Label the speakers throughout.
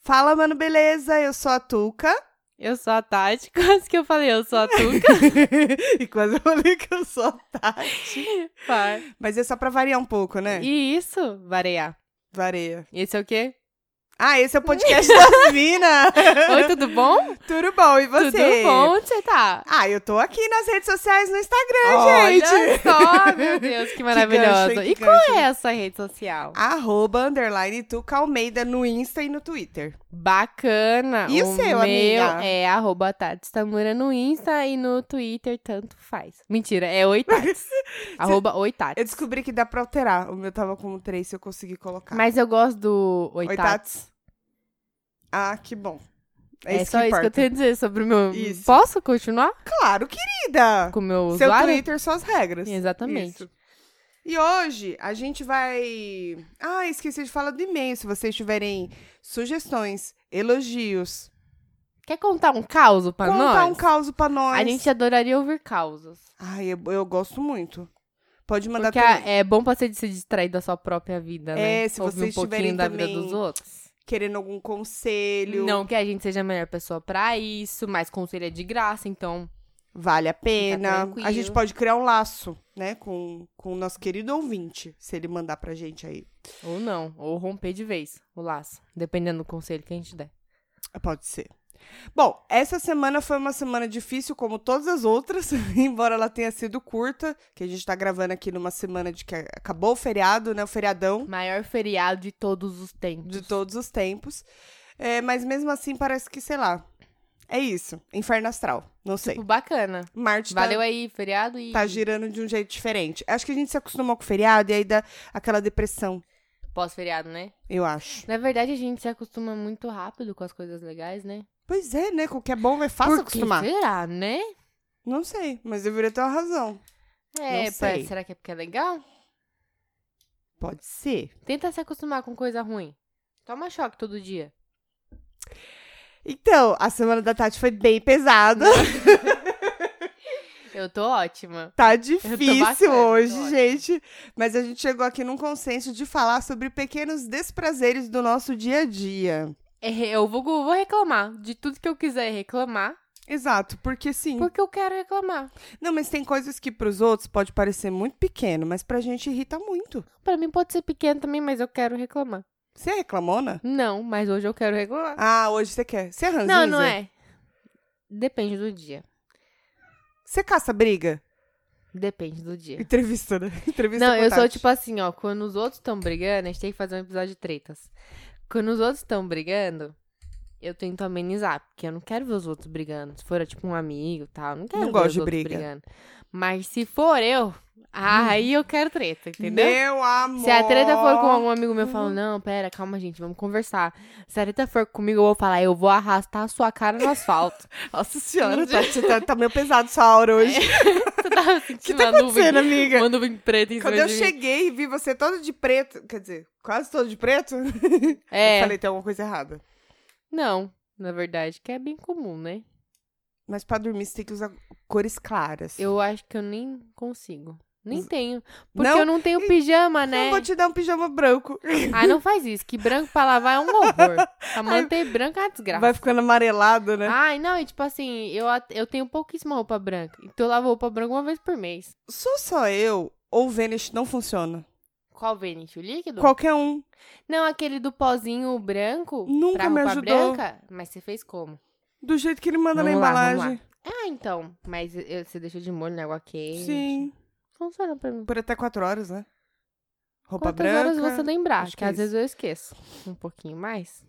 Speaker 1: Fala, mano, beleza? Eu sou a Tuca.
Speaker 2: Eu sou a Tati, quase que eu falei, eu sou a Tuca.
Speaker 1: e quase eu falei que eu sou a Tati.
Speaker 2: Vai.
Speaker 1: Mas é só pra variar um pouco, né?
Speaker 2: E isso, vareia.
Speaker 1: Vareia.
Speaker 2: Esse é o quê?
Speaker 1: Ah, esse é o podcast das Minas.
Speaker 2: Oi, tudo bom?
Speaker 1: Tudo bom, e É. você?
Speaker 2: Tudo bom? Onde você tá?
Speaker 1: Ah, eu tô aqui nas redes sociais, no Instagram, gente.
Speaker 2: Olha só, meu Deus, que maravilhoso.
Speaker 1: gancho, hein,
Speaker 2: e
Speaker 1: que
Speaker 2: qual
Speaker 1: gancho.
Speaker 2: é essa rede social?
Speaker 1: Arroba, underline, Tuca Almeida no Insta e no Twitter.
Speaker 2: Bacana.
Speaker 1: E o seu,
Speaker 2: meu
Speaker 1: amiga?
Speaker 2: é arroba Tati Tamura no Insta e no Twitter, tanto faz. Mentira, é oi Tats. arroba oi
Speaker 1: Eu
Speaker 2: Tats.
Speaker 1: descobri que dá pra alterar. O meu tava como três, se eu conseguir colocar.
Speaker 2: Mas eu gosto do oi,
Speaker 1: Oi,
Speaker 2: Tats.
Speaker 1: Tats. Ah, que bom.
Speaker 2: É,
Speaker 1: isso
Speaker 2: só
Speaker 1: que
Speaker 2: isso que eu
Speaker 1: importa.
Speaker 2: tenho a dizer sobre o meu...
Speaker 1: Isso.
Speaker 2: Posso continuar
Speaker 1: Claro, querida.
Speaker 2: com o meu
Speaker 1: Seu
Speaker 2: usuário?
Speaker 1: Twitter, suas regras.
Speaker 2: Exatamente.
Speaker 1: Isso. E hoje a gente vai. Ah, esqueci de falar do e-mail. Se vocês tiverem sugestões, elogios,
Speaker 2: Quer contar um caos pra
Speaker 1: contar
Speaker 2: nós?
Speaker 1: um caos pra nós.
Speaker 2: A gente adoraria ouvir causos.
Speaker 1: Ai, eu, eu gosto muito. Pode mandar
Speaker 2: Porque
Speaker 1: também.
Speaker 2: é bom pra você se distrair da sua própria vida, né?
Speaker 1: É, se
Speaker 2: Ouvir
Speaker 1: vocês
Speaker 2: um pouquinho
Speaker 1: tiverem
Speaker 2: da
Speaker 1: também
Speaker 2: vida dos outros.
Speaker 1: Querendo algum conselho.
Speaker 2: Não que a gente seja a melhor pessoa pra isso, mas conselho é de graça, então
Speaker 1: Vale a pena.
Speaker 2: tranquilo.
Speaker 1: A gente pode criar um laço, né? Com, com o nosso querido ouvinte, se ele mandar pra gente aí.
Speaker 2: ou não, ou romper de vez o laço, dependendo do conselho que a gente der.
Speaker 1: Pode ser. Bom, essa semana foi uma semana difícil, como todas as outras, embora ela tenha sido curta, que a gente tá gravando aqui numa semana de que acabou o feriado, né? O feriadão
Speaker 2: Maior feriado de todos os tempos.
Speaker 1: de todos os tempos. É, mas mesmo assim, parece que, sei lá. É isso. Inferno astral. Não sei.
Speaker 2: Tipo, bacana.
Speaker 1: Marte tá,
Speaker 2: Valeu aí, feriado e
Speaker 1: tá girando de um jeito diferente. Acho que a gente se acostumou com o feriado e aí dá aquela depressão,
Speaker 2: pós-feriado, né?
Speaker 1: eu acho.
Speaker 2: Na verdade, a gente se acostuma muito rápido com as coisas legais, né?
Speaker 1: Pois é, né? Com o que é bom é fácil
Speaker 2: Por que
Speaker 1: acostumar.
Speaker 2: será, né?
Speaker 1: Não sei, mas deveria ter uma razão.
Speaker 2: É,
Speaker 1: Não sei.
Speaker 2: pá, será que é porque é legal?
Speaker 1: Pode ser.
Speaker 2: Tenta se acostumar com coisa ruim. Toma choque todo dia.
Speaker 1: Então, a semana da Tati foi bem pesada.
Speaker 2: Eu tô ótima.
Speaker 1: Tá difícil
Speaker 2: bacana, tô
Speaker 1: hoje,
Speaker 2: ótima.
Speaker 1: gente. Mas a gente chegou aqui num consenso de falar sobre pequenos desprazeres do nosso dia a dia.
Speaker 2: É, Eu vou, vou reclamar de tudo que eu quiser reclamar,
Speaker 1: Exato, porque sim.
Speaker 2: porque eu quero reclamar.
Speaker 1: Não, mas tem coisas que pros outros pode parecer muito pequeno, mas pra gente irrita muito.
Speaker 2: Pra mim pode ser pequeno também, mas eu quero reclamar.
Speaker 1: Você é reclamona?
Speaker 2: Não, mas hoje eu quero reclamar.
Speaker 1: Ah, hoje você quer. Você é ranzinza?
Speaker 2: não, não é. Depende do dia.
Speaker 1: Você caça briga?
Speaker 2: Depende do dia.
Speaker 1: Entrevista, né? Entrevista
Speaker 2: Não,
Speaker 1: com a
Speaker 2: eu sou
Speaker 1: Tati.
Speaker 2: tipo assim, ó. Quando os outros estão brigando, a gente tem que fazer um episódio de tretas. Quando os outros estão brigando, eu tento amenizar, porque eu não quero ver os outros brigando. Se for, tipo, um amigo e tal, eu não quero
Speaker 1: Não
Speaker 2: ver
Speaker 1: gosto
Speaker 2: os
Speaker 1: de
Speaker 2: outros
Speaker 1: briga.
Speaker 2: brigando. Mas se for eu, aí eu quero treta, entendeu?
Speaker 1: Meu amor.
Speaker 2: Se a treta for com algum amigo meu, eu falo, não, pera, calma, gente, vamos conversar. Se a treta for comigo, eu vou falar, eu vou arrastar a sua cara no asfalto.
Speaker 1: Nossa senhora, Tati, tá, tá meio pesado sua aura hoje.
Speaker 2: Você tava
Speaker 1: O que
Speaker 2: sentindo
Speaker 1: tá
Speaker 2: uma nuvem,
Speaker 1: acontecendo, amiga?
Speaker 2: uma nuvem preta em
Speaker 1: Quando
Speaker 2: cima
Speaker 1: eu
Speaker 2: de mim?
Speaker 1: cheguei e vi você toda de preto, quer dizer, quase toda de preto,
Speaker 2: É,
Speaker 1: eu falei, tem alguma coisa errada.
Speaker 2: não, na verdade, que é bem comum, né?
Speaker 1: Mas pra dormir você tem que usar cores claras.
Speaker 2: Eu acho que eu nem consigo. Nem tenho. Porque
Speaker 1: Não?
Speaker 2: eu não tenho pijama,
Speaker 1: não
Speaker 2: né?
Speaker 1: vou te dar um pijama branco.
Speaker 2: Ah, não faz isso. Que branco pra lavar é um horror. Pra manter branco é uma desgraça.
Speaker 1: Vai ficando amarelado, né?
Speaker 2: Ai, não, e tipo assim, eu, at- eu tenho pouquíssima roupa branca. Então eu lavo roupa branca uma vez por mês.
Speaker 1: Sou só eu ou o Vênus não funciona?
Speaker 2: Qual Vênus? O líquido?
Speaker 1: Qualquer um.
Speaker 2: Não, aquele do pozinho branco.
Speaker 1: Nunca
Speaker 2: pra
Speaker 1: me
Speaker 2: roupa
Speaker 1: ajudou.
Speaker 2: branca. Mas você fez como?
Speaker 1: Do jeito que ele manda
Speaker 2: Vamos
Speaker 1: na
Speaker 2: lá, vamos
Speaker 1: embalagem.
Speaker 2: Ah, então. Mas eu- você deixou de molho na água quente.
Speaker 1: Sim.
Speaker 2: Funciona pra mim.
Speaker 1: Por até quatro horas, né? Roupa
Speaker 2: Quantas
Speaker 1: branca.
Speaker 2: horas você lembrar?
Speaker 1: acho
Speaker 2: Que,
Speaker 1: que é
Speaker 2: às vezes eu esqueço um pouquinho mais.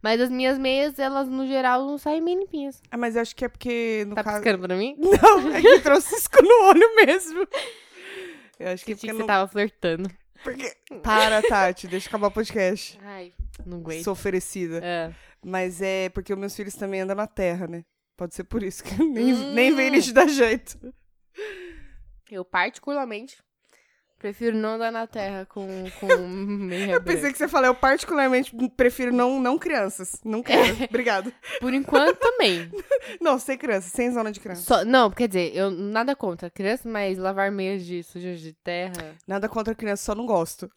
Speaker 2: Mas as minhas meias, elas no geral não saem bem limpinhas.
Speaker 1: Ah, mas acho que é porque, no
Speaker 2: tá
Speaker 1: caso...
Speaker 2: piscando pra mim?
Speaker 1: Não, é que trouxe cisco no olho mesmo. Eu acho que é porque
Speaker 2: Senti que você
Speaker 1: não...
Speaker 2: tava flertando.
Speaker 1: Porque... Para, Tati, deixa eu acabar o podcast.
Speaker 2: Ai, não aguento.
Speaker 1: Sou oferecida.
Speaker 2: É.
Speaker 1: Mas é porque os meus filhos também andam na terra, né? Pode ser por isso que eu nem,
Speaker 2: Hum.
Speaker 1: nem vem eles dar jeito.
Speaker 2: Eu, particularmente, prefiro não andar na terra com, com meia
Speaker 1: Eu pensei que você falou, eu particularmente prefiro não, não crianças. Não quero. Obrigado.
Speaker 2: branca. Por enquanto, também.
Speaker 1: Não, sem criança, sem zona de criança.
Speaker 2: Só- não, quer dizer, eu nada contra criança, mas lavar meias de sujas de terra...
Speaker 1: Nada contra criança, só não gosto.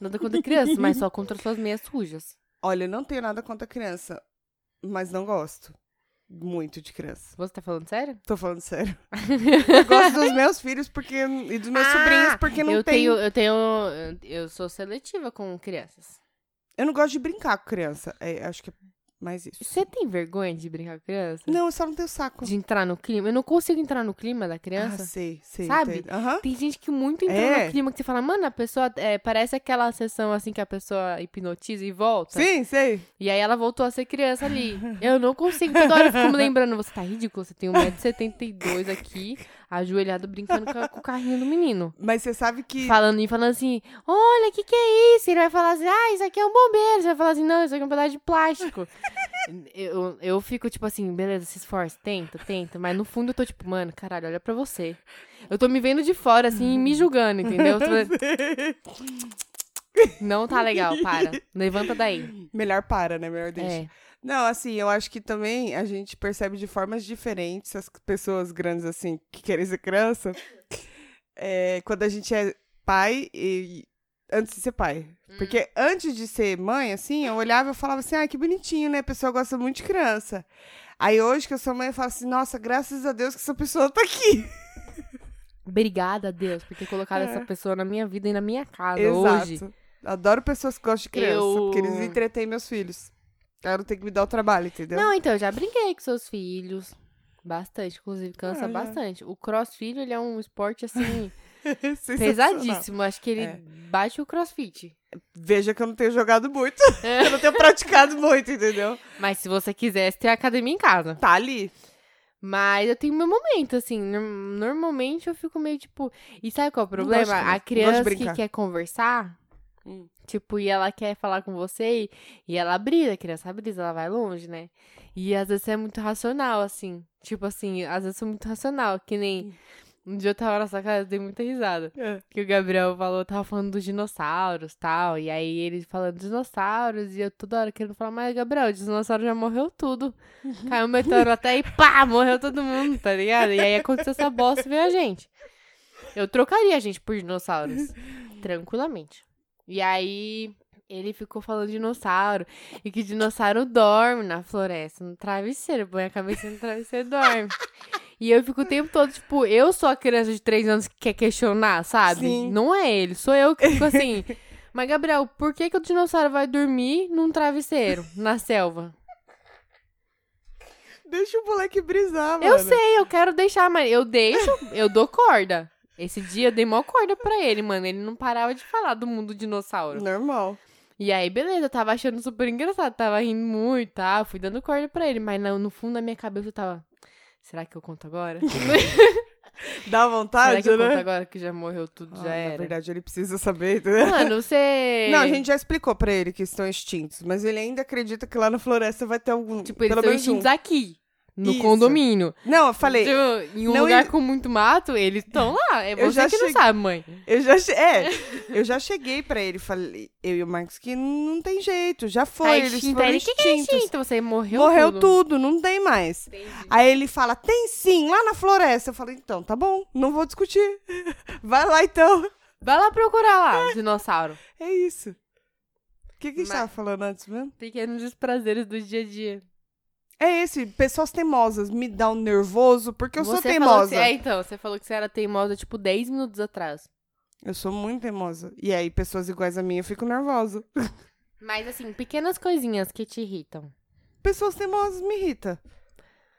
Speaker 2: Nada contra criança, mas só contra suas meias sujas.
Speaker 1: Olha, eu não tenho nada contra criança, mas não gosto muito de criança.
Speaker 2: Você tá falando sério?
Speaker 1: Tô falando sério. eu gosto dos meus filhos porque e dos meus
Speaker 2: Ah,
Speaker 1: sobrinhos porque não
Speaker 2: eu
Speaker 1: tem.
Speaker 2: tenho, eu tenho, eu sou seletiva com crianças.
Speaker 1: Eu não gosto de brincar com criança. É, acho que é mais isso.
Speaker 2: Você tem vergonha de brincar com criança?
Speaker 1: Não, eu só não tenho saco.
Speaker 2: De entrar no clima? Eu não consigo entrar no clima da
Speaker 1: Ah,
Speaker 2: criança.
Speaker 1: sei, sei.
Speaker 2: Sabe? Tá.
Speaker 1: entendo. Aham.
Speaker 2: Tem gente que muito entra
Speaker 1: É.
Speaker 2: no clima que você fala, mano, a pessoa é, parece aquela sessão assim que a pessoa hipnotiza e volta.
Speaker 1: Sim, sei.
Speaker 2: E aí ela voltou a ser criança ali. Eu não consigo, toda hora eu fico me lembrando, você tá ridículo, você tem 1,72m aqui, ajoelhado brincando com, a- com o carrinho do menino.
Speaker 1: Mas você sabe que.
Speaker 2: Falando e falando assim, olha, o que que é isso? Ele vai falar assim, ah, isso aqui é um bombeiro. Você vai falar assim, não, isso aqui é um pedaço de plástico. eu, eu fico tipo assim, beleza, se esforça, tenta, tenta. Mas no fundo eu tô tipo, mano, caralho, olha pra você. Eu tô me vendo de fora, assim, e me julgando, entendeu? Não tá legal, para. Levanta daí.
Speaker 1: Melhor para, né? Melhor deixa.
Speaker 2: É.
Speaker 1: Não, assim, eu acho que também a gente percebe de formas diferentes as pessoas grandes, assim, que querem ser criança. É, quando a gente é pai e. Antes de ser pai.
Speaker 2: Hum.
Speaker 1: Porque antes de ser mãe, assim, eu olhava e eu falava assim, ah, que bonitinho, né? A pessoa gosta muito de criança. Aí hoje que eu sou mãe, eu falo assim, nossa, graças a Deus que essa pessoa tá aqui.
Speaker 2: Obrigada a Deus por ter colocado
Speaker 1: É.
Speaker 2: essa pessoa na minha vida e na minha casa hoje.
Speaker 1: Adoro pessoas que gostam de criança,
Speaker 2: Eu-
Speaker 1: porque eles entretêm meus filhos. Eu não tenho que me dar o trabalho, entendeu?
Speaker 2: Não, então, eu já brinquei com seus filhos. Bastante, inclusive, cansa
Speaker 1: Ah, já.
Speaker 2: bastante. O crossfit, ele é um esporte, assim,
Speaker 1: É Sensacional.
Speaker 2: pesadíssimo. Acho que ele
Speaker 1: É.
Speaker 2: bate o crossfit.
Speaker 1: Veja que eu não tenho jogado muito.
Speaker 2: É.
Speaker 1: eu não tenho praticado muito, entendeu?
Speaker 2: Mas se você quisesse, tem academia em casa.
Speaker 1: Tá ali.
Speaker 2: Mas eu tenho meu momento, assim. nor- Normalmente eu fico meio tipo. E sabe qual é o
Speaker 1: gosto de
Speaker 2: problema?
Speaker 1: conversar,
Speaker 2: A
Speaker 1: não gosto de
Speaker 2: criança que
Speaker 1: brincar.
Speaker 2: quer conversar,
Speaker 1: Hum.
Speaker 2: tipo, e ela quer falar com você, e, e ela brisa, a criança brisa, ela vai longe, né? E às vezes é muito racional, assim. Tipo assim, às vezes é muito racional, que nem.
Speaker 1: Hum.
Speaker 2: Um dia eu tava na sua casa, eu dei muita risada. Que o Gabriel falou, tava falando dos dinossauros tal. E aí ele falando dos dinossauros. E eu toda hora querendo falar, mas Gabriel, o dinossauro já morreu tudo. Caiu um meteoro até aí, pá, morreu todo mundo, tá ligado? E aí aconteceu essa bosta e veio a gente. Eu trocaria a gente por dinossauros. Tranquilamente. E aí ele ficou falando de dinossauro. E que dinossauro dorme na floresta, no travesseiro. Põe a cabeça no travesseiro e dorme. E eu fico o tempo todo, tipo, eu sou a criança de três anos que quer questionar, sabe?
Speaker 1: Sim.
Speaker 2: Não é ele, sou eu que fico assim. Mas, Gabriel, por que, que o dinossauro vai dormir num travesseiro, na selva?
Speaker 1: Deixa o moleque brisar, mano.
Speaker 2: Eu sei, eu quero deixar, mas eu deixo, eu dou corda. Esse dia eu dei mó corda pra ele, mano. Ele não parava de falar do mundo dinossauro.
Speaker 1: Normal.
Speaker 2: E aí, beleza, eu tava achando super engraçado, tava rindo muito, tá? Fui dando corda pra ele, mas no, no fundo da minha cabeça eu tava. Será que eu conto agora?
Speaker 1: Dá
Speaker 2: Será
Speaker 1: vontade,
Speaker 2: que eu
Speaker 1: né?
Speaker 2: conto agora que já morreu tudo,
Speaker 1: Ah,
Speaker 2: já
Speaker 1: Na
Speaker 2: era? É.
Speaker 1: verdade, ele precisa saber, entendeu?
Speaker 2: Mano, você.
Speaker 1: Não, a gente já explicou pra ele que estão extintos, mas ele ainda acredita que lá na floresta vai ter algum.
Speaker 2: Tipo, eles
Speaker 1: pelo
Speaker 2: estão
Speaker 1: menos
Speaker 2: extintos
Speaker 1: um.
Speaker 2: aqui. No
Speaker 1: Isso.
Speaker 2: condomínio.
Speaker 1: Não, eu falei,
Speaker 2: Tipo, em um
Speaker 1: não
Speaker 2: lugar
Speaker 1: em-
Speaker 2: com muito mato, eles estão lá. É
Speaker 1: Eu
Speaker 2: você
Speaker 1: já
Speaker 2: que não
Speaker 1: cheguei-
Speaker 2: sabe, mãe.
Speaker 1: Eu já, che- é, eu já cheguei pra ele, falei, eu e o Marcos, que não tem jeito, já foi,
Speaker 2: Tá Aí
Speaker 1: eles
Speaker 2: extinta
Speaker 1: foram
Speaker 2: ele. O que, que é
Speaker 1: extintos.
Speaker 2: extinto? Você morreu,
Speaker 1: Morreu
Speaker 2: tudo.
Speaker 1: tudo, não tem mais. Aí ele fala, tem sim, lá na floresta. Eu falo, então, tá bom, não vou discutir. Vai lá então.
Speaker 2: Vai lá procurar lá, o dinossauro.
Speaker 1: É isso. O que, que a gente
Speaker 2: Mas-
Speaker 1: tava falando antes mesmo?
Speaker 2: Pequenos desprazeres do dia a dia.
Speaker 1: É esse, pessoas teimosas me dá um nervoso porque eu sou
Speaker 2: Você falou que
Speaker 1: teimosa.
Speaker 2: você- É, então, você falou que você era teimosa, tipo, 10 minutos atrás.
Speaker 1: Eu sou muito teimosa. E aí, pessoas iguais a mim, eu fico nervosa.
Speaker 2: Mas, assim, pequenas coisinhas que te irritam.
Speaker 1: Pessoas teimosas me irritam.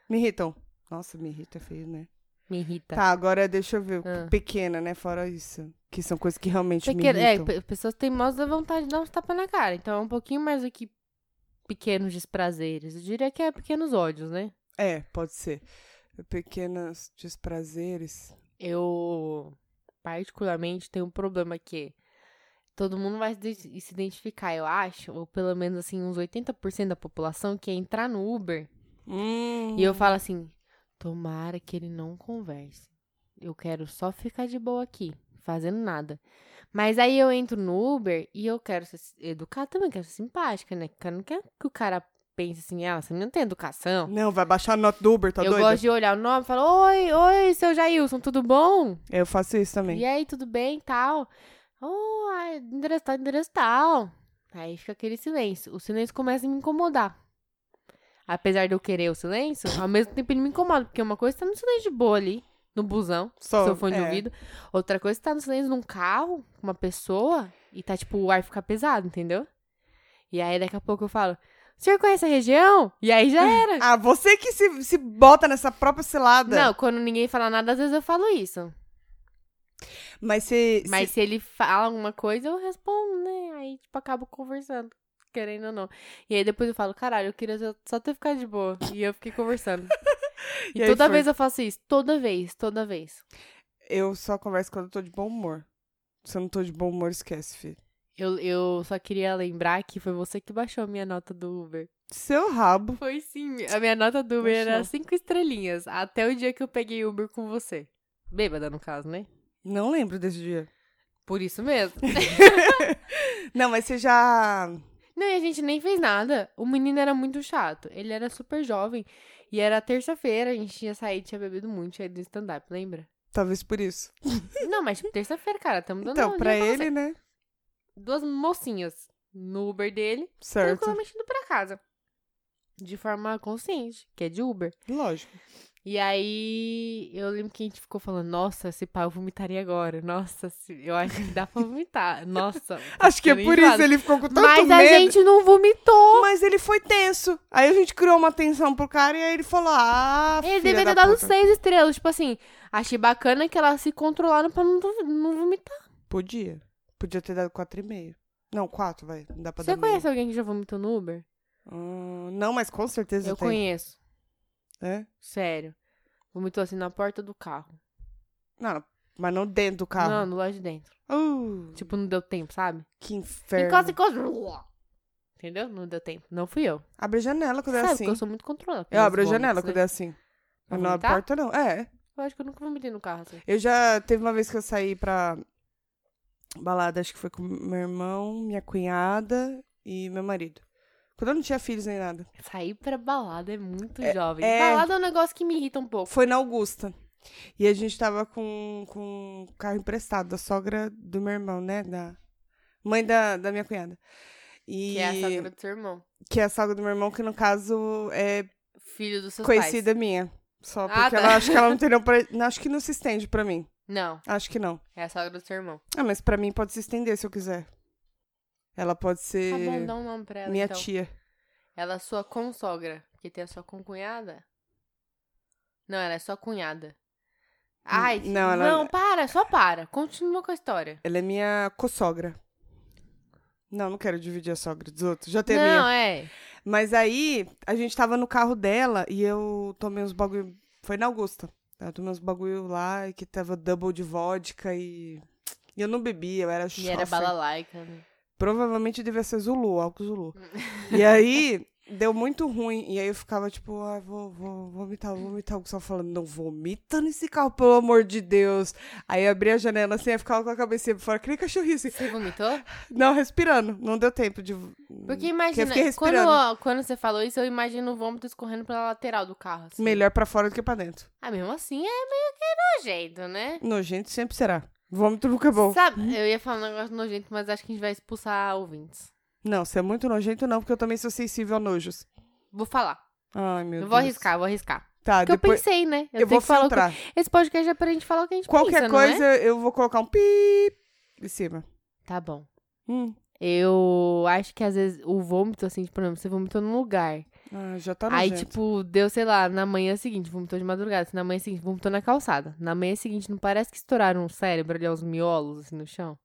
Speaker 1: Me irritam. Nossa, me irrita é feio, né?
Speaker 2: Me irrita.
Speaker 1: Tá, agora deixa eu ver.
Speaker 2: Ah.
Speaker 1: Pequena, né? Fora isso. Que são coisas que realmente
Speaker 2: Pequeno-
Speaker 1: me
Speaker 2: é,
Speaker 1: irritam.
Speaker 2: pe- pessoas teimosas dá vontade de dar uns tapas na cara. Então é um pouquinho mais do que pequenos desprazeres. Eu diria que é pequenos ódios, né?
Speaker 1: É, pode ser. Pequenos desprazeres.
Speaker 2: Eu, particularmente, tenho um problema que todo mundo vai se ide- se identificar, eu acho, ou pelo menos assim, uns 80% da população, que é entrar no Uber
Speaker 1: Hum.
Speaker 2: e eu falo assim: tomara que ele não converse. Eu quero só ficar de boa aqui, fazendo nada. Mas aí eu entro no Uber e eu quero ser educada também, quero ser simpática, né? Porque eu não quero que o cara pense assim: ah, essa menina não tem educação.
Speaker 1: Não, vai baixar a nota do Uber, tá
Speaker 2: eu
Speaker 1: doida?
Speaker 2: gosto de olhar o nome e falar: oi, oi, seu Jailson, tudo bom?
Speaker 1: Eu faço isso também.
Speaker 2: E aí, tudo bem e tá tal? Oh, ai, endereço tal, endereço tal. Aí fica aquele silêncio. O silêncio começa a me incomodar. Apesar de eu querer o silêncio, ao mesmo tempo ele me incomoda, porque uma coisa tá no silêncio de boa ali, no busão,
Speaker 1: Só,
Speaker 2: seu fone de
Speaker 1: é.
Speaker 2: ouvido. Outra coisa tá no silêncio num carro, com uma pessoa, e tá tipo, o ar fica pesado, entendeu? E aí daqui a pouco eu falo, o senhor conhece a região? E aí já era.
Speaker 1: Ah, você que se, se bota nessa própria cilada.
Speaker 2: Não, quando ninguém fala nada, às vezes eu falo isso.
Speaker 1: Mas você. se-
Speaker 2: Mas se ele fala alguma coisa, eu respondo, né? Aí, tipo, acabo conversando, querendo ou não. E aí depois eu falo, caralho, eu queria só- só ter ficado de boa. E eu fiquei conversando.
Speaker 1: E
Speaker 2: E,
Speaker 1: aí
Speaker 2: toda
Speaker 1: foi.
Speaker 2: vez eu faço isso. Toda vez, toda vez.
Speaker 1: Eu só converso quando eu tô de bom humor. Se eu não tô de bom humor, esquece, filho.
Speaker 2: Eu, eu só queria lembrar que foi você que baixou a minha nota do Uber.
Speaker 1: Seu rabo.
Speaker 2: Foi sim. A minha nota do Uber era
Speaker 1: Baixou.
Speaker 2: cinco estrelinhas. Até o dia que eu peguei Uber com você. Bêbada, no caso, né?
Speaker 1: Não lembro desse dia.
Speaker 2: Por isso mesmo.
Speaker 1: Não, mas você já.
Speaker 2: Não, e a gente nem fez nada. O menino era muito chato. Ele era super jovem. E era terça-feira, a gente tinha saído, tinha bebido muito, tinha ido no stand-up, lembra?
Speaker 1: Talvez por isso.
Speaker 2: Não, mas tipo, terça-feira, cara, estamos dando
Speaker 1: Então,
Speaker 2: um
Speaker 1: pra
Speaker 2: dia
Speaker 1: ele,
Speaker 2: você.
Speaker 1: né?
Speaker 2: Duas mocinhas no Uber dele,
Speaker 1: Certo.
Speaker 2: tranquilamente indo pra casa. De forma consciente, que é de Uber.
Speaker 1: Lógico.
Speaker 2: E aí, eu lembro que a gente ficou falando, nossa, esse pai eu vomitaria agora. Nossa, se- eu acho que dá pra vomitar. Nossa.
Speaker 1: Acho que é
Speaker 2: nem
Speaker 1: por
Speaker 2: falo.
Speaker 1: isso ele ficou com tanto
Speaker 2: Mas
Speaker 1: medo.
Speaker 2: a gente não vomitou.
Speaker 1: Mas ele foi tenso. Aí a gente criou uma tensão pro cara e aí ele falou: Ah, filha
Speaker 2: Ele devia ter
Speaker 1: da
Speaker 2: dado
Speaker 1: puta.
Speaker 2: seis estrelas. Tipo assim, achei bacana que elas se controlaram pra não, du- não vomitar.
Speaker 1: Podia. Podia ter dado 4,5. Não, 4, vai. Não dá pra
Speaker 2: Você
Speaker 1: dar
Speaker 2: conhece alguém que já vomitou no Uber?
Speaker 1: meio. Hum, não, mas com certeza
Speaker 2: Eu
Speaker 1: tem.
Speaker 2: conheço.
Speaker 1: É?
Speaker 2: Sério. Vomitou assim na porta do carro.
Speaker 1: Não, mas não dentro do carro.
Speaker 2: Não, no lado de dentro.
Speaker 1: Uh,
Speaker 2: Tipo, não deu tempo, sabe?
Speaker 1: que inferno.
Speaker 2: Encosta, encosta. Entendeu? Não deu tempo. Não fui eu.
Speaker 1: Abre a janela quando é
Speaker 2: sabe,
Speaker 1: assim.
Speaker 2: porque eu sou muito controlada. com
Speaker 1: Eu
Speaker 2: meus
Speaker 1: abro a janela
Speaker 2: vômitos,
Speaker 1: quando
Speaker 2: né?
Speaker 1: é assim.
Speaker 2: Pra
Speaker 1: Eu não abro
Speaker 2: vomitar?
Speaker 1: porta, não. É.
Speaker 2: Eu acho que eu nunca vomitei no carro assim.
Speaker 1: Eu já. Teve uma vez que eu saí pra balada, acho que foi com meu irmão, minha cunhada e meu marido. Quando eu não tinha filhos nem nada.
Speaker 2: Sair pra balada é muito jovem.
Speaker 1: é.
Speaker 2: Balada é um negócio que me irrita um pouco.
Speaker 1: Foi na Augusta. E a gente tava com, com um carro emprestado da sogra do meu irmão, né? Da mãe da, da minha cunhada. E
Speaker 2: Que é a sogra do seu irmão.
Speaker 1: que é a sogra do meu irmão, que no caso é
Speaker 2: Filho dos seus
Speaker 1: conhecida
Speaker 2: pais.
Speaker 1: minha. Só
Speaker 2: Ah,
Speaker 1: porque
Speaker 2: tá.
Speaker 1: ela acho que ela não entendeu pra, não, acho que não se estende pra mim.
Speaker 2: Não,
Speaker 1: Acho que não.
Speaker 2: é a sogra do seu irmão.
Speaker 1: Ah, mas pra mim pode se estender se eu quiser. Ela pode ser
Speaker 2: Tá bom, dá um nome pra ela,
Speaker 1: minha
Speaker 2: então.
Speaker 1: tia.
Speaker 2: Ela é sua consogra, porque tem a sua concunhada. Não, ela é sua cunhada. Ai,
Speaker 1: Hum, não,
Speaker 2: não,
Speaker 1: ela-
Speaker 2: para, só para. Continua com a história.
Speaker 1: Ela é minha co-sogra. Não, não quero dividir a sogra dos outros. Já tem a minha.
Speaker 2: não, é.
Speaker 1: Mas aí, a gente tava no carro dela e eu tomei uns bagulho. Foi na Augusta. Eu tomei uns bagulho lá que tava double de vodka e. E eu não bebia, eu era
Speaker 2: E era
Speaker 1: chofer.
Speaker 2: balalaica. né?
Speaker 1: Provavelmente devia ser Zulu, álcool Zulu.
Speaker 2: Hum.
Speaker 1: e aí, deu muito ruim. E aí eu ficava tipo, ah, vou, vou vomitar, vou vomitar. O pessoal falando, não vomita nesse carro, pelo amor de Deus. Aí eu abria a janela assim, eu ficava com a cabecinha pra fora, que nem cachorrinho assim.
Speaker 2: Você vomitou?
Speaker 1: Não, respirando. Não deu tempo de.
Speaker 2: Porque imagina,
Speaker 1: fiquei respirando.
Speaker 2: quando, quando você falou isso, eu imagino o vômito escorrendo pela lateral do carro. assim.
Speaker 1: Melhor pra fora do que pra dentro.
Speaker 2: Ah, mesmo assim é meio que nojento, né?
Speaker 1: Nojento sempre será. Vômito nunca é bom.
Speaker 2: Sabe, eu ia falar um negócio nojento, mas acho que a gente vai expulsar ouvintes.
Speaker 1: Não, se é muito nojento, não, porque eu também sou sensível a nojos.
Speaker 2: Vou falar.
Speaker 1: Ai, meu
Speaker 2: não
Speaker 1: Deus.
Speaker 2: vou arriscar, vou arriscar.
Speaker 1: Tá,
Speaker 2: Porque
Speaker 1: depois.
Speaker 2: eu pensei, né?
Speaker 1: Eu,
Speaker 2: Eu,
Speaker 1: vou
Speaker 2: tenho que falar o que
Speaker 1: filtrar.
Speaker 2: Esse podcast é pra gente falar o que a gente
Speaker 1: Qualquer
Speaker 2: pensa, não é?
Speaker 1: coisa, eu vou colocar um pi em cima.
Speaker 2: Tá bom.
Speaker 1: Hum.
Speaker 2: Eu acho que às vezes o vômito, assim, tipo, por exemplo, você vomitou num lugar.
Speaker 1: Ah, já tá
Speaker 2: aí,
Speaker 1: nojento.
Speaker 2: tipo, deu, sei lá, na manhã seguinte, vomitou de madrugada. assim, na manhã seguinte, vomitou na calçada. Na manhã seguinte, não parece que estouraram o cérebro ali, uns miolos, assim, no chão?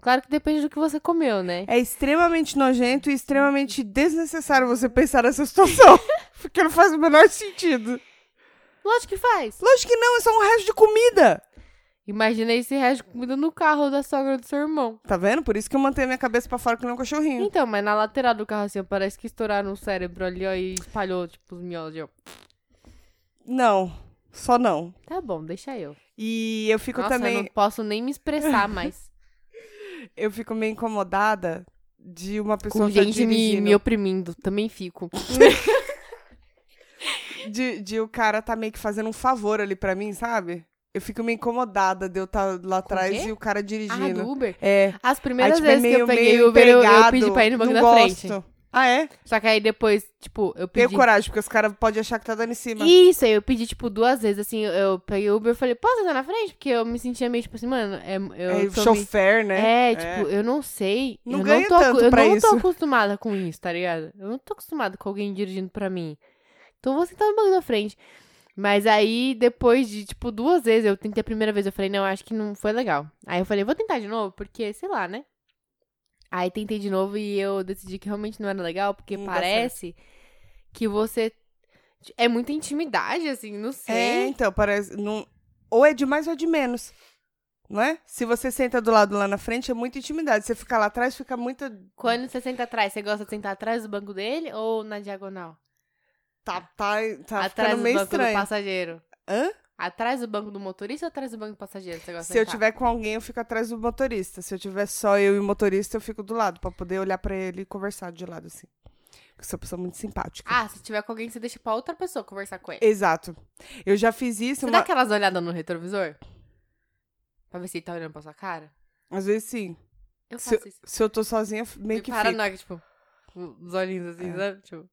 Speaker 2: Claro que depende do que você comeu, né?
Speaker 1: É extremamente nojento e extremamente desnecessário você pensar nessa situação. porque não faz o menor sentido.
Speaker 2: Lógico que faz.
Speaker 1: Lógico que não, é só um resto de comida.
Speaker 2: Imagina esse resto de comida no carro da sogra do seu irmão.
Speaker 1: Tá vendo? Por isso que eu mantenho a minha cabeça pra fora que nem um cachorrinho.
Speaker 2: Então, mas na lateral do carro, assim, ó, parece que estouraram o cérebro ali, ó, e espalhou, tipo, os miolos. ó.
Speaker 1: Não, só não.
Speaker 2: Tá bom, deixa eu.
Speaker 1: E eu fico
Speaker 2: Nossa,
Speaker 1: também.
Speaker 2: eu não posso nem me expressar mais.
Speaker 1: eu fico meio incomodada de uma pessoa
Speaker 2: Com
Speaker 1: estar
Speaker 2: gente me,
Speaker 1: dirigindo,
Speaker 2: me oprimindo, também fico.
Speaker 1: de, de o cara tá meio que fazendo um favor ali pra mim, sabe? Eu fico meio incomodada de eu estar lá atrás
Speaker 2: quê?
Speaker 1: e o cara
Speaker 2: Ah,
Speaker 1: dirigindo.
Speaker 2: do Uber?
Speaker 1: É.
Speaker 2: As primeiras
Speaker 1: aí, tipo, é
Speaker 2: vezes
Speaker 1: meio,
Speaker 2: que eu peguei
Speaker 1: meio
Speaker 2: o Uber, eu, eu pedi
Speaker 1: empregado,
Speaker 2: pra ir no banco
Speaker 1: não
Speaker 2: da
Speaker 1: gosto.
Speaker 2: frente.
Speaker 1: Ah, é?
Speaker 2: Só que aí depois, tipo, eu
Speaker 1: Tenho
Speaker 2: pedi.
Speaker 1: coragem, porque os caras podem achar que tá dando em cima.
Speaker 2: Isso, aí eu pedi, tipo, duas vezes, assim, eu- eu peguei o Uber e falei, posso andar na frente? Porque eu me sentia meio, tipo assim, mano, é, eu
Speaker 1: é,
Speaker 2: sou meio-
Speaker 1: chofer, né?
Speaker 2: É, tipo, eu não sei.
Speaker 1: Não
Speaker 2: eu
Speaker 1: ganha
Speaker 2: não tô,
Speaker 1: tanto
Speaker 2: eu
Speaker 1: pra
Speaker 2: não
Speaker 1: isso.
Speaker 2: tô acostumada com isso, tá ligado? Eu não tô acostumada com alguém dirigindo pra mim. Então eu vou sentar no banco da frente. Mas aí, depois de, tipo, duas vezes, eu tentei a primeira vez, eu falei, não, acho que não foi legal. Aí eu falei, vou tentar de novo, porque, sei lá, né? Aí tentei de novo e eu decidi que realmente não era legal, porque
Speaker 1: Não dá
Speaker 2: parece que você. É muita intimidade, assim, não sei.
Speaker 1: É, então, parece. Não... Ou é de mais ou é de menos. Não é? Se você senta do lado lá na frente, é muita intimidade. Você fica lá atrás, fica muita.
Speaker 2: Quando você senta atrás, você gosta de sentar atrás do banco dele ou na diagonal?
Speaker 1: Tá, tá, tá
Speaker 2: atrás
Speaker 1: ficando
Speaker 2: do
Speaker 1: meio
Speaker 2: banco do
Speaker 1: estranho.
Speaker 2: passageiro.
Speaker 1: Hã?
Speaker 2: Atrás do banco do motorista ou atrás do banco do passageiro? Você gosta
Speaker 1: Se
Speaker 2: de
Speaker 1: eu
Speaker 2: sentar?
Speaker 1: tiver com alguém, eu fico atrás do motorista. Se eu tiver só eu e o motorista, eu fico do lado, pra poder olhar pra ele e conversar de lado, assim. Porque sou uma pessoa muito simpática.
Speaker 2: Ah, se tiver com alguém, você deixa pra outra pessoa conversar com ele.
Speaker 1: Exato. Eu já fiz isso,
Speaker 2: Você
Speaker 1: uma...
Speaker 2: dá aquelas olhadas no retrovisor? Pra ver se ele tá olhando pra sua cara?
Speaker 1: às vezes sim.
Speaker 2: Eu
Speaker 1: Se,
Speaker 2: faço isso.
Speaker 1: se eu tô sozinha, meio
Speaker 2: Meio
Speaker 1: que fico.
Speaker 2: paranoica, tipo, os olhinhos assim,
Speaker 1: É.
Speaker 2: sabe? Tipo,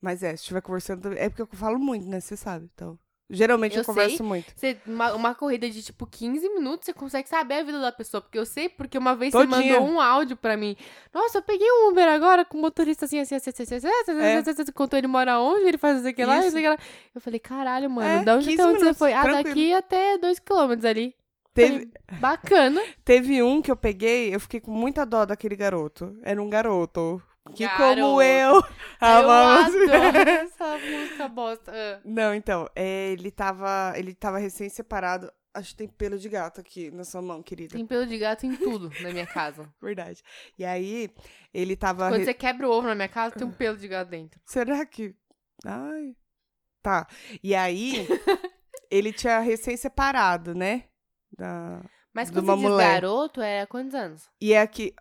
Speaker 1: Mas é, se estiver conversando também. É porque eu falo muito, né? Você sabe. Então. Geralmente eu,
Speaker 2: Eu sei.
Speaker 1: converso muito.
Speaker 2: você, uma, uma corrida de tipo 15 minutos, você consegue saber a vida da pessoa. Porque eu sei, porque uma vez
Speaker 1: Todinha.
Speaker 2: você mandou um áudio pra mim. Nossa, eu peguei um Uber agora com um motorista assim, assim, assim, assim, assim, assim, assim, assim,
Speaker 1: É.
Speaker 2: assim, assim, assim, contou ele mora onde, ele faz não sei o que lá, não
Speaker 1: Isso.
Speaker 2: sei o que lá. Eu falei, caralho, mano,
Speaker 1: É,
Speaker 2: da onde
Speaker 1: 15
Speaker 2: até onde você
Speaker 1: minutos,
Speaker 2: foi? Ah,
Speaker 1: tranquilo.
Speaker 2: daqui até 2km ali.
Speaker 1: Teve,
Speaker 2: Bacana.
Speaker 1: teve um que eu peguei, eu fiquei com muita dó daquele garoto. Era um garoto. Que como
Speaker 2: Garoto.
Speaker 1: eu. Ah,
Speaker 2: eu
Speaker 1: amava-
Speaker 2: adoro essa música bosta. Ah.
Speaker 1: Não, então, é, ele tava, ele tava recém-separado. Acho que tem pelo de gato aqui na sua mão, querida.
Speaker 2: Tem pelo de gato em tudo na minha casa.
Speaker 1: Verdade. E aí, ele tava.
Speaker 2: Quando
Speaker 1: re-
Speaker 2: você quebra o ovo na minha casa, tem um pelo de gato dentro.
Speaker 1: Será que. Ai. Tá. E aí, ele tinha recém-separado, né? Da...
Speaker 2: Mas
Speaker 1: De
Speaker 2: quando
Speaker 1: uma
Speaker 2: você diz
Speaker 1: mulher.
Speaker 2: garoto, era quantos anos?
Speaker 1: E é que.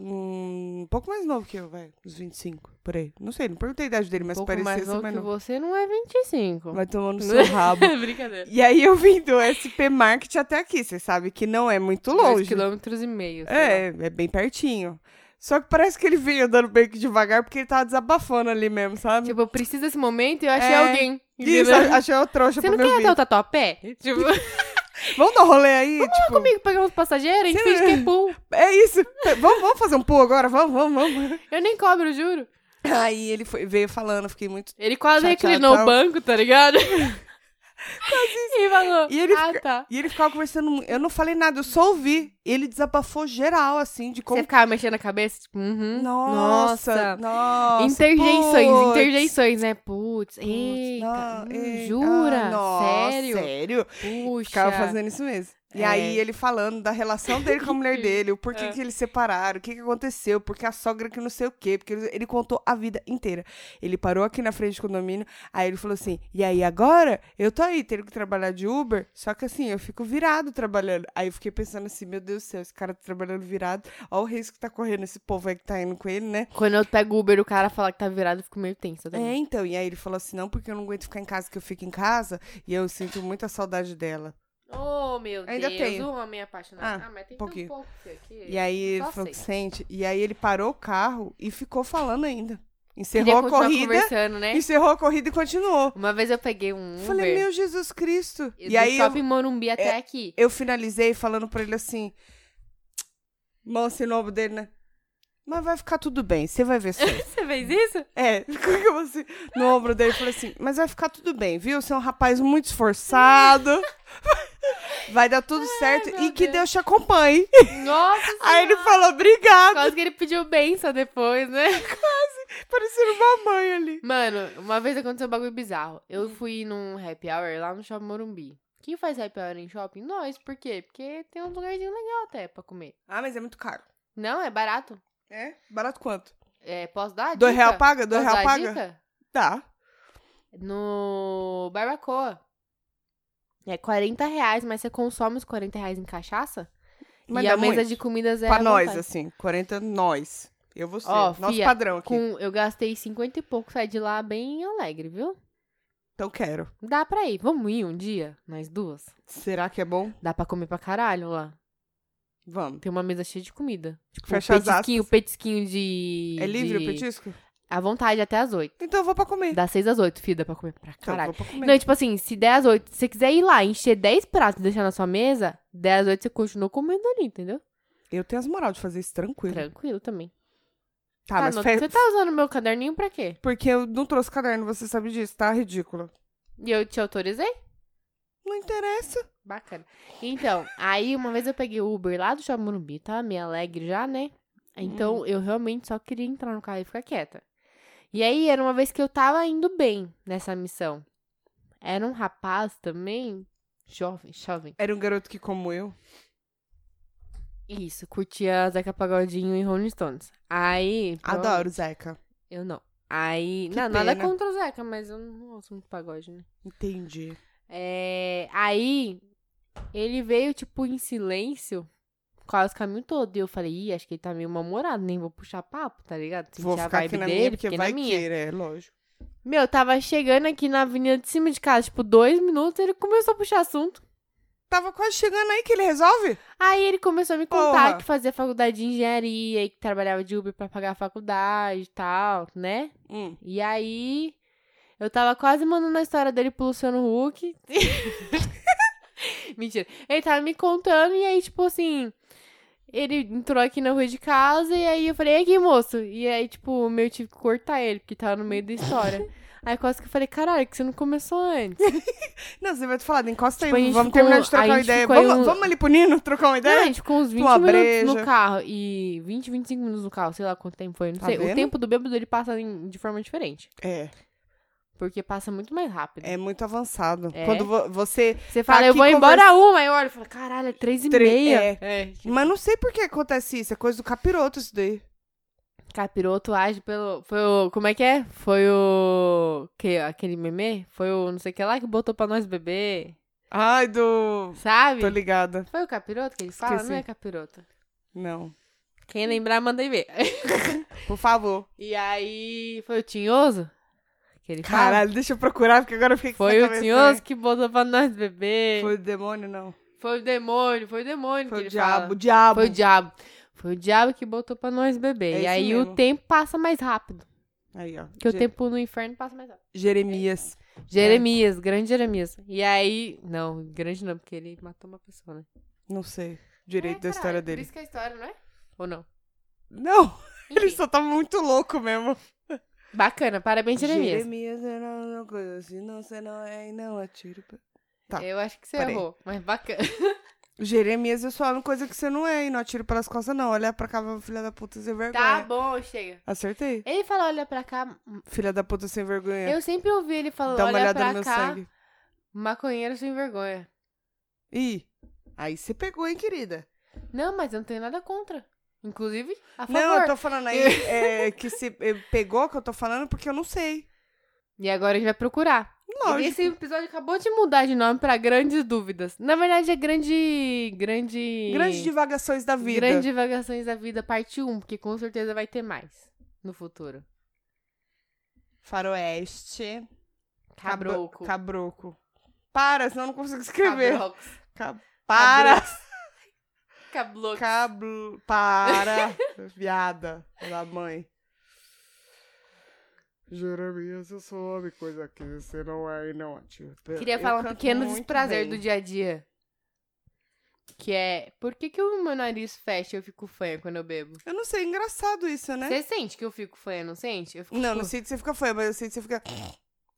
Speaker 1: Um um pouco mais novo que eu, vai. Uns 25, por aí. Não sei, não perguntei a idade dele, mas
Speaker 2: Um pouco
Speaker 1: parecia
Speaker 2: mais
Speaker 1: ser
Speaker 2: novo
Speaker 1: mais
Speaker 2: que
Speaker 1: novo.
Speaker 2: você não é 25.
Speaker 1: Vai tomando seu rabo.
Speaker 2: Brincadeira.
Speaker 1: E aí eu vim do SP Market até aqui. Você sabe que não é muito
Speaker 2: Dois
Speaker 1: longe.
Speaker 2: quilômetros e meio. sei lá.
Speaker 1: É, é bem pertinho. Só que parece que ele veio andando bem que devagar porque ele tava desabafando ali mesmo, sabe?
Speaker 2: Tipo, eu preciso desse momento e eu achei
Speaker 1: É.
Speaker 2: alguém.
Speaker 1: Isso,
Speaker 2: entendeu?
Speaker 1: achei uma trouxa
Speaker 2: Você
Speaker 1: pro
Speaker 2: não
Speaker 1: meu
Speaker 2: quer até
Speaker 1: vídeo.
Speaker 2: o tatuapé? Tipo,
Speaker 1: Vamos dar um rolê aí? tipo,
Speaker 2: comigo pegar uns passageiros, a gente
Speaker 1: Você não-
Speaker 2: finge que é pool.
Speaker 1: É isso. P- Vamos, vamos fazer um pulo agora? Vamos, vamos, vamos.
Speaker 2: Eu nem cobro, juro.
Speaker 1: Aí ele foi- veio falando, fiquei muito...
Speaker 2: Ele quase
Speaker 1: Tchau, tchau,
Speaker 2: reclinou
Speaker 1: tchau.
Speaker 2: o banco, tá ligado? e falou,
Speaker 1: E ele
Speaker 2: ah,
Speaker 1: fica-
Speaker 2: tá.
Speaker 1: E ele ficava conversando... mu- Eu não falei nada, eu só ouvi. Ele desabafou geral, assim, de como...
Speaker 2: Você ficava mexendo a cabeça, tipo, uhum.
Speaker 1: Nossa, nossa.
Speaker 2: Interjeições,
Speaker 1: putz.
Speaker 2: interjeições, né? Putz,
Speaker 1: Putz,
Speaker 2: eita,
Speaker 1: não,
Speaker 2: hum,
Speaker 1: ei-
Speaker 2: jura?
Speaker 1: ah, nossa,
Speaker 2: sério?
Speaker 1: Sério?
Speaker 2: Puxa.
Speaker 1: Ficava fazendo isso mesmo. E
Speaker 2: É.
Speaker 1: aí ele falando da relação dele com a mulher dele, o porquê
Speaker 2: É.
Speaker 1: que eles separaram, o que, que aconteceu, porque a sogra que não sei o quê, porque ele, ele contou a vida inteira. Ele parou aqui na frente do condomínio, aí ele falou assim: e aí agora eu tô aí, tendo que trabalhar de Uber, só que assim, eu fico virado trabalhando. Aí eu fiquei pensando assim: meu Deus do céu, esse cara tá trabalhando virado, olha o risco que tá correndo esse povo aí que tá indo com ele, né?
Speaker 2: Quando eu pego o Uber, o cara fala que tá virado, eu fico meio tensa também.
Speaker 1: É, então, e aí ele falou assim: não, porque eu não aguento ficar em casa, que eu fico em casa e eu sinto muita saudade dela.
Speaker 2: Oh, meu
Speaker 1: É. Ainda
Speaker 2: Deus,
Speaker 1: tenho.
Speaker 2: um homem apaixonado.
Speaker 1: Ah,
Speaker 2: Ah, mas tem
Speaker 1: pouquinho.
Speaker 2: tão pouco aqui.
Speaker 1: E aí ele
Speaker 2: Só
Speaker 1: falou que
Speaker 2: sei.
Speaker 1: sente. E aí ele parou o carro e ficou falando ainda.
Speaker 2: Queria
Speaker 1: Encerrou a
Speaker 2: continuar
Speaker 1: corrida.
Speaker 2: conversando, né?
Speaker 1: Encerrou a corrida e continuou.
Speaker 2: Uma vez eu peguei um Uber.
Speaker 1: Falei, meu Jesus Cristo.
Speaker 2: e
Speaker 1: e aí eu, É.
Speaker 2: Shopping Morumbi até aqui.
Speaker 1: eu finalizei falando pra ele assim. Mão sem nome dele, né? Mas vai ficar tudo bem, você vai ver só.
Speaker 2: Você fez isso?
Speaker 1: é, ficou assim, no ombro dele. Falei assim, mas vai ficar tudo bem, viu? Você é um rapaz muito esforçado. Vai dar tudo certo.
Speaker 2: meu
Speaker 1: E que
Speaker 2: Deus.
Speaker 1: Deus te acompanhe.
Speaker 2: Nossa
Speaker 1: Aí ele
Speaker 2: Senhora!
Speaker 1: falou, obrigado.
Speaker 2: Quase que ele pediu benção depois, né?
Speaker 1: Parecendo uma mãe ali.
Speaker 2: Mano, uma vez aconteceu um bagulho bizarro. Eu
Speaker 1: Hum.
Speaker 2: fui num happy hour lá no Shopping Morumbi. Quem faz happy hour em shopping? Nós. Por quê? Porque tem um lugarzinho legal até pra comer.
Speaker 1: Ah, mas é muito caro.
Speaker 2: Não, é barato.
Speaker 1: É? Barato quanto?
Speaker 2: É, posso dar a
Speaker 1: Dois
Speaker 2: dica?
Speaker 1: real paga? Dois
Speaker 2: Posso
Speaker 1: real
Speaker 2: dar a
Speaker 1: paga?
Speaker 2: dica?
Speaker 1: Tá.
Speaker 2: No Barbacoa. É 40 reais, mas você consome os 40 reais em cachaça?
Speaker 1: Mas
Speaker 2: e
Speaker 1: dá
Speaker 2: a mesa
Speaker 1: muito.
Speaker 2: de comidas é.
Speaker 1: Pra
Speaker 2: à
Speaker 1: nós,
Speaker 2: vontade.
Speaker 1: assim. 40 nós. Eu, você.
Speaker 2: Ó,
Speaker 1: Nosso
Speaker 2: fia,
Speaker 1: padrão aqui.
Speaker 2: Com, eu gastei 50 e pouco, saí de lá bem alegre, viu?
Speaker 1: Então quero.
Speaker 2: Dá pra ir. Vamos ir um dia, nós duas.
Speaker 1: Será que é bom?
Speaker 2: Dá pra comer pra caralho lá.
Speaker 1: Vamos.
Speaker 2: Tem uma mesa cheia de comida. Tipo,
Speaker 1: Fecha as
Speaker 2: petisquinho,
Speaker 1: aspas.
Speaker 2: petisquinho de.
Speaker 1: É livre o
Speaker 2: de-
Speaker 1: petisco?
Speaker 2: À vontade, até às 8.
Speaker 1: Então eu vou pra comer.
Speaker 2: Das 6 às 8, filho, dá pra comer pra
Speaker 1: Então, eu
Speaker 2: caralho.
Speaker 1: vou pra comer.
Speaker 2: Não, e tipo assim, se der às 8, se você quiser ir lá, encher 10 pratos e deixar na sua mesa, 10 às 8 você continua comendo ali, entendeu?
Speaker 1: Eu tenho as moral de fazer isso tranquilo.
Speaker 2: Tranquilo também.
Speaker 1: Tá, mas
Speaker 2: não,
Speaker 1: fe-
Speaker 2: Você tá usando meu caderninho pra quê?
Speaker 1: Porque eu não trouxe caderno, você sabe disso, tá? Ridícula.
Speaker 2: E eu te autorizei?
Speaker 1: Não interessa.
Speaker 2: Bacana. Então, aí uma vez eu peguei o Uber lá do Shopping Morumbi, tá? Me alegre já, né? Então,
Speaker 1: Uhum.
Speaker 2: eu realmente só queria entrar no carro e ficar quieta. E aí, era uma vez que eu tava indo bem nessa missão. Era um rapaz também, jovem, jovem.
Speaker 1: Era um garoto que, como eu.
Speaker 2: Isso, curtia Zeca Pagodinho e Rolling Stones. Aí... prova-
Speaker 1: Adoro, Zeca.
Speaker 2: Eu não. Aí...
Speaker 1: Que
Speaker 2: não, nada
Speaker 1: pena.
Speaker 2: contra o Zeca, mas eu não ouço muito pagode, né?
Speaker 1: Entendi.
Speaker 2: É, aí ele veio, tipo, em silêncio, quase o caminho todo. E eu falei, Ih, acho que ele tá meio mal-humorado, nem vou puxar papo, tá ligado? Senti
Speaker 1: vou
Speaker 2: a
Speaker 1: ficar
Speaker 2: vibe
Speaker 1: aqui na
Speaker 2: dele,
Speaker 1: minha, porque
Speaker 2: fiquei
Speaker 1: vai
Speaker 2: na minha.
Speaker 1: que, né? Lógico.
Speaker 2: Meu, eu tava chegando aqui na avenida de cima de casa, tipo, dois minutos, ele começou a puxar assunto.
Speaker 1: Tava quase chegando aí que ele resolve?
Speaker 2: Aí ele começou a me contar
Speaker 1: Porra.
Speaker 2: que fazia faculdade de engenharia e que trabalhava de Uber pra pagar a faculdade e tal, né?
Speaker 1: Hum.
Speaker 2: E aí, eu tava quase mandando a história dele pro Luciano Huck. Mentira. Ele tava me contando e aí, tipo assim, ele entrou aqui na rua de casa e aí eu falei, "E aqui, moço. E aí, tipo, meu, eu tive que cortar ele, porque tava no meio da história. aí quase que eu falei, caralho, que você não começou antes.
Speaker 1: Não, você vai te falar, encosta aí.
Speaker 2: Tipo, a gente
Speaker 1: vamos
Speaker 2: ficou-
Speaker 1: terminar de
Speaker 2: a
Speaker 1: trocar uma
Speaker 2: gente
Speaker 1: ideia.
Speaker 2: ficou aí
Speaker 1: Vamos,
Speaker 2: um-
Speaker 1: vamos ali pro Nino trocar uma
Speaker 2: Não, a
Speaker 1: idea?
Speaker 2: gente ficou tipo, uns 20
Speaker 1: Tua
Speaker 2: minutos no
Speaker 1: breja.
Speaker 2: carro. E 20, 25 minutos no carro, sei lá quanto tempo foi, não
Speaker 1: Tá
Speaker 2: sei. O
Speaker 1: vendo?
Speaker 2: tempo do bêbado ele passa em- de forma diferente.
Speaker 1: É,
Speaker 2: Porque passa muito mais rápido.
Speaker 1: é muito avançado.
Speaker 2: É?
Speaker 1: Quando vo- você
Speaker 2: Você
Speaker 1: Tá
Speaker 2: fala, eu
Speaker 1: aqui
Speaker 2: vou embora
Speaker 1: conversa-
Speaker 2: uma, aí eu olho e falo, caralho, é três e
Speaker 1: Tre-
Speaker 2: meia.
Speaker 1: é. Mas não sei por que acontece isso. É coisa do capiroto isso daí.
Speaker 2: Capiroto age pelo. Foi o. Como é que é? Foi o. Que, aquele meme? Foi o não sei o que lá que botou pra nós beber.
Speaker 1: Ai, do.
Speaker 2: Sabe?
Speaker 1: Tô ligada.
Speaker 2: Foi o capiroto que ele fala?
Speaker 1: Esqueci.
Speaker 2: Não é capiroto.
Speaker 1: Não.
Speaker 2: Quem lembrar, manda aí ver.
Speaker 1: Por favor.
Speaker 2: E aí. Foi o Tinhoso? Que ele fala?
Speaker 1: Caralho, deixa eu procurar, porque agora eu fiquei com
Speaker 2: Foi
Speaker 1: essa
Speaker 2: o
Speaker 1: cabeça,
Speaker 2: Tinhoso
Speaker 1: né?
Speaker 2: que botou pra nós beber. Foi,
Speaker 1: Foi o demônio, não.
Speaker 2: o demônio, foi o demônio que
Speaker 1: Foi o
Speaker 2: ele
Speaker 1: diabo,
Speaker 2: fala.
Speaker 1: o diabo.
Speaker 2: Foi o diabo. Foi o diabo que botou pra nós beber.
Speaker 1: É
Speaker 2: e
Speaker 1: isso
Speaker 2: aí o
Speaker 1: mesmo.
Speaker 2: tempo passa mais rápido.
Speaker 1: Aí, ó.
Speaker 2: Porque o
Speaker 1: Je-
Speaker 2: tempo no inferno passa mais rápido.
Speaker 1: Jeremias.
Speaker 2: É. Jeremias, grande Jeremias. E aí. Não, grande não, porque ele matou uma pessoa, né?
Speaker 1: Não sei direito da
Speaker 2: É, caralho,
Speaker 1: história
Speaker 2: Por
Speaker 1: dele.
Speaker 2: isso que é a história, não é? Ou não?
Speaker 1: Não, ele
Speaker 2: Enfim,
Speaker 1: só tá muito louco mesmo.
Speaker 2: Bacana, parabéns, Jeremias.
Speaker 1: Jeremias é não, não coisa assim, não, você não é, e não atira. pra- Tá,
Speaker 2: Eu acho que você
Speaker 1: parei.
Speaker 2: errou, mas bacana.
Speaker 1: Jeremias, eu só amo coisa que você não é, e não atira pelas costas, não. Olha pra cá, filha da puta, sem
Speaker 2: Tá
Speaker 1: vergonha.
Speaker 2: bom, chega.
Speaker 1: Acertei.
Speaker 2: Ele fala, olha pra cá.
Speaker 1: Filha da puta, sem vergonha.
Speaker 2: Eu sempre ouvi ele falando,
Speaker 1: É. Dá uma
Speaker 2: olha
Speaker 1: olhada no
Speaker 2: pra
Speaker 1: meu
Speaker 2: cá.
Speaker 1: sangue.
Speaker 2: Maconheiro sem vergonha.
Speaker 1: Ih, aí você pegou, hein, querida?
Speaker 2: Não, mas eu não tenho nada contra. Inclusive, a favor.
Speaker 1: Não, eu tô falando aí é, que você eh, pegou, que eu tô falando, porque eu não sei.
Speaker 2: E agora a gente vai procurar.
Speaker 1: Lógico.
Speaker 2: E Esse episódio acabou de mudar de nome pra Grandes Dúvidas. Na verdade, é Grande. Grande.
Speaker 1: Grandes divagações da vida.
Speaker 2: Grandes Divagações da Vida, parte 1, porque com certeza vai ter mais no futuro.
Speaker 1: Faroeste. Cabro-
Speaker 2: Cabroco.
Speaker 1: Cabroco. Para, senão eu não consigo escrever.
Speaker 2: Cabrocos.
Speaker 1: Ca- Para.
Speaker 2: Cablocos.
Speaker 1: Cabro. Para. Viada da mãe. Jeremias, eu soube coisa que você não é e não ativa.
Speaker 2: Queria falar um pequeno desprazer do dia a dia. Que é, por que, que o meu nariz fecha e eu fico fanha quando eu bebo?
Speaker 1: Eu não sei, é engraçado isso, né?
Speaker 2: Você tipo sente que eu fico fanha, não sente? Eu fico
Speaker 1: Não, não
Speaker 2: fanha.
Speaker 1: sei que você fica feia, mas eu sei que você fica.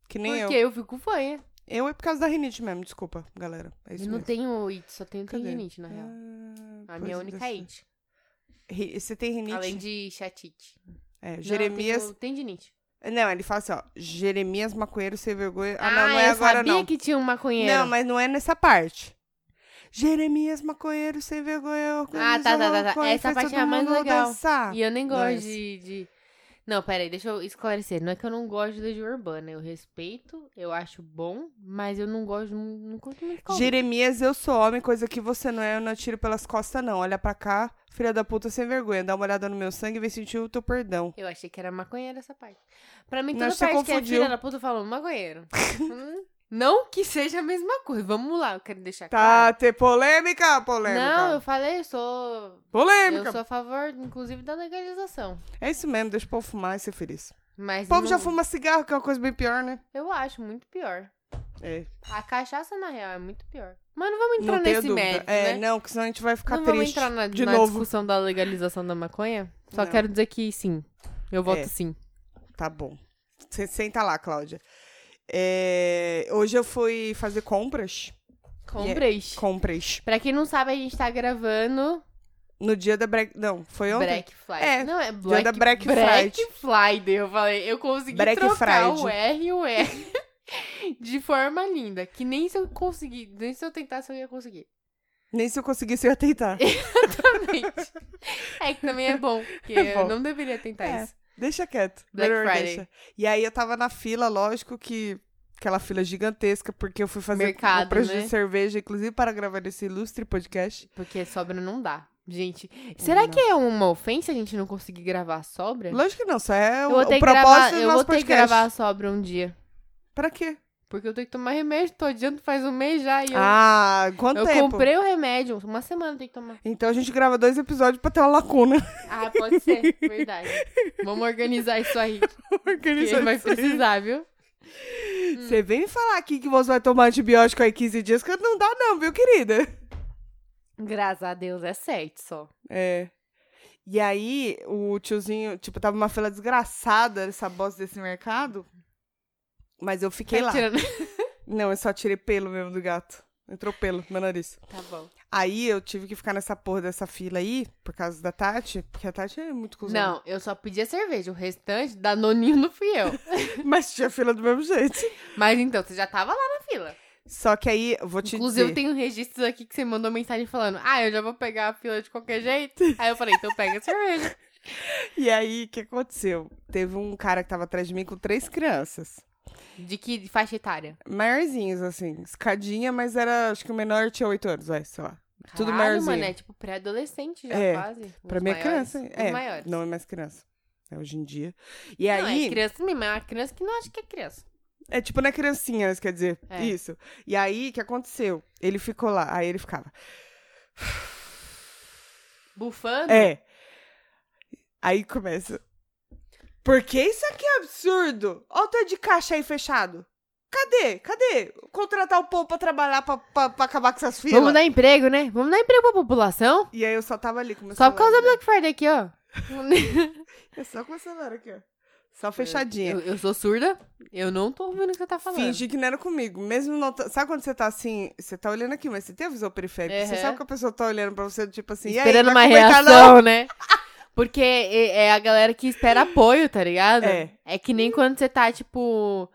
Speaker 1: Que nem eu.
Speaker 2: Porque eu fico fanha.
Speaker 1: Eu é por causa da rinite mesmo, desculpa, galera. É
Speaker 2: Eu
Speaker 1: isso
Speaker 2: não
Speaker 1: mesmo.
Speaker 2: tenho it, só tenho
Speaker 1: Cadê?
Speaker 2: tendinite, na real.
Speaker 1: Ah,
Speaker 2: A minha
Speaker 1: pois
Speaker 2: única
Speaker 1: você-
Speaker 2: it.
Speaker 1: Ri- Você tem rinite?
Speaker 2: Além de chatite.
Speaker 1: É,
Speaker 2: Não,
Speaker 1: Jeremias.
Speaker 2: eu tenho tendinite.
Speaker 1: Não, ele fala assim, ó. Jeremias maconheiro sem vergonha. Ah, não,
Speaker 2: Ah,
Speaker 1: não é
Speaker 2: eu
Speaker 1: agora,
Speaker 2: sabia
Speaker 1: não.
Speaker 2: que tinha um maconheiro.
Speaker 1: Não, mas não é nessa parte. Jeremias maconheiro sem vergonha.
Speaker 2: Ah, tá, tá, tá, tá. Essa parte é a mais legal.
Speaker 1: Dançar.
Speaker 2: E eu nem
Speaker 1: Não
Speaker 2: gosto
Speaker 1: é essa.
Speaker 2: de, de- Não, peraí, deixa eu esclarecer. Não é que eu não gosto de Legião Urbana. Eu respeito, eu acho bom, mas eu não gosto, não, não curto muito Cauã.
Speaker 1: Jeremias, eu sou homem, coisa que você não é, eu não tiro pelas costas, não. Olha pra cá, filha da puta sem vergonha. Dá uma olhada no meu sangue e vê sentir o teu perdão.
Speaker 2: Eu achei que era maconheiro essa parte. Pra mim,
Speaker 1: Não,
Speaker 2: toda
Speaker 1: você
Speaker 2: parte que é
Speaker 1: confundiu.
Speaker 2: filha da puta falando maconheiro. Hum, não que seja a mesma coisa. Vamos lá, eu quero deixar
Speaker 1: Tá, ter polêmica,
Speaker 2: claro.
Speaker 1: polêmica.
Speaker 2: Não, eu falei, eu sou.
Speaker 1: Polêmica.
Speaker 2: Eu sou a favor, inclusive, da legalização.
Speaker 1: É isso mesmo, deixa o povo fumar e ser feliz.
Speaker 2: Mas
Speaker 1: O povo
Speaker 2: não-
Speaker 1: já fuma cigarro, que é uma coisa bem pior, né?
Speaker 2: Eu acho muito pior.
Speaker 1: É,
Speaker 2: A cachaça, na real, é muito pior. Mas não vamos entrar
Speaker 1: não tenho
Speaker 2: nesse
Speaker 1: dúvida.
Speaker 2: mérito,
Speaker 1: é,
Speaker 2: né?
Speaker 1: não, porque senão a gente vai ficar
Speaker 2: não vamos
Speaker 1: triste.
Speaker 2: entrar na,
Speaker 1: de
Speaker 2: na
Speaker 1: novo.
Speaker 2: discussão da legalização da maconha. Só
Speaker 1: Não.
Speaker 2: quero dizer que sim. Eu voto
Speaker 1: É.
Speaker 2: sim.
Speaker 1: Tá bom. Você senta lá, Cláudia. É, hoje eu fui fazer compras. é
Speaker 2: Comprei.
Speaker 1: Compras.
Speaker 2: Pra quem não sabe, a gente tá gravando
Speaker 1: No dia da Black. Não, foi ontem?
Speaker 2: Black Friday.
Speaker 1: É,
Speaker 2: Não, é
Speaker 1: dia
Speaker 2: Black,
Speaker 1: da Black
Speaker 2: Friday. Eu falei, eu consegui
Speaker 1: Black
Speaker 2: trocar
Speaker 1: Friday.
Speaker 2: o R e o R de forma linda. Que nem se eu conseguir, nem se eu tentasse eu ia conseguir.
Speaker 1: Nem se eu conseguisse eu ia tentar.
Speaker 2: Exatamente. é que também é bom, porque
Speaker 1: É bom.
Speaker 2: eu não deveria tentar
Speaker 1: É.
Speaker 2: isso.
Speaker 1: Deixa quieto.
Speaker 2: Black
Speaker 1: melhor
Speaker 2: Friday.
Speaker 1: deixa. E aí eu tava na fila, lógico que aquela fila gigantesca, porque eu fui fazer
Speaker 2: Mercado,
Speaker 1: compras
Speaker 2: né?
Speaker 1: de cerveja, inclusive para gravar esse ilustre podcast.
Speaker 2: Porque sobra não dá. Gente, será que é uma ofensa a gente não conseguir gravar sobra?
Speaker 1: Lógico que não, só é
Speaker 2: Eu
Speaker 1: o,
Speaker 2: vou
Speaker 1: o
Speaker 2: ter que
Speaker 1: propósito
Speaker 2: gravar,
Speaker 1: do
Speaker 2: eu
Speaker 1: nosso
Speaker 2: vou ter que
Speaker 1: podcast.
Speaker 2: gravar sobra um dia.
Speaker 1: Pra quê?
Speaker 2: Porque eu tenho que tomar remédio, tô adiando faz um mês já e eu,
Speaker 1: Ah, quanto
Speaker 2: eu
Speaker 1: tempo?
Speaker 2: comprei o remédio, uma semana eu tenho que tomar.
Speaker 1: Então a gente grava dois episódios pra ter uma lacuna.
Speaker 2: Ah, pode ser, verdade. Vamos organizar isso aí,
Speaker 1: Porque
Speaker 2: que
Speaker 1: eles
Speaker 2: ele vai
Speaker 1: vão dizer,
Speaker 2: precisar, viu?
Speaker 1: Você vem me falar aqui que você vai tomar antibiótico aí 15 dias, que não dá não, viu, querida?
Speaker 2: Graças a Deus, é certo só.
Speaker 1: É. E aí, o tiozinho, tipo, tava uma fila desgraçada essa bosta desse mercado. Mas eu fiquei
Speaker 2: Tá
Speaker 1: lá.
Speaker 2: tirando-
Speaker 1: Não, eu só tirei pelo mesmo do gato. Entrou pelo, meu nariz.
Speaker 2: Tá bom.
Speaker 1: Aí eu tive que ficar nessa porra dessa fila aí, por causa da Tati, porque a Tati é muito cuzona.
Speaker 2: Não, eu só pedi a cerveja, o restante da Noninho não fui eu.
Speaker 1: Mas tinha fila do mesmo jeito.
Speaker 2: Mas então, você já tava lá na fila.
Speaker 1: Só que aí, eu vou te
Speaker 2: Inclusive, eu
Speaker 1: dizer.
Speaker 2: tenho registros aqui que você mandou mensagem falando: Ah, eu já vou pegar a fila de qualquer jeito. Aí eu falei: Então pega a cerveja.
Speaker 1: E aí, o que aconteceu? Teve um cara que tava atrás de mim com três crianças.
Speaker 2: De que faixa etária?
Speaker 1: Maiorzinhos, assim. Escadinha, mas era, acho que o menor tinha oito anos, vai, sei lá. Tudo
Speaker 2: Caralho,
Speaker 1: maiorzinho.
Speaker 2: mano, é tipo pré-adolescente já
Speaker 1: É,
Speaker 2: quase.
Speaker 1: Pra
Speaker 2: Os
Speaker 1: mim é
Speaker 2: maiores,
Speaker 1: criança.
Speaker 2: os
Speaker 1: É,
Speaker 2: maiores.
Speaker 1: não é mais criança. É hoje em dia. E
Speaker 2: Não,
Speaker 1: aí,
Speaker 2: é
Speaker 1: é,
Speaker 2: criança também, mas é uma criança que não acha que é criança.
Speaker 1: tipo na criancinha, isso quer dizer.
Speaker 2: É.
Speaker 1: Isso. E aí, o que aconteceu? Ele ficou lá, aí ele ficava.
Speaker 2: Bufando?
Speaker 1: É. Aí começa. Porque isso aqui é absurdo? Olha o tanto de caixa aí fechado. Cadê? Cadê? Contratar o povo pra trabalhar pra, pra, pra acabar com essas filas.
Speaker 2: Vamos dar emprego, né? Vamos dar emprego pra população?
Speaker 1: E aí eu só tava ali começando.
Speaker 2: Só por causa da Black Friday aqui, ó.
Speaker 1: É só com o celular aqui, ó. É. Só fechadinha.
Speaker 2: Eu, eu sou surda, eu não tô ouvindo o que você tá falando.
Speaker 1: Finge que não era comigo. Mesmo não. tá- Sabe quando você tá assim? Você tá olhando aqui, mas você tem a visão periférica. Você
Speaker 2: Aham.
Speaker 1: sabe que a pessoa tá olhando pra você, tipo assim, e aí,
Speaker 2: Esperando uma
Speaker 1: vai comentar,
Speaker 2: reação,
Speaker 1: não?
Speaker 2: né? Porque é, é a galera que espera apoio, tá ligado?
Speaker 1: É.
Speaker 2: que nem quando você tá, tipo,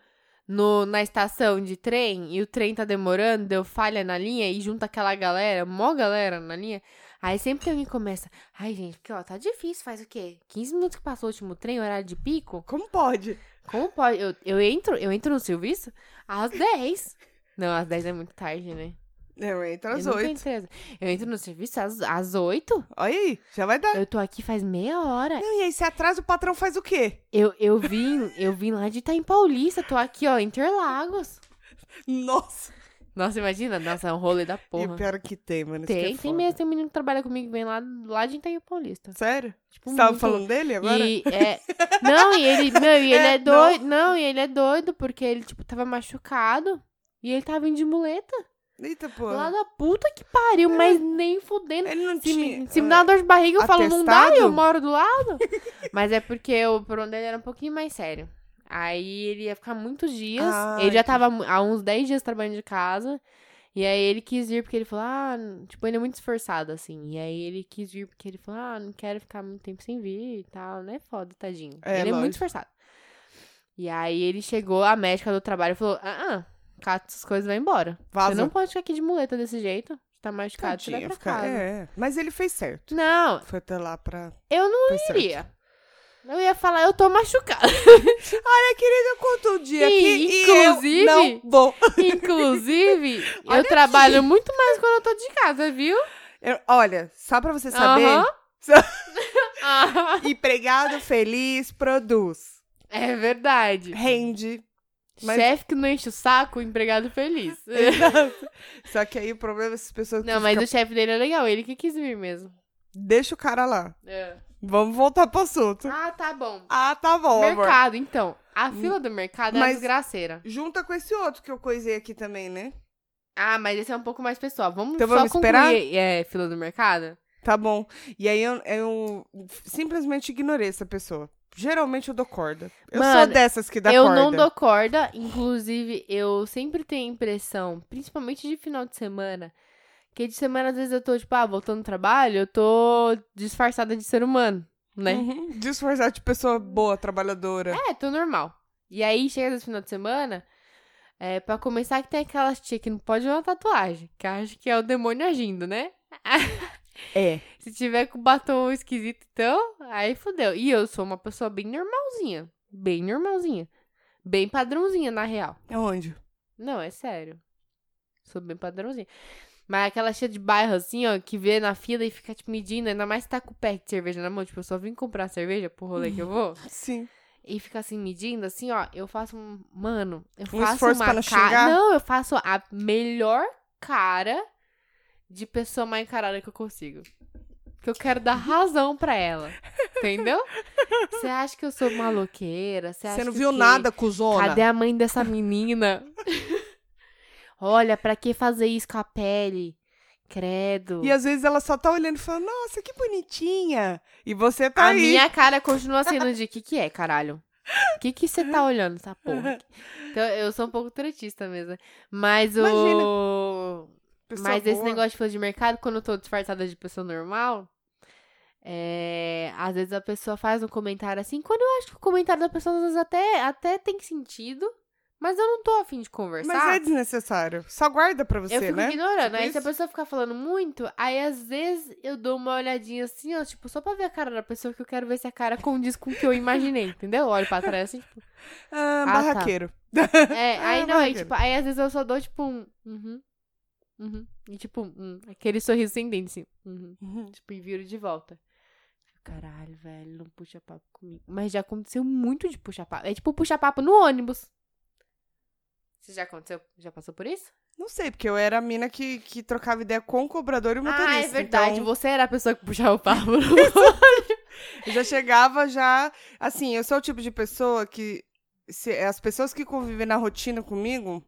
Speaker 2: no, na estação de trem e o trem tá demorando, deu falha na linha e junta aquela galera, mó galera na linha. Aí sempre tem alguém que começa. Ai, gente, porque ó, tá difícil, faz o quê? 15 minutos que passou o último trem, horário de pico?
Speaker 1: Como pode?
Speaker 2: Como pode? Eu, eu entro, eu entro no serviço às 10. Não, às 10 é muito tarde, né?
Speaker 1: Não, entra às
Speaker 2: eu nunca
Speaker 1: oito.
Speaker 2: entrei às- Eu entro no serviço às, às 8?
Speaker 1: Olha aí, já vai dar.
Speaker 2: Eu tô aqui faz meia hora.
Speaker 1: Não, e aí se atrasa, o patrão faz o quê?
Speaker 2: Eu, eu vim, eu vim lá de Itaim Paulista, tô aqui, ó, Interlagos.
Speaker 1: Nossa.
Speaker 2: Nossa, imagina, nossa, é um rolê da
Speaker 1: E
Speaker 2: porra.
Speaker 1: pior que tem, mano. isso que é
Speaker 2: Tem, tem
Speaker 1: foda.
Speaker 2: mesmo, tem um menino que trabalha comigo, vem lá, lá de Itaim Paulista.
Speaker 1: Sério?
Speaker 2: Tipo,
Speaker 1: Você tava
Speaker 2: muito-
Speaker 1: falando dele agora?
Speaker 2: E é, não, e ele, meu, e ele é,
Speaker 1: É, não.
Speaker 2: doido, não, e ele é doido porque ele, tipo, tava machucado. E ele tava indo de muleta.
Speaker 1: Eita, pô.
Speaker 2: Lá da puta que pariu, mas nem fudendo.
Speaker 1: Ele não
Speaker 2: Se
Speaker 1: tinha.
Speaker 2: me, se me dá uma dor de barriga, eu falo, não dá,
Speaker 1: Atestado?
Speaker 2: eu moro do lado. Mas é porque o problema dele era um pouquinho mais sério. Aí ele ia ficar muitos dias.
Speaker 1: Ah,
Speaker 2: ele já tava mu- há uns 10 dias trabalhando de casa. E aí ele quis vir porque ele falou, ah, n- tipo, ele é muito esforçado, assim. E aí ele quis vir porque ele falou, ah, não quero ficar muito tempo sem vir e tal, né? Foda, tadinho.
Speaker 1: É,
Speaker 2: ele é muito
Speaker 1: lógico.
Speaker 2: esforçado. E aí ele chegou, a médica do trabalho falou, ah, ah cata suas coisas e vai embora.
Speaker 1: Vaza.
Speaker 2: Você não pode ficar aqui de muleta desse jeito. Você tá machucado, você vai
Speaker 1: Tadinha,
Speaker 2: pra
Speaker 1: fica-
Speaker 2: casa.
Speaker 1: É, é. Mas ele fez certo.
Speaker 2: Não,
Speaker 1: Foi até lá pra.
Speaker 2: eu não
Speaker 1: Foi certo.
Speaker 2: iria. Eu ia falar, eu tô machucada.
Speaker 1: Olha, querida, eu conto um dia
Speaker 2: Sim,
Speaker 1: aqui e eu
Speaker 2: inclusive-
Speaker 1: não vou.
Speaker 2: Inclusive,
Speaker 1: Olha
Speaker 2: eu trabalho muito mais quando eu tô de casa, viu?
Speaker 1: Eu- olha, só pra você saber,
Speaker 2: Aham. Ah,
Speaker 1: empregado feliz produz,
Speaker 2: é verdade.
Speaker 1: rende. Mas-
Speaker 2: Chefe que não enche o saco, empregado feliz.
Speaker 1: Exato. Só que aí o problema é essas pessoas que
Speaker 2: Não, mas
Speaker 1: ficam-
Speaker 2: o chefe dele é legal, ele que quis vir mesmo.
Speaker 1: deixa o cara lá. Vamos voltar pro assunto.
Speaker 2: É. Ah, tá bom.
Speaker 1: Ah, tá bom, amor.
Speaker 2: mercado, então. A fila do mercado é uma
Speaker 1: Mas-
Speaker 2: desgraceira.
Speaker 1: Junta com esse outro que eu coisei aqui também, né?
Speaker 2: Ah, mas esse é um pouco mais pessoal. Vamos
Speaker 1: Então
Speaker 2: só
Speaker 1: vamos
Speaker 2: concluir
Speaker 1: esperar?
Speaker 2: é, fila do mercado?
Speaker 1: Tá bom. E aí eu, eu simplesmente ignorei essa pessoa. Geralmente eu dou corda. Eu sou
Speaker 2: Mano,
Speaker 1: dessas que dá
Speaker 2: eu
Speaker 1: corda.
Speaker 2: não dou corda, inclusive eu sempre tenho a impressão, principalmente de final de semana, que de semana às vezes eu tô, tipo, ah, voltando do trabalho, eu tô disfarçada de ser humano, né?
Speaker 1: Uhum. Disfarçar de pessoa boa, trabalhadora.
Speaker 2: É, tô normal. E aí chega esse final de semana, é, pra começar que tem aquelas tia que não pode ver uma tatuagem, que acha que é o demônio agindo, né?
Speaker 1: É.
Speaker 2: Se tiver com batom esquisito, então, aí fodeu. E eu sou uma pessoa bem normalzinha. Bem normalzinha. Bem padrãozinha, na real.
Speaker 1: É Onde?
Speaker 2: Não, é sério. Sou bem padrãozinha. Mas é aquela cheia de bairro, assim, ó, que vê na fila e fica, tipo, medindo, ainda mais se tá com o pé de cerveja na mão. Tipo, eu só vim comprar cerveja pro rolê que eu vou.
Speaker 1: Sim.
Speaker 2: E fica assim, medindo, assim, ó. Eu faço um. Mano, eu faço.
Speaker 1: esforço
Speaker 2: uma
Speaker 1: pra não
Speaker 2: ca-
Speaker 1: xingar?
Speaker 2: Não, eu faço a melhor cara de pessoa mal encarada que eu consigo. Que eu quero dar razão pra ela. Entendeu? Você acha que eu sou maloqueira? Você acha
Speaker 1: Você não
Speaker 2: que
Speaker 1: viu
Speaker 2: que-
Speaker 1: nada, cuzona?
Speaker 2: Cadê a mãe dessa menina? Olha, pra que fazer isso com a pele? Credo.
Speaker 1: E às vezes ela só tá olhando e falando, nossa, que bonitinha. E você tá
Speaker 2: a
Speaker 1: aí.
Speaker 2: minha cara continua sendo de que que é, caralho? Que que você tá olhando essa porra? aqui?" Então eu sou um pouco tretista mesmo. Mas o
Speaker 1: Pessoa
Speaker 2: mas esse
Speaker 1: boa.
Speaker 2: negócio de fila de mercado, quando eu tô disfarçada de pessoa normal, é, às vezes a pessoa faz um comentário assim, quando eu acho que o comentário da pessoa às vezes até até tem sentido, mas eu não tô afim de conversar.
Speaker 1: Mas é desnecessário. Só guarda pra você,
Speaker 2: eu fico
Speaker 1: né?
Speaker 2: ignorando.
Speaker 1: Tipo
Speaker 2: aí se a
Speaker 1: isso.
Speaker 2: pessoa ficar falando muito, aí às vezes eu dou uma olhadinha assim, ó, tipo, só pra ver a cara da pessoa, que eu quero ver se a cara condiz com o que eu imaginei, entendeu? Eu Olho pra trás assim, tipo.
Speaker 1: Ah,
Speaker 2: Ah,
Speaker 1: barraqueiro.
Speaker 2: É,
Speaker 1: Ah,
Speaker 2: aí não, aí,
Speaker 1: bacana.
Speaker 2: tipo, aí às vezes eu só dou, tipo, um. Uhum. Uhum. E tipo, um, aquele sorriso sem dente, assim. Uhum. Tipo, e viro de volta. Caralho, velho, não puxa papo comigo. Mas já aconteceu muito de puxar papo. É tipo puxar papo no ônibus. Você já aconteceu? Já passou por isso?
Speaker 1: Não sei, porque eu era a mina que, que trocava ideia com o cobrador e o motorista.
Speaker 2: Ah, é verdade.
Speaker 1: então,
Speaker 2: Você era a pessoa que puxava o papo.
Speaker 1: eu já chegava, já... Assim, eu sou o tipo de pessoa que... se- as pessoas que convivem na rotina comigo,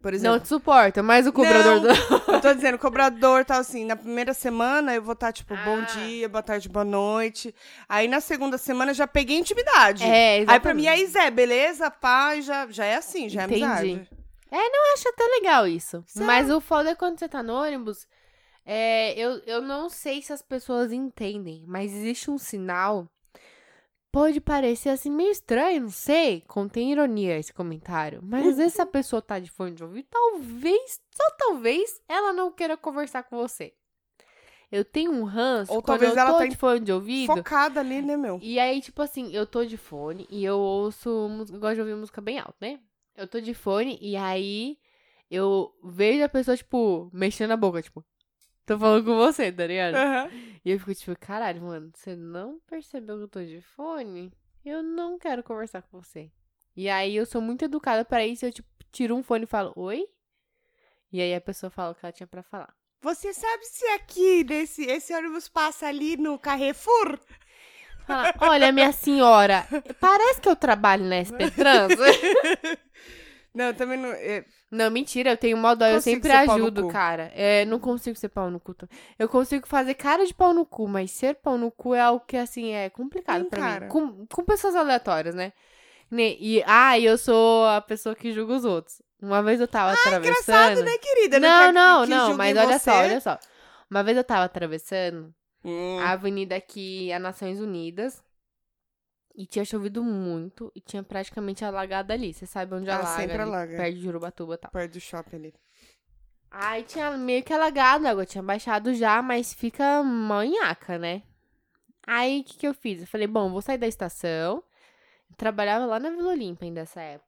Speaker 1: por exemplo...
Speaker 2: Não te suporta, mas o cobrador
Speaker 1: Não.
Speaker 2: do...
Speaker 1: Eu tô dizendo, o cobrador tá assim, na primeira semana eu vou estar, tipo, bom
Speaker 2: Ah.
Speaker 1: dia, boa tarde, boa noite. Aí na segunda semana eu já peguei intimidade.
Speaker 2: É,
Speaker 1: Aí pra
Speaker 2: exatamente.
Speaker 1: mim, e aí Zé, beleza, pai, já, já é assim, já é
Speaker 2: Entendi.
Speaker 1: amizade.
Speaker 2: Eu acho até legal isso.
Speaker 1: Sério?
Speaker 2: Mas o foda é quando você tá no ônibus. é, eu, eu não sei se as pessoas entendem, mas existe um sinal. Pode parecer assim meio estranho, não sei. Contém ironia esse comentário. Mas às vezes se a pessoa tá de fone de ouvido, talvez, só talvez, ela não queira conversar com você. Eu tenho um ranço
Speaker 1: Ou
Speaker 2: quando
Speaker 1: talvez
Speaker 2: eu
Speaker 1: ela
Speaker 2: tô
Speaker 1: tá
Speaker 2: de fone de ouvido.
Speaker 1: Focada ali, né, meu?
Speaker 2: E aí, tipo assim, eu tô de fone e eu ouço. mus- Eu gosto de ouvir música bem alta, né? Eu tô de fone e aí eu vejo a pessoa, tipo, mexendo a boca, tipo. Tô falando com você, tá ligado?
Speaker 1: Aham.
Speaker 2: E eu fico tipo, caralho, mano, você não percebeu que eu tô de fone? Eu não quero conversar com você. E aí eu sou muito educada pra isso, eu, tipo, tiro um fone e falo, oi? E aí a pessoa fala o que ela tinha pra falar.
Speaker 1: Você sabe se aqui, desse, esse ônibus passa ali no Carrefour?
Speaker 2: Fala, olha, minha senhora, parece que eu trabalho na SP Trans.
Speaker 1: Não, eu também não... é,
Speaker 2: Não, mentira, eu tenho mó dó, eu
Speaker 1: Consigo
Speaker 2: sempre
Speaker 1: ser pau no
Speaker 2: ajudo,
Speaker 1: cu.
Speaker 2: cara. É, não consigo ser pau no cu. tam- Eu consigo fazer cara de pau no cu, mas ser pau no cu é algo que, assim, é complicado
Speaker 1: Sim,
Speaker 2: pra
Speaker 1: cara.
Speaker 2: mim. Com, com pessoas aleatórias, né? Ne- E, ah, e eu sou a pessoa que julga os outros. Uma vez eu tava atravessando...
Speaker 1: Ah, engraçado, né, querida?
Speaker 2: Não,
Speaker 1: quer
Speaker 2: não,
Speaker 1: que- que
Speaker 2: não,
Speaker 1: julguem
Speaker 2: mas olha só,
Speaker 1: você?
Speaker 2: olha só. Uma vez eu tava atravessando
Speaker 1: Hum.
Speaker 2: a avenida aqui, a Nações Unidas, e tinha chovido muito, e tinha praticamente alagado ali. Você sabe onde
Speaker 1: Ah,
Speaker 2: alaga,
Speaker 1: sempre
Speaker 2: ali,
Speaker 1: alaga.
Speaker 2: perto de Jurubatuba e tal.
Speaker 1: Perto do shopping ali.
Speaker 2: Ai, tinha meio que alagado, a água tinha baixado já, mas fica manhaca, né? Aí, o que, que eu fiz? Eu falei, bom, vou sair da estação. Eu trabalhava lá na Vila Olímpia ainda nessa época.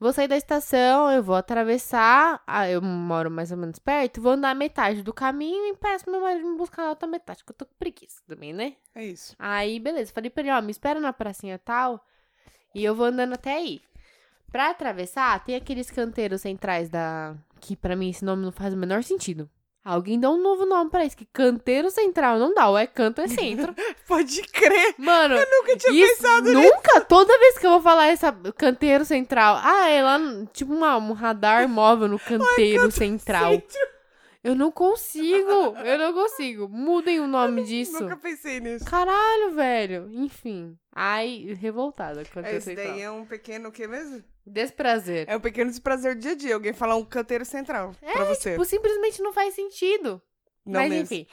Speaker 2: Vou sair da estação, eu vou atravessar. Ah, eu moro mais ou menos perto. Vou andar metade do caminho e peço meu marido me buscar na outra metade, que eu tô com preguiça também, né?
Speaker 1: É isso.
Speaker 2: Aí, beleza. Falei pra ele, ó, me espera na pracinha tal. E eu vou andando até aí. Pra atravessar, tem aqueles canteiros centrais da. Que pra mim esse nome não faz o menor sentido. Alguém dá um novo nome pra isso, que canteiro central não dá, ou é canto é centro.
Speaker 1: Pode crer.
Speaker 2: Mano,
Speaker 1: Eu nunca tinha
Speaker 2: isso
Speaker 1: pensado nisso.
Speaker 2: nunca, toda vez que eu vou falar essa canteiro central, ah, é lá, no- tipo uma, um radar móvel no canteiro central. Eu não consigo, eu não consigo. Mudem o nome disso.
Speaker 1: Nunca pensei nisso.
Speaker 2: Caralho, velho. Enfim. Ai, revoltada quando eu
Speaker 1: Esse
Speaker 2: sei
Speaker 1: daí
Speaker 2: falar.
Speaker 1: é um pequeno o quê mesmo?
Speaker 2: Desprazer.
Speaker 1: É um pequeno desprazer do dia a dia. Alguém falar um canteiro central pra você.
Speaker 2: Tipo, simplesmente não faz sentido.
Speaker 1: não
Speaker 2: Mas
Speaker 1: mesmo.
Speaker 2: enfim.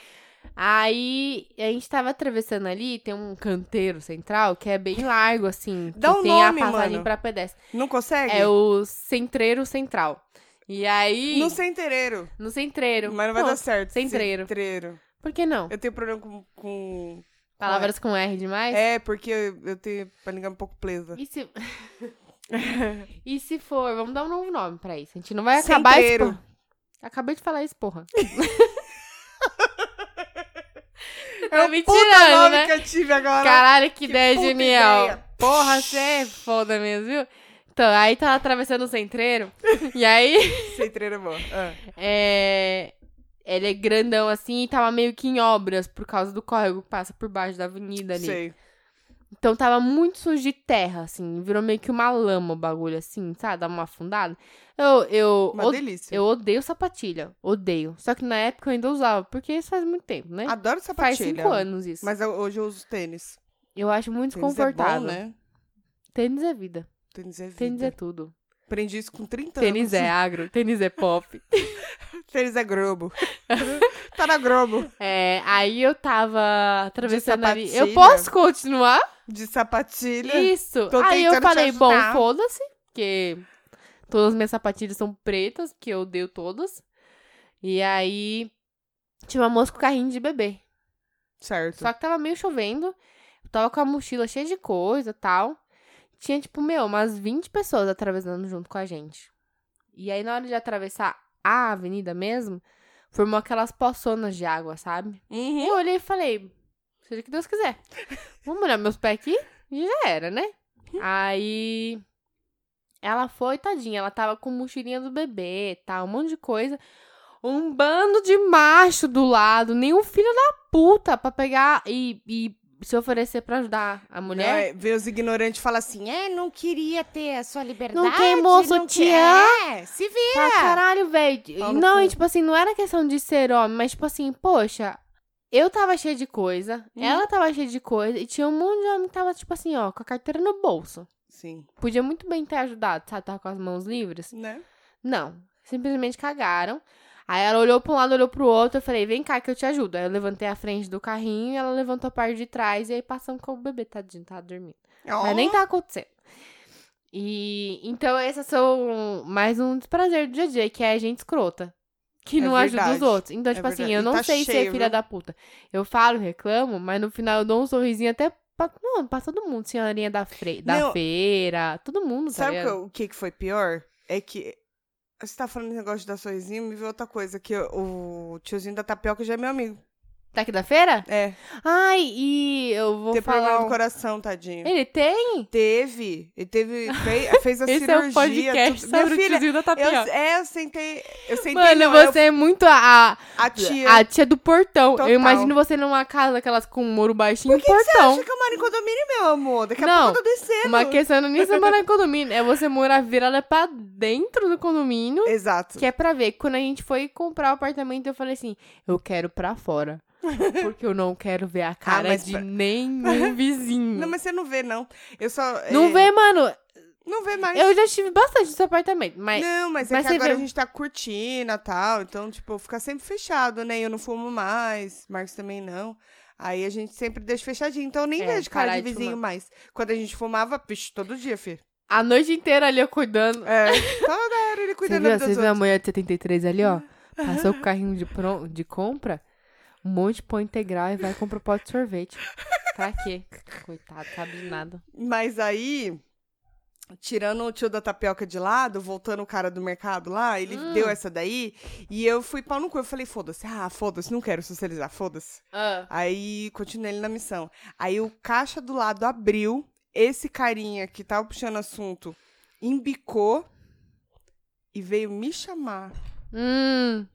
Speaker 2: Aí a gente tava atravessando ali, tem um canteiro central que é bem largo, assim.
Speaker 1: Dá
Speaker 2: que
Speaker 1: um
Speaker 2: tem
Speaker 1: nome,
Speaker 2: a passagem
Speaker 1: mano.
Speaker 2: pra pedestre.
Speaker 1: Não consegue?
Speaker 2: É o centreiro central. E aí.
Speaker 1: No centeiro.
Speaker 2: No centreiro.
Speaker 1: Mas não vai
Speaker 2: Pô,
Speaker 1: dar certo.
Speaker 2: centreiro.
Speaker 1: Centreiro.
Speaker 2: Por que não?
Speaker 1: Eu tenho problema com. com...
Speaker 2: Palavras com R demais?
Speaker 1: É, porque eu, eu tenho pra ligar um pouco presa.
Speaker 2: E se... e se for, vamos dar um novo nome pra isso. A gente não vai acabar
Speaker 1: Centreiro.
Speaker 2: esse porra. Acabei de falar isso, porra.
Speaker 1: É
Speaker 2: tá
Speaker 1: o
Speaker 2: me
Speaker 1: É um puta
Speaker 2: tirando,
Speaker 1: nome
Speaker 2: né?
Speaker 1: que eu tive agora.
Speaker 2: Caralho, que, ideia
Speaker 1: puta
Speaker 2: genial.
Speaker 1: ideia.
Speaker 2: Porra, você é foda mesmo, viu? Então, aí tava atravessando o centreiro. e aí,
Speaker 1: Centreiro é bom. Ah.
Speaker 2: é... Ele é grandão assim e tava meio que em obras por causa do córrego que passa por baixo da avenida ali.
Speaker 1: Sei.
Speaker 2: Então tava muito sujo de terra, assim. Virou meio que uma lama o bagulho, assim, sabe? Dava uma afundada. Eu, eu,
Speaker 1: Uma
Speaker 2: o-
Speaker 1: delícia.
Speaker 2: eu odeio sapatilha. Odeio. Só que na época eu ainda usava, porque isso faz muito tempo, né?
Speaker 1: Adoro
Speaker 2: faz
Speaker 1: sapatilha.
Speaker 2: cinco anos isso.
Speaker 1: Mas eu- hoje eu uso tênis.
Speaker 2: Eu acho
Speaker 1: Tênis
Speaker 2: muito desconfortável.
Speaker 1: é bom, né?
Speaker 2: Tênis é vida.
Speaker 1: Tênis é vida.
Speaker 2: Tênis é tudo.
Speaker 1: Aprendi isso com 30
Speaker 2: Tênis é
Speaker 1: anos.
Speaker 2: agro, tênis é pop.
Speaker 1: Tênis é Globo. tá na Globo.
Speaker 2: É, aí eu tava atravessando ali. Eu
Speaker 1: sapatilha.
Speaker 2: posso continuar?
Speaker 1: De sapatilha.
Speaker 2: Isso.
Speaker 1: Tô
Speaker 2: aí eu
Speaker 1: tentando te
Speaker 2: falei, bom,
Speaker 1: ajudar.
Speaker 2: foda-se, porque todas as minhas sapatilhas são pretas, que eu odeio todas. E aí tinha uma moça com carrinho de bebê.
Speaker 1: Certo.
Speaker 2: Só que tava meio chovendo. Eu tava com a mochila cheia de coisa e tal. Tinha, tipo, meu, umas 20 pessoas atravessando junto com a gente. E aí, na hora de atravessar a avenida mesmo, formou aquelas poçonas de água, sabe?
Speaker 1: Uhum.
Speaker 2: Eu olhei e falei, seja o que Deus quiser. Vou molhar meus pés aqui e já era, né?
Speaker 1: Uhum.
Speaker 2: Aí ela foi, tadinha, ela tava com mochilinha do bebê, tal, um monte de coisa. Um bando de macho do lado, nenhum filho da puta pra pegar e, e se oferecer pra ajudar a
Speaker 1: Não,
Speaker 2: mulher.
Speaker 1: é, vê os ignorantes e fala assim: é, não queria ter a sua liberdade.
Speaker 2: Não quer, moço,
Speaker 1: não
Speaker 2: te
Speaker 1: quer- É, se vira.
Speaker 2: Pra caralho, velho.
Speaker 1: Pau no
Speaker 2: Não,
Speaker 1: cu.
Speaker 2: e tipo assim, não era questão de ser homem, mas tipo assim, poxa, eu tava cheia de coisa,
Speaker 1: Uhum.
Speaker 2: ela tava cheia de coisa, e tinha um monte de homem que tava, tipo assim, ó, com a carteira no bolso.
Speaker 1: Sim.
Speaker 2: Podia muito bem ter ajudado, sabe? Tava com as mãos livres.
Speaker 1: Né?
Speaker 2: Não. Simplesmente cagaram. Aí ela olhou pra um lado, olhou pro outro, eu falei, vem cá que eu te ajudo. Aí eu levantei a frente do carrinho, ela levantou a parte de trás, e aí passamos com o bebê, tadinho, tava dormindo. Mas nem tá acontecendo. E então essas são mais um desprazer do dia a dia, que é a gente escrota. Que
Speaker 1: É
Speaker 2: não ajuda os
Speaker 1: verdade.
Speaker 2: outros. Então,
Speaker 1: É
Speaker 2: tipo assim,
Speaker 1: verdade.
Speaker 2: eu
Speaker 1: E
Speaker 2: não
Speaker 1: tá
Speaker 2: sei ser
Speaker 1: cheio,
Speaker 2: filha
Speaker 1: viu?
Speaker 2: da puta. Eu falo, reclamo, mas no final eu dou um sorrisinho até pra, não, pra todo mundo. Senhorinha da, fre- da
Speaker 1: Não.
Speaker 2: feira, todo mundo, tá
Speaker 1: Sabe o que
Speaker 2: ligado?
Speaker 1: eu- o que, que foi pior? É que. Você tá falando esse negócio de dar sorrisinho, me viu outra coisa, que o tiozinho da tapioca já é meu amigo.
Speaker 2: Daqui Tá da feira?
Speaker 1: É,
Speaker 2: Ai, e eu vou
Speaker 1: tem problema
Speaker 2: falar...
Speaker 1: no
Speaker 2: um-
Speaker 1: coração, tadinho.
Speaker 2: Ele tem?
Speaker 1: Teve, ele teve, fez, fez a
Speaker 2: Esse
Speaker 1: cirurgia.
Speaker 2: é o podcast
Speaker 1: tudo.
Speaker 2: sobre
Speaker 1: Minha
Speaker 2: o
Speaker 1: filha,
Speaker 2: tiozinho da
Speaker 1: eu,
Speaker 2: tapioca.
Speaker 1: é, eu sentei, eu sentei
Speaker 2: Mano,
Speaker 1: não, eu-
Speaker 2: você Ah, é muito a, a-
Speaker 1: a tia.
Speaker 2: A tia do portão.
Speaker 1: Total.
Speaker 2: Eu imagino você numa casa daquelas com um muro baixinho e um portão.
Speaker 1: Acha que eu moro em condomínio, meu amor? Daqui a
Speaker 2: Não,
Speaker 1: pouco eu tô descendo.
Speaker 2: Uma questão não é nem você morar em condomínio. É você morar virada pra dentro do condomínio.
Speaker 1: Exato.
Speaker 2: Que é pra ver. Quando a gente foi comprar o apartamento, eu falei assim: eu quero pra fora. Porque eu não quero ver a cara
Speaker 1: Ah, mas
Speaker 2: de
Speaker 1: pra-
Speaker 2: nenhum vizinho.
Speaker 1: Não,
Speaker 2: Não,
Speaker 1: mas você não vê, não. Eu só... é,
Speaker 2: vê, mano.
Speaker 1: Não vê mais.
Speaker 2: Eu já tive bastante nesse apartamento. Mas
Speaker 1: Não, mas,
Speaker 2: mas
Speaker 1: é
Speaker 2: você
Speaker 1: que agora
Speaker 2: vê-
Speaker 1: a gente tá cortina e tal. Então, tipo, fica sempre fechado, né? Eu não fumo mais, Marcos também não. Aí a gente sempre deixa fechadinho. Então eu nem
Speaker 2: É,
Speaker 1: vejo cara
Speaker 2: parar
Speaker 1: de
Speaker 2: de
Speaker 1: vizinho
Speaker 2: fumar.
Speaker 1: mais. Quando a gente fumava, pish, todo dia, filho.
Speaker 2: a noite inteira ali eu cuidando.
Speaker 1: É, toda hora ele
Speaker 2: Você
Speaker 1: cuidando
Speaker 2: viu,
Speaker 1: dos
Speaker 2: você viu a
Speaker 1: outros.
Speaker 2: mulher de 73 ali, ó? Passou com o carrinho de, pron- de compra, um monte de pão integral e vai comprar um pote de sorvete. Pra quê? Coitado,
Speaker 1: tá
Speaker 2: sabe de nada.
Speaker 1: Mas aí, tirando o tio da tapioca de lado, voltando o cara do mercado lá, ele
Speaker 2: Hum.
Speaker 1: deu essa daí. E eu fui pau no cu. Eu falei, foda-se. Ah, foda-se, não quero socializar, foda-se.
Speaker 2: Ah,
Speaker 1: Aí, continuei ele na missão. Aí o caixa do lado abriu. Esse carinha que tava puxando assunto embicou e veio me chamar
Speaker 2: hum,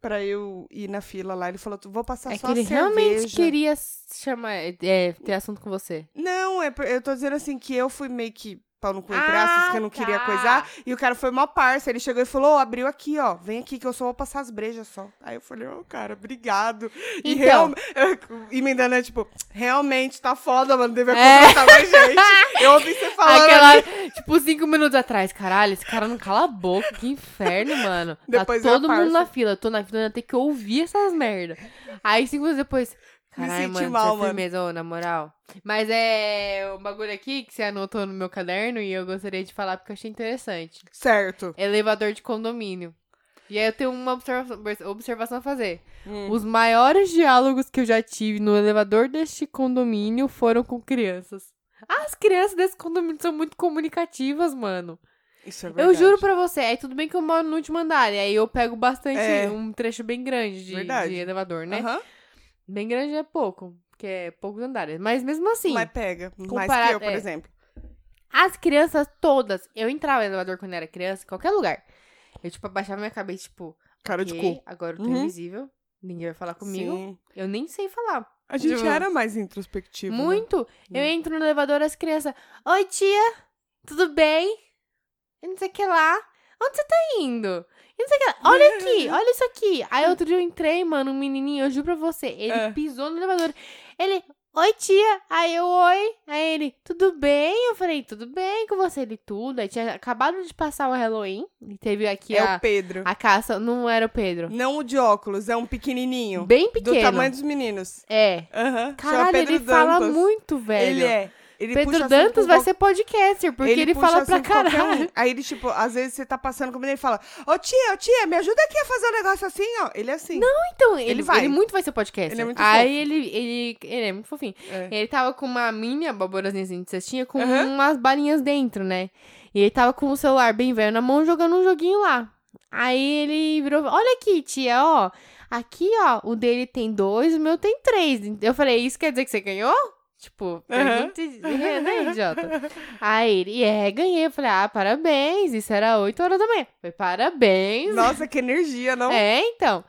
Speaker 1: pra eu ir na fila lá. Ele falou, "Tu- vou passar
Speaker 2: é
Speaker 1: Tá só
Speaker 2: que ele
Speaker 1: a cerveja.
Speaker 2: realmente queria chamar, é, ter assunto com você.
Speaker 1: Não, é, por- eu tô dizendo assim que eu fui meio que pau no cu
Speaker 2: Ah,
Speaker 1: entre aspas, que eu não queria
Speaker 2: tá.
Speaker 1: coisar. E o cara foi mó parça. Ele chegou e falou: Ô, abriu aqui, ó. Vem aqui que eu só vou passar as brejas só. Aí eu falei, ô, cara, obrigado. E
Speaker 2: Então.
Speaker 1: realmente. Emendando, é tipo, realmente tá foda, mano. Devia
Speaker 2: É.
Speaker 1: contratar mais gente. Eu ouvi você falando. ali.
Speaker 2: Aquela, tipo, cinco minutos atrás, caralho, esse cara não cala a boca, que inferno, mano.
Speaker 1: Depois
Speaker 2: tá
Speaker 1: eu
Speaker 2: todo
Speaker 1: aparto.
Speaker 2: mundo na fila, eu tô na fila, eu ia ter que ouvir essas merda. Aí cinco minutos depois, caralho,
Speaker 1: senti
Speaker 2: mano,
Speaker 1: mal,
Speaker 2: mal,
Speaker 1: mano.
Speaker 2: firmeza, ô, na moral. Mas é um bagulho aqui que você anotou no meu caderno e eu gostaria de falar porque eu achei interessante.
Speaker 1: Certo.
Speaker 2: Elevador de condomínio. E aí eu tenho uma observa- observação a fazer.
Speaker 1: Hum.
Speaker 2: Os maiores diálogos que eu já tive no elevador deste condomínio foram com crianças. Ah, As crianças desse condomínio são muito comunicativas, mano.
Speaker 1: Isso é
Speaker 2: Eu
Speaker 1: verdade.
Speaker 2: juro pra você, aí tudo bem que eu moro no último andar, e aí eu pego bastante,
Speaker 1: É.
Speaker 2: um trecho bem grande de,
Speaker 1: Verdade.
Speaker 2: de elevador, né?
Speaker 1: Aham.
Speaker 2: Bem grande é pouco, porque é poucos andares. Mas mesmo assim,
Speaker 1: Mas pega. Mais
Speaker 2: Comparado-
Speaker 1: que eu, por
Speaker 2: é.
Speaker 1: exemplo.
Speaker 2: as crianças todas, eu entrava no elevador quando eu era criança, em qualquer lugar. Eu, tipo, abaixava minha cabeça, tipo,
Speaker 1: Cara de
Speaker 2: ok,
Speaker 1: cu.
Speaker 2: agora eu tô
Speaker 1: Uhum.
Speaker 2: invisível, ninguém vai falar comigo.
Speaker 1: Sim.
Speaker 2: Eu nem sei falar.
Speaker 1: A gente
Speaker 2: Tipo,
Speaker 1: era mais introspectivo. né?
Speaker 2: Muito. Eu entro no elevador as crianças. Oi, tia. Tudo bem? Eu não sei o que lá. Onde você tá indo? E não sei o que lá. Olha aqui, olha isso aqui. Aí outro dia eu entrei, mano, um menininho, eu juro pra você. Ele
Speaker 1: Hum. É.
Speaker 2: pisou no elevador. Ele, oi, tia. Aí eu, oi. Aí ele, tudo bem? Eu falei, tudo bem com você? Ele, tudo. Aí tinha acabado de passar o Halloween. E teve aqui
Speaker 1: É
Speaker 2: a,
Speaker 1: o Pedro.
Speaker 2: a caça. Não era o Pedro.
Speaker 1: Não o de óculos, é um pequenininho.
Speaker 2: Bem pequeno.
Speaker 1: Do tamanho dos meninos.
Speaker 2: É.
Speaker 1: Aham. Chama
Speaker 2: Caralho, ele fala muito, velho.
Speaker 1: Ele é. Ele puxa
Speaker 2: Pedro
Speaker 1: assunto
Speaker 2: Dantas
Speaker 1: com
Speaker 2: vai
Speaker 1: qual-
Speaker 2: ser podcaster, porque ele,
Speaker 1: puxa
Speaker 2: fala pra
Speaker 1: assunto com qualquer
Speaker 2: caralho.
Speaker 1: um. Aí ele, tipo, às vezes você tá passando com ele e fala: Ô tia, ô tia, me ajuda aqui a fazer um negócio assim, ó. Ele é assim. Não,
Speaker 2: Então, ele,
Speaker 1: Ele vai.
Speaker 2: ele muito vai ser podcaster.
Speaker 1: Ele é muito
Speaker 2: Aí
Speaker 1: fofo.
Speaker 2: ele, ele. Ele é muito fofinho.
Speaker 1: É.
Speaker 2: Ele tava com uma mini aboborazinha de cestinha com
Speaker 1: Aham.
Speaker 2: umas balinhas dentro, né? E ele tava com o celular bem velho na mão jogando um joguinho lá. Aí ele virou. Olha aqui, tia, ó. Aqui, ó, o dele tem dois, o meu tem três. Eu falei, isso quer dizer que você ganhou? Tipo,
Speaker 1: Aham.
Speaker 2: pergunta, né, idiota? Aí ele, é, ganhei. Eu falei, ah, parabéns. Isso era 8 horas da manhã. Eu falei, parabéns.
Speaker 1: Nossa, que energia, não?
Speaker 2: É, então.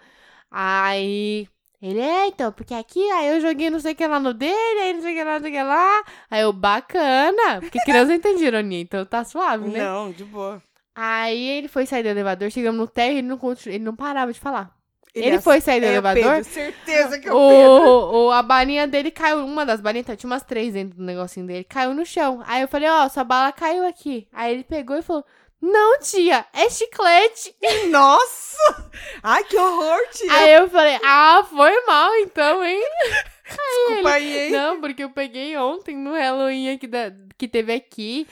Speaker 2: Aí ele, é, então, porque aqui, aí eu joguei não sei o que lá no dele, aí não sei o que lá, não sei o que lá. Aí eu, bacana. Porque criança entende ironia, então tá suave, né?
Speaker 1: Não, de boa.
Speaker 2: Aí ele foi sair do elevador, chegamos no térreo, ele não, continu... ele não parava de falar. Ele,
Speaker 1: é
Speaker 2: foi sair do
Speaker 1: assim. É o
Speaker 2: elevador,
Speaker 1: Pedro, certeza que é o Pedro.
Speaker 2: o, o- a balinha dele caiu, uma das balinhas, então, tinha umas três dentro do negocinho dele, caiu no chão. Aí eu falei, ó, sua bala caiu aqui. Aí ele pegou e falou, não, tia, é chiclete.
Speaker 1: Nossa! Ai, que horror, tia.
Speaker 2: Aí eu falei, ah, foi mal então, hein?
Speaker 1: Desculpa aí, hein?
Speaker 2: Não, porque eu peguei ontem no Halloween aqui da, que teve aqui.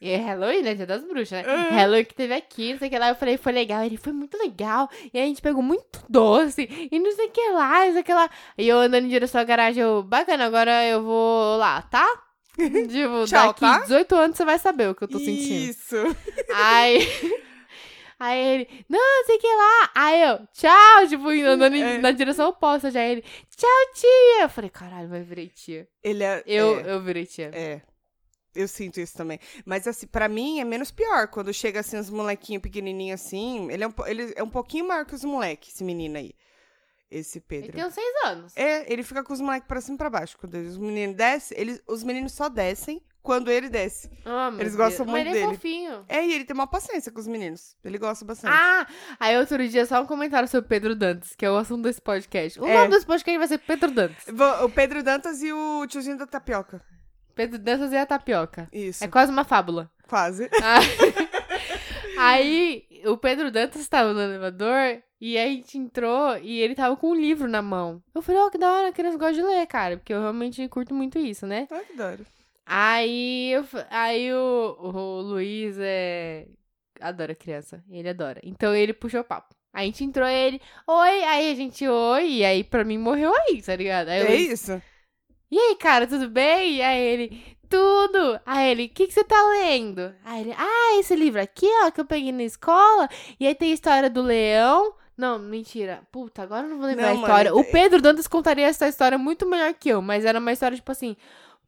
Speaker 2: É Halloween, né? Dia das bruxas, né?
Speaker 1: Uhum.
Speaker 2: Halloween que teve aqui, não sei o que lá. Eu falei, foi legal. Ele foi muito legal. E a gente pegou muito doce. E não sei o que lá, não sei o que lá. E eu andando em direção à garagem, eu, bacana, agora eu vou lá, tá? Tipo,
Speaker 1: Tchau,
Speaker 2: daqui
Speaker 1: tá?
Speaker 2: 18 anos você vai saber o que eu tô sentindo.
Speaker 1: Isso.
Speaker 2: Aí. Aí ele, não, não sei o que lá. Aí eu, tchau, tipo, indo andando em-
Speaker 1: É.
Speaker 2: na direção oposta. Já ele, tchau, tia. Eu falei, caralho, mas virei tia.
Speaker 1: Ele é.
Speaker 2: Eu,
Speaker 1: é.
Speaker 2: eu virei tia.
Speaker 1: É. Eu sinto isso também. Mas, assim, pra mim é menos pior. Quando chega, assim, os molequinhos pequenininhos, assim... Ele é um, po- ele é um pouquinho maior que os moleques, esse menino aí. Esse
Speaker 2: Ele
Speaker 1: Pedro.
Speaker 2: tem uns seis anos.
Speaker 1: É, ele fica com os moleques pra cima e pra baixo. Quando os meninos descem, eles, os meninos só descem quando ele desce.
Speaker 2: Ah, meu
Speaker 1: Eles gostam
Speaker 2: Mas
Speaker 1: muito
Speaker 2: ele é
Speaker 1: dele.
Speaker 2: fofinho.
Speaker 1: É, e ele tem uma paciência com os meninos. Ele gosta bastante.
Speaker 2: Ah, aí outro dia só um comentário sobre Pedro Dantas, que é o assunto desse podcast. O
Speaker 1: É.
Speaker 2: nome desse podcast vai ser Pedro Dantas.
Speaker 1: Vo- O Pedro Dantas e o tiozinho da tapioca.
Speaker 2: Pedro Dantas e a tapioca.
Speaker 1: Isso,
Speaker 2: É quase uma fábula.
Speaker 1: quase.
Speaker 2: Aí o Pedro Dantas tava no elevador e aí a gente entrou e ele tava com um livro na mão. Eu falei, ó, que da hora, a criança gosta de ler, cara, porque eu realmente curto muito isso, né?
Speaker 1: Ai, que da hora.
Speaker 2: Aí, eu fa- aí o, o Luiz é. Adora criança. Ele adora. Então ele puxou o papo. Aí a gente entrou ele, oi, aí a gente, oi, e aí pra mim morreu aí, tá ligado? Aí eu,
Speaker 1: É isso?
Speaker 2: E aí, cara, tudo bem? E aí ele, tudo! Aí ele, o que, que você tá lendo? Aí ele, ah, esse livro aqui, ó, que eu peguei na escola. E aí tem a história do leão. Não, mentira. Puta, agora eu não vou lembrar
Speaker 1: Não,
Speaker 2: a história.
Speaker 1: mano, é-
Speaker 2: o Pedro Dantas contaria essa história muito melhor que eu, mas era uma história, tipo assim,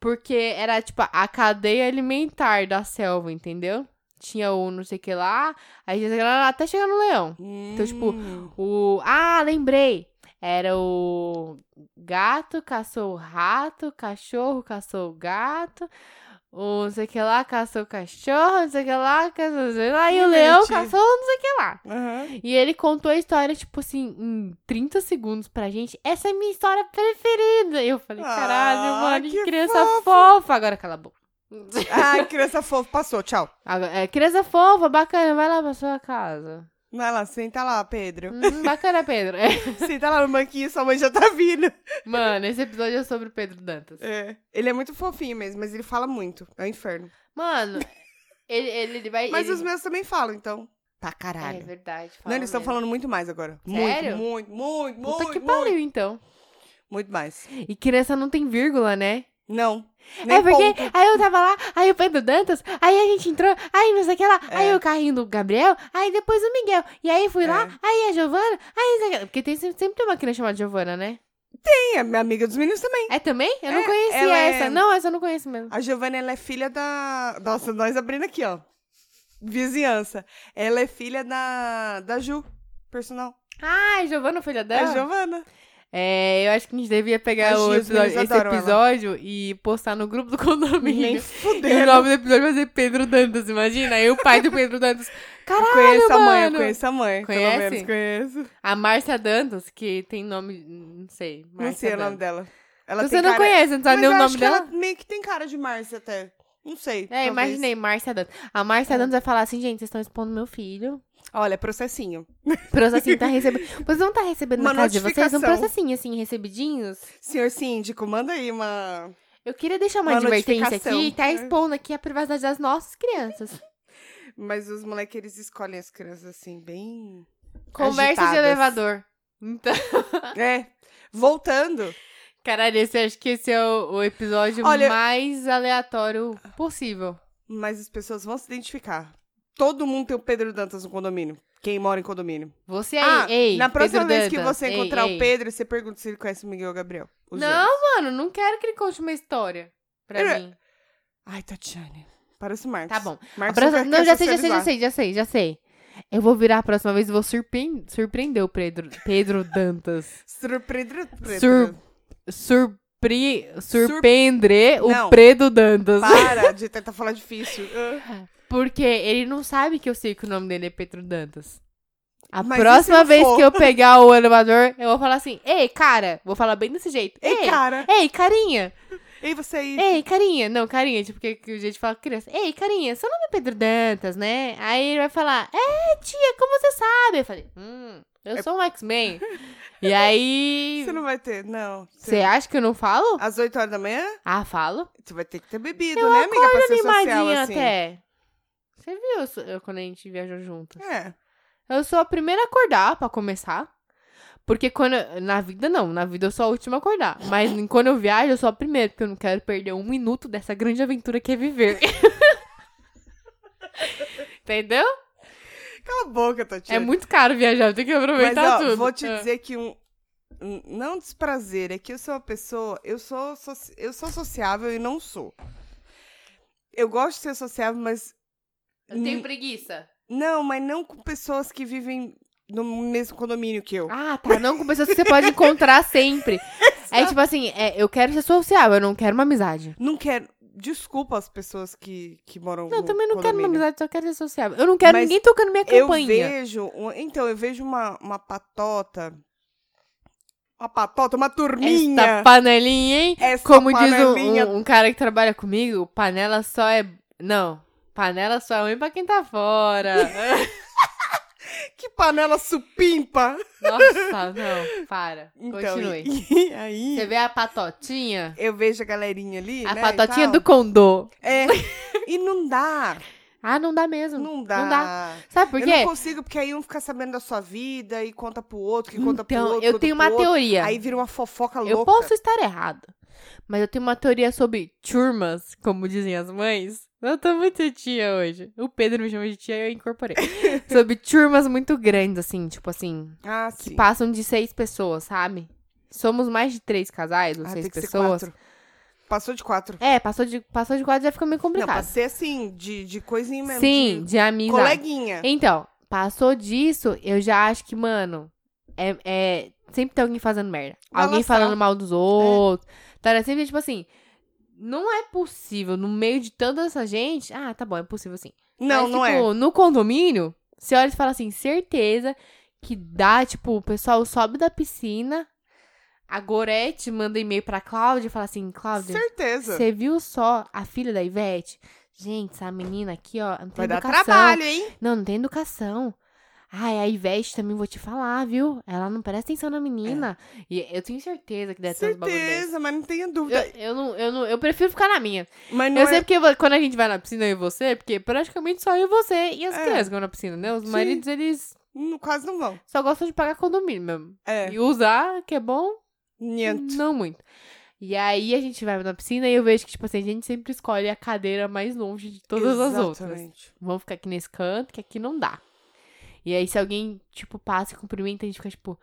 Speaker 2: porque era, tipo, a cadeia alimentar da selva, entendeu? Tinha o não sei o que lá, aí tinha lá, até chegar no leão. Então, tipo,
Speaker 1: Hum.
Speaker 2: O. Ah, lembrei! Era o gato caçou o rato, cachorro caçou o gato, o não sei o que lá caçou o cachorro, não sei o que lá caçou não sei o que lá, e o leão
Speaker 1: Gente.
Speaker 2: caçou não sei o que lá.
Speaker 1: Aham.
Speaker 2: E ele contou a história, tipo assim, em 30 segundos pra gente. Essa é a minha história preferida. E eu falei,
Speaker 1: Ah,
Speaker 2: caralho, mano, que
Speaker 1: que
Speaker 2: criança fofa. Agora cala a boca.
Speaker 1: Ai, criança fofa, passou, tchau.
Speaker 2: Agora, é, criança fofa, bacana, vai lá pra sua casa.
Speaker 1: Vai lá, senta lá, Pedro.
Speaker 2: Hum, bacana, Pedro.
Speaker 1: Senta lá no banquinho, sua mãe já tá vindo.
Speaker 2: Mano, esse episódio é sobre o Pedro Dantas.
Speaker 1: É. Ele é muito fofinho mesmo, mas ele fala muito. É um inferno.
Speaker 2: Mano, ele, ele, ele vai.
Speaker 1: Mas
Speaker 2: ele...
Speaker 1: os meus também falam, então. Tá
Speaker 2: É
Speaker 1: caralho.
Speaker 2: verdade.
Speaker 1: Não, eles estão
Speaker 2: mesmo.
Speaker 1: falando muito mais agora.
Speaker 2: Sério?
Speaker 1: Muito, muito, muito,
Speaker 2: Puta
Speaker 1: muito,
Speaker 2: que
Speaker 1: muito,
Speaker 2: pariu, então.
Speaker 1: muito mais.
Speaker 2: E criança não tem vírgula, né?
Speaker 1: Não.
Speaker 2: é
Speaker 1: nem
Speaker 2: porque
Speaker 1: ponto.
Speaker 2: aí eu tava lá, aí o Pedro Dantas, aí a gente entrou, aí não sei o que lá, aí
Speaker 1: É.
Speaker 2: o carrinho do Gabriel, aí depois o Miguel. E aí fui lá,
Speaker 1: É.
Speaker 2: aí a Giovana, aí não sei o que lá. Porque tem, sempre sempre tem uma criança chamada Giovana, né?
Speaker 1: Sim, é minha amiga dos meninos também.
Speaker 2: É também? Eu não
Speaker 1: É,
Speaker 2: conhecia
Speaker 1: ela é-
Speaker 2: essa. Não, essa eu não conheço mesmo.
Speaker 1: A Giovana, ela é filha da. Nossa, nós abrindo aqui, ó. Vizinhança. Ela é filha da, da Ju, personal.
Speaker 2: Ah, Giovana, filha
Speaker 1: É
Speaker 2: dela?
Speaker 1: a Giovana.
Speaker 2: É, eu acho que a gente devia pegar
Speaker 1: Ai,
Speaker 2: o
Speaker 1: Gi, os
Speaker 2: episódio-
Speaker 1: meninos
Speaker 2: esse
Speaker 1: adoram ela.
Speaker 2: episódio e postar no grupo do condomínio.
Speaker 1: Nem
Speaker 2: E o
Speaker 1: fudendo.
Speaker 2: nome do episódio vai ser Pedro Dantas, imagina? Aí o pai do Pedro Dantas. Caralho,
Speaker 1: Conheço a mãe, eu
Speaker 2: mano.
Speaker 1: conheço a mãe.
Speaker 2: Conhece?
Speaker 1: Pelo menos conheço.
Speaker 2: A Márcia Dantas, que tem nome. Não sei. Márcia
Speaker 1: não sei o nome
Speaker 2: Dantas.
Speaker 1: dela. Ela
Speaker 2: tá Você
Speaker 1: tem
Speaker 2: não
Speaker 1: cara...
Speaker 2: conhece, não sabe
Speaker 1: Mas
Speaker 2: nem
Speaker 1: eu
Speaker 2: o
Speaker 1: acho
Speaker 2: nome
Speaker 1: que
Speaker 2: dela?
Speaker 1: Ela meio que tem cara de Márcia até. Não sei.
Speaker 2: É,
Speaker 1: talvez.
Speaker 2: imaginei, Márcia Dantas. A Márcia Dantas vai falar assim, gente, vocês estão expondo meu filho.
Speaker 1: Olha, processinho.
Speaker 2: Processinho tá recebendo. Vocês não tá recebendo
Speaker 1: Uma
Speaker 2: na casa de vocês um
Speaker 1: notificação.
Speaker 2: processinho, assim, recebidinhos.
Speaker 1: Senhor síndico, manda aí uma.
Speaker 2: Eu queria deixar uma,
Speaker 1: Uma
Speaker 2: advertência
Speaker 1: notificação,
Speaker 2: aqui, tá
Speaker 1: né?
Speaker 2: expondo aqui a privacidade das nossas crianças.
Speaker 1: Mas os moleques, eles escolhem as crianças assim, bem.
Speaker 2: Conversa de
Speaker 1: agitadas.
Speaker 2: elevador. Então,
Speaker 1: É. Voltando.
Speaker 2: caralho, esse, acho que esse é o, o episódio
Speaker 1: Olha-
Speaker 2: mais aleatório possível.
Speaker 1: Mas as pessoas vão se identificar. Todo mundo tem o Pedro Dantas no condomínio. Quem mora em condomínio.
Speaker 2: Você aí,
Speaker 1: ah,
Speaker 2: ei,
Speaker 1: na próxima
Speaker 2: Pedro
Speaker 1: vez que
Speaker 2: Dantas,
Speaker 1: você
Speaker 2: ei,
Speaker 1: encontrar
Speaker 2: ei.
Speaker 1: o Pedro, você pergunta se ele conhece o Miguel e o Gabriel. os
Speaker 2: Não,
Speaker 1: gêmeos.
Speaker 2: mano, não quero que ele conte uma história pra
Speaker 1: Eu-
Speaker 2: mim.
Speaker 1: Ai, Tatiane. Parece o Marcos.
Speaker 2: Tá bom. A
Speaker 1: Marcos
Speaker 2: próxima...
Speaker 1: quer
Speaker 2: Não, já sei, já sei, já
Speaker 1: socializar.
Speaker 2: sei, já sei, já sei. Eu vou virar a próxima vez e vou surpre- surpreender o Pedro, Pedro Dantas.
Speaker 1: Surpreendre.
Speaker 2: Sur- Surpre... Surpreender o
Speaker 1: Não.
Speaker 2: Pedro Dantas.
Speaker 1: Para de tentar falar difícil. Ah.
Speaker 2: Porque ele não sabe que eu sei que o nome dele é Pedro Dantas. A
Speaker 1: Mas e se
Speaker 2: próxima
Speaker 1: não
Speaker 2: vez
Speaker 1: for?
Speaker 2: que eu pegar o elevador, eu vou falar assim: Ei, cara! Vou falar bem desse jeito.
Speaker 1: Ei, cara.
Speaker 2: Ei, carinha!
Speaker 1: Ei, você aí.
Speaker 2: Ei, carinha! Não, carinha, tipo, porque que o jeito de falar com criança. Ei, carinha, seu nome é Pedro Dantas, né? Aí ele vai falar: É, tia, como você sabe? Eu falei: Hum, eu sou um X-Men. e aí.
Speaker 1: É Você não vai ter, não.
Speaker 2: Você
Speaker 1: Você-
Speaker 2: acha que eu não falo?
Speaker 1: Às 8 horas da manhã,
Speaker 2: Ah, falo.
Speaker 1: você vai ter que ter bebido, né, amiga? Pra ser social,
Speaker 2: Animadinha
Speaker 1: assim.
Speaker 2: até. Você viu isso, eu, quando a gente viajou junto?
Speaker 1: É.
Speaker 2: Eu sou a primeira a acordar, pra começar. Porque quando. eu- Na vida, não. Na vida eu sou a última a acordar. Mas em- quando eu viajo, eu sou a primeira, porque eu não quero perder um minuto dessa grande aventura que é viver. Entendeu?
Speaker 1: Cala a boca,
Speaker 2: É
Speaker 1: Tatiana.
Speaker 2: muito caro viajar, tem que
Speaker 1: Mas,
Speaker 2: aproveitar
Speaker 1: ó,
Speaker 2: tudo.
Speaker 1: vou te
Speaker 2: Ah.
Speaker 1: dizer que um... um- Não desprazer, é que eu sou uma pessoa... Eu sou, soci- eu sou sociável e não sou. Eu gosto de ser sociável, mas...
Speaker 2: Eu
Speaker 1: hum.
Speaker 2: tenho preguiça.
Speaker 1: Não, mas não com pessoas que vivem no mesmo condomínio que eu.
Speaker 2: Ah, tá. Não com pessoas que você pode encontrar sempre. é tipo assim, é, eu quero ser sociável, eu não quero uma amizade.
Speaker 1: Não quero... Desculpa as pessoas que, que moram
Speaker 2: Não, eu
Speaker 1: no
Speaker 2: também não quero uma
Speaker 1: condomínio.
Speaker 2: amizade, só quero ser sociável. Eu não quero
Speaker 1: Mas
Speaker 2: ninguém tocando minha
Speaker 1: Eu
Speaker 2: campainha.
Speaker 1: vejo. um- Então, eu vejo uma, uma patota. Uma patota, uma turminha.
Speaker 2: Esta panelinha, hein?
Speaker 1: essa
Speaker 2: Como diz um-
Speaker 1: panelinha-
Speaker 2: um, um cara que trabalha comigo, panela só é. Não. Panela só é ruim pra quem tá fora. né?
Speaker 1: Que panela supimpa!
Speaker 2: Nossa, não. Para.
Speaker 1: Então,
Speaker 2: Continue.
Speaker 1: e- e aí,
Speaker 2: Você vê a patotinha?
Speaker 1: eu vejo a galerinha ali.
Speaker 2: A
Speaker 1: né, e
Speaker 2: patotinha
Speaker 1: tal.
Speaker 2: do condô.
Speaker 1: É. E não dá.
Speaker 2: Ah, não dá mesmo.
Speaker 1: Não dá.
Speaker 2: Não dá. é Sabe por
Speaker 1: Eu não
Speaker 2: quê?
Speaker 1: consigo, porque aí um fica sabendo da sua vida e conta pro outro, que conta pro
Speaker 2: Então,
Speaker 1: outro.
Speaker 2: eu
Speaker 1: conta
Speaker 2: tenho
Speaker 1: pro
Speaker 2: uma
Speaker 1: outro.
Speaker 2: teoria.
Speaker 1: Aí vira uma fofoca louca.
Speaker 2: Eu posso estar errada. Mas eu tenho uma teoria sobre turmas, como dizem as mães. Eu tô muito tia hoje. O Pedro me chama de tia e eu incorporei. sobre turmas muito grandes, assim, tipo assim,
Speaker 1: Ah,
Speaker 2: que
Speaker 1: sim.
Speaker 2: passam de seis pessoas, sabe? Somos mais de três casais ou
Speaker 1: Ah,
Speaker 2: seis
Speaker 1: tem que ser
Speaker 2: pessoas.
Speaker 1: quatro. Passou de quatro.
Speaker 2: É, passou de, passou de quatro já fica meio
Speaker 1: Não, pra
Speaker 2: complicado.
Speaker 1: ser assim, de, de coisinha mesmo.
Speaker 2: Sim,
Speaker 1: de
Speaker 2: de amizade.
Speaker 1: coleguinha.
Speaker 2: Então, passou disso, eu já acho que, mano, é, é- sempre tem alguém fazendo merda.
Speaker 1: Vai
Speaker 2: alguém
Speaker 1: lascar.
Speaker 2: falando mal dos outros.
Speaker 1: É.
Speaker 2: Tá, né? sempre tipo assim, não é possível, no meio de tanta essa gente, ah, tá bom, é possível sim.
Speaker 1: Não,
Speaker 2: Mas,
Speaker 1: não é.
Speaker 2: tipo, no condomínio, você olha e fala assim, certeza que dá, tipo, o pessoal sobe da piscina, a Gorete manda e-mail pra Cláudia e fala assim, Cláudia,
Speaker 1: Certeza.
Speaker 2: você viu só a filha da Ivete? Gente, essa menina aqui, ó, não tem
Speaker 1: Vai dar
Speaker 2: educação.
Speaker 1: trabalho, hein?
Speaker 2: Não, não tem educação. Ai, a Ivete também vou te falar, viu? Ela não presta atenção na menina. E eu tenho certeza que deve ter uns bagulho desse.
Speaker 1: É. Certeza, mas não tenha dúvida.
Speaker 2: Eu, eu não, eu não, eu prefiro ficar na minha.
Speaker 1: Mas não
Speaker 2: eu
Speaker 1: é...
Speaker 2: sei porque vo- quando a gente vai na piscina eu e você, é porque praticamente só eu e você e as
Speaker 1: É.
Speaker 2: crianças que vão na piscina, né? Os
Speaker 1: Sim.
Speaker 2: maridos, eles
Speaker 1: Hum, Quase não vão.
Speaker 2: só gostam de pagar condomínio mesmo.
Speaker 1: É.
Speaker 2: E usar, que é bom,
Speaker 1: Niente.
Speaker 2: não muito. E aí a gente vai na piscina e eu vejo que, tipo assim, a gente sempre escolhe a cadeira mais longe de todas as outras.
Speaker 1: Exatamente.
Speaker 2: Vamos ficar aqui nesse canto, que aqui não dá. E aí, se alguém, tipo, passa e cumprimenta, a gente fica tipo,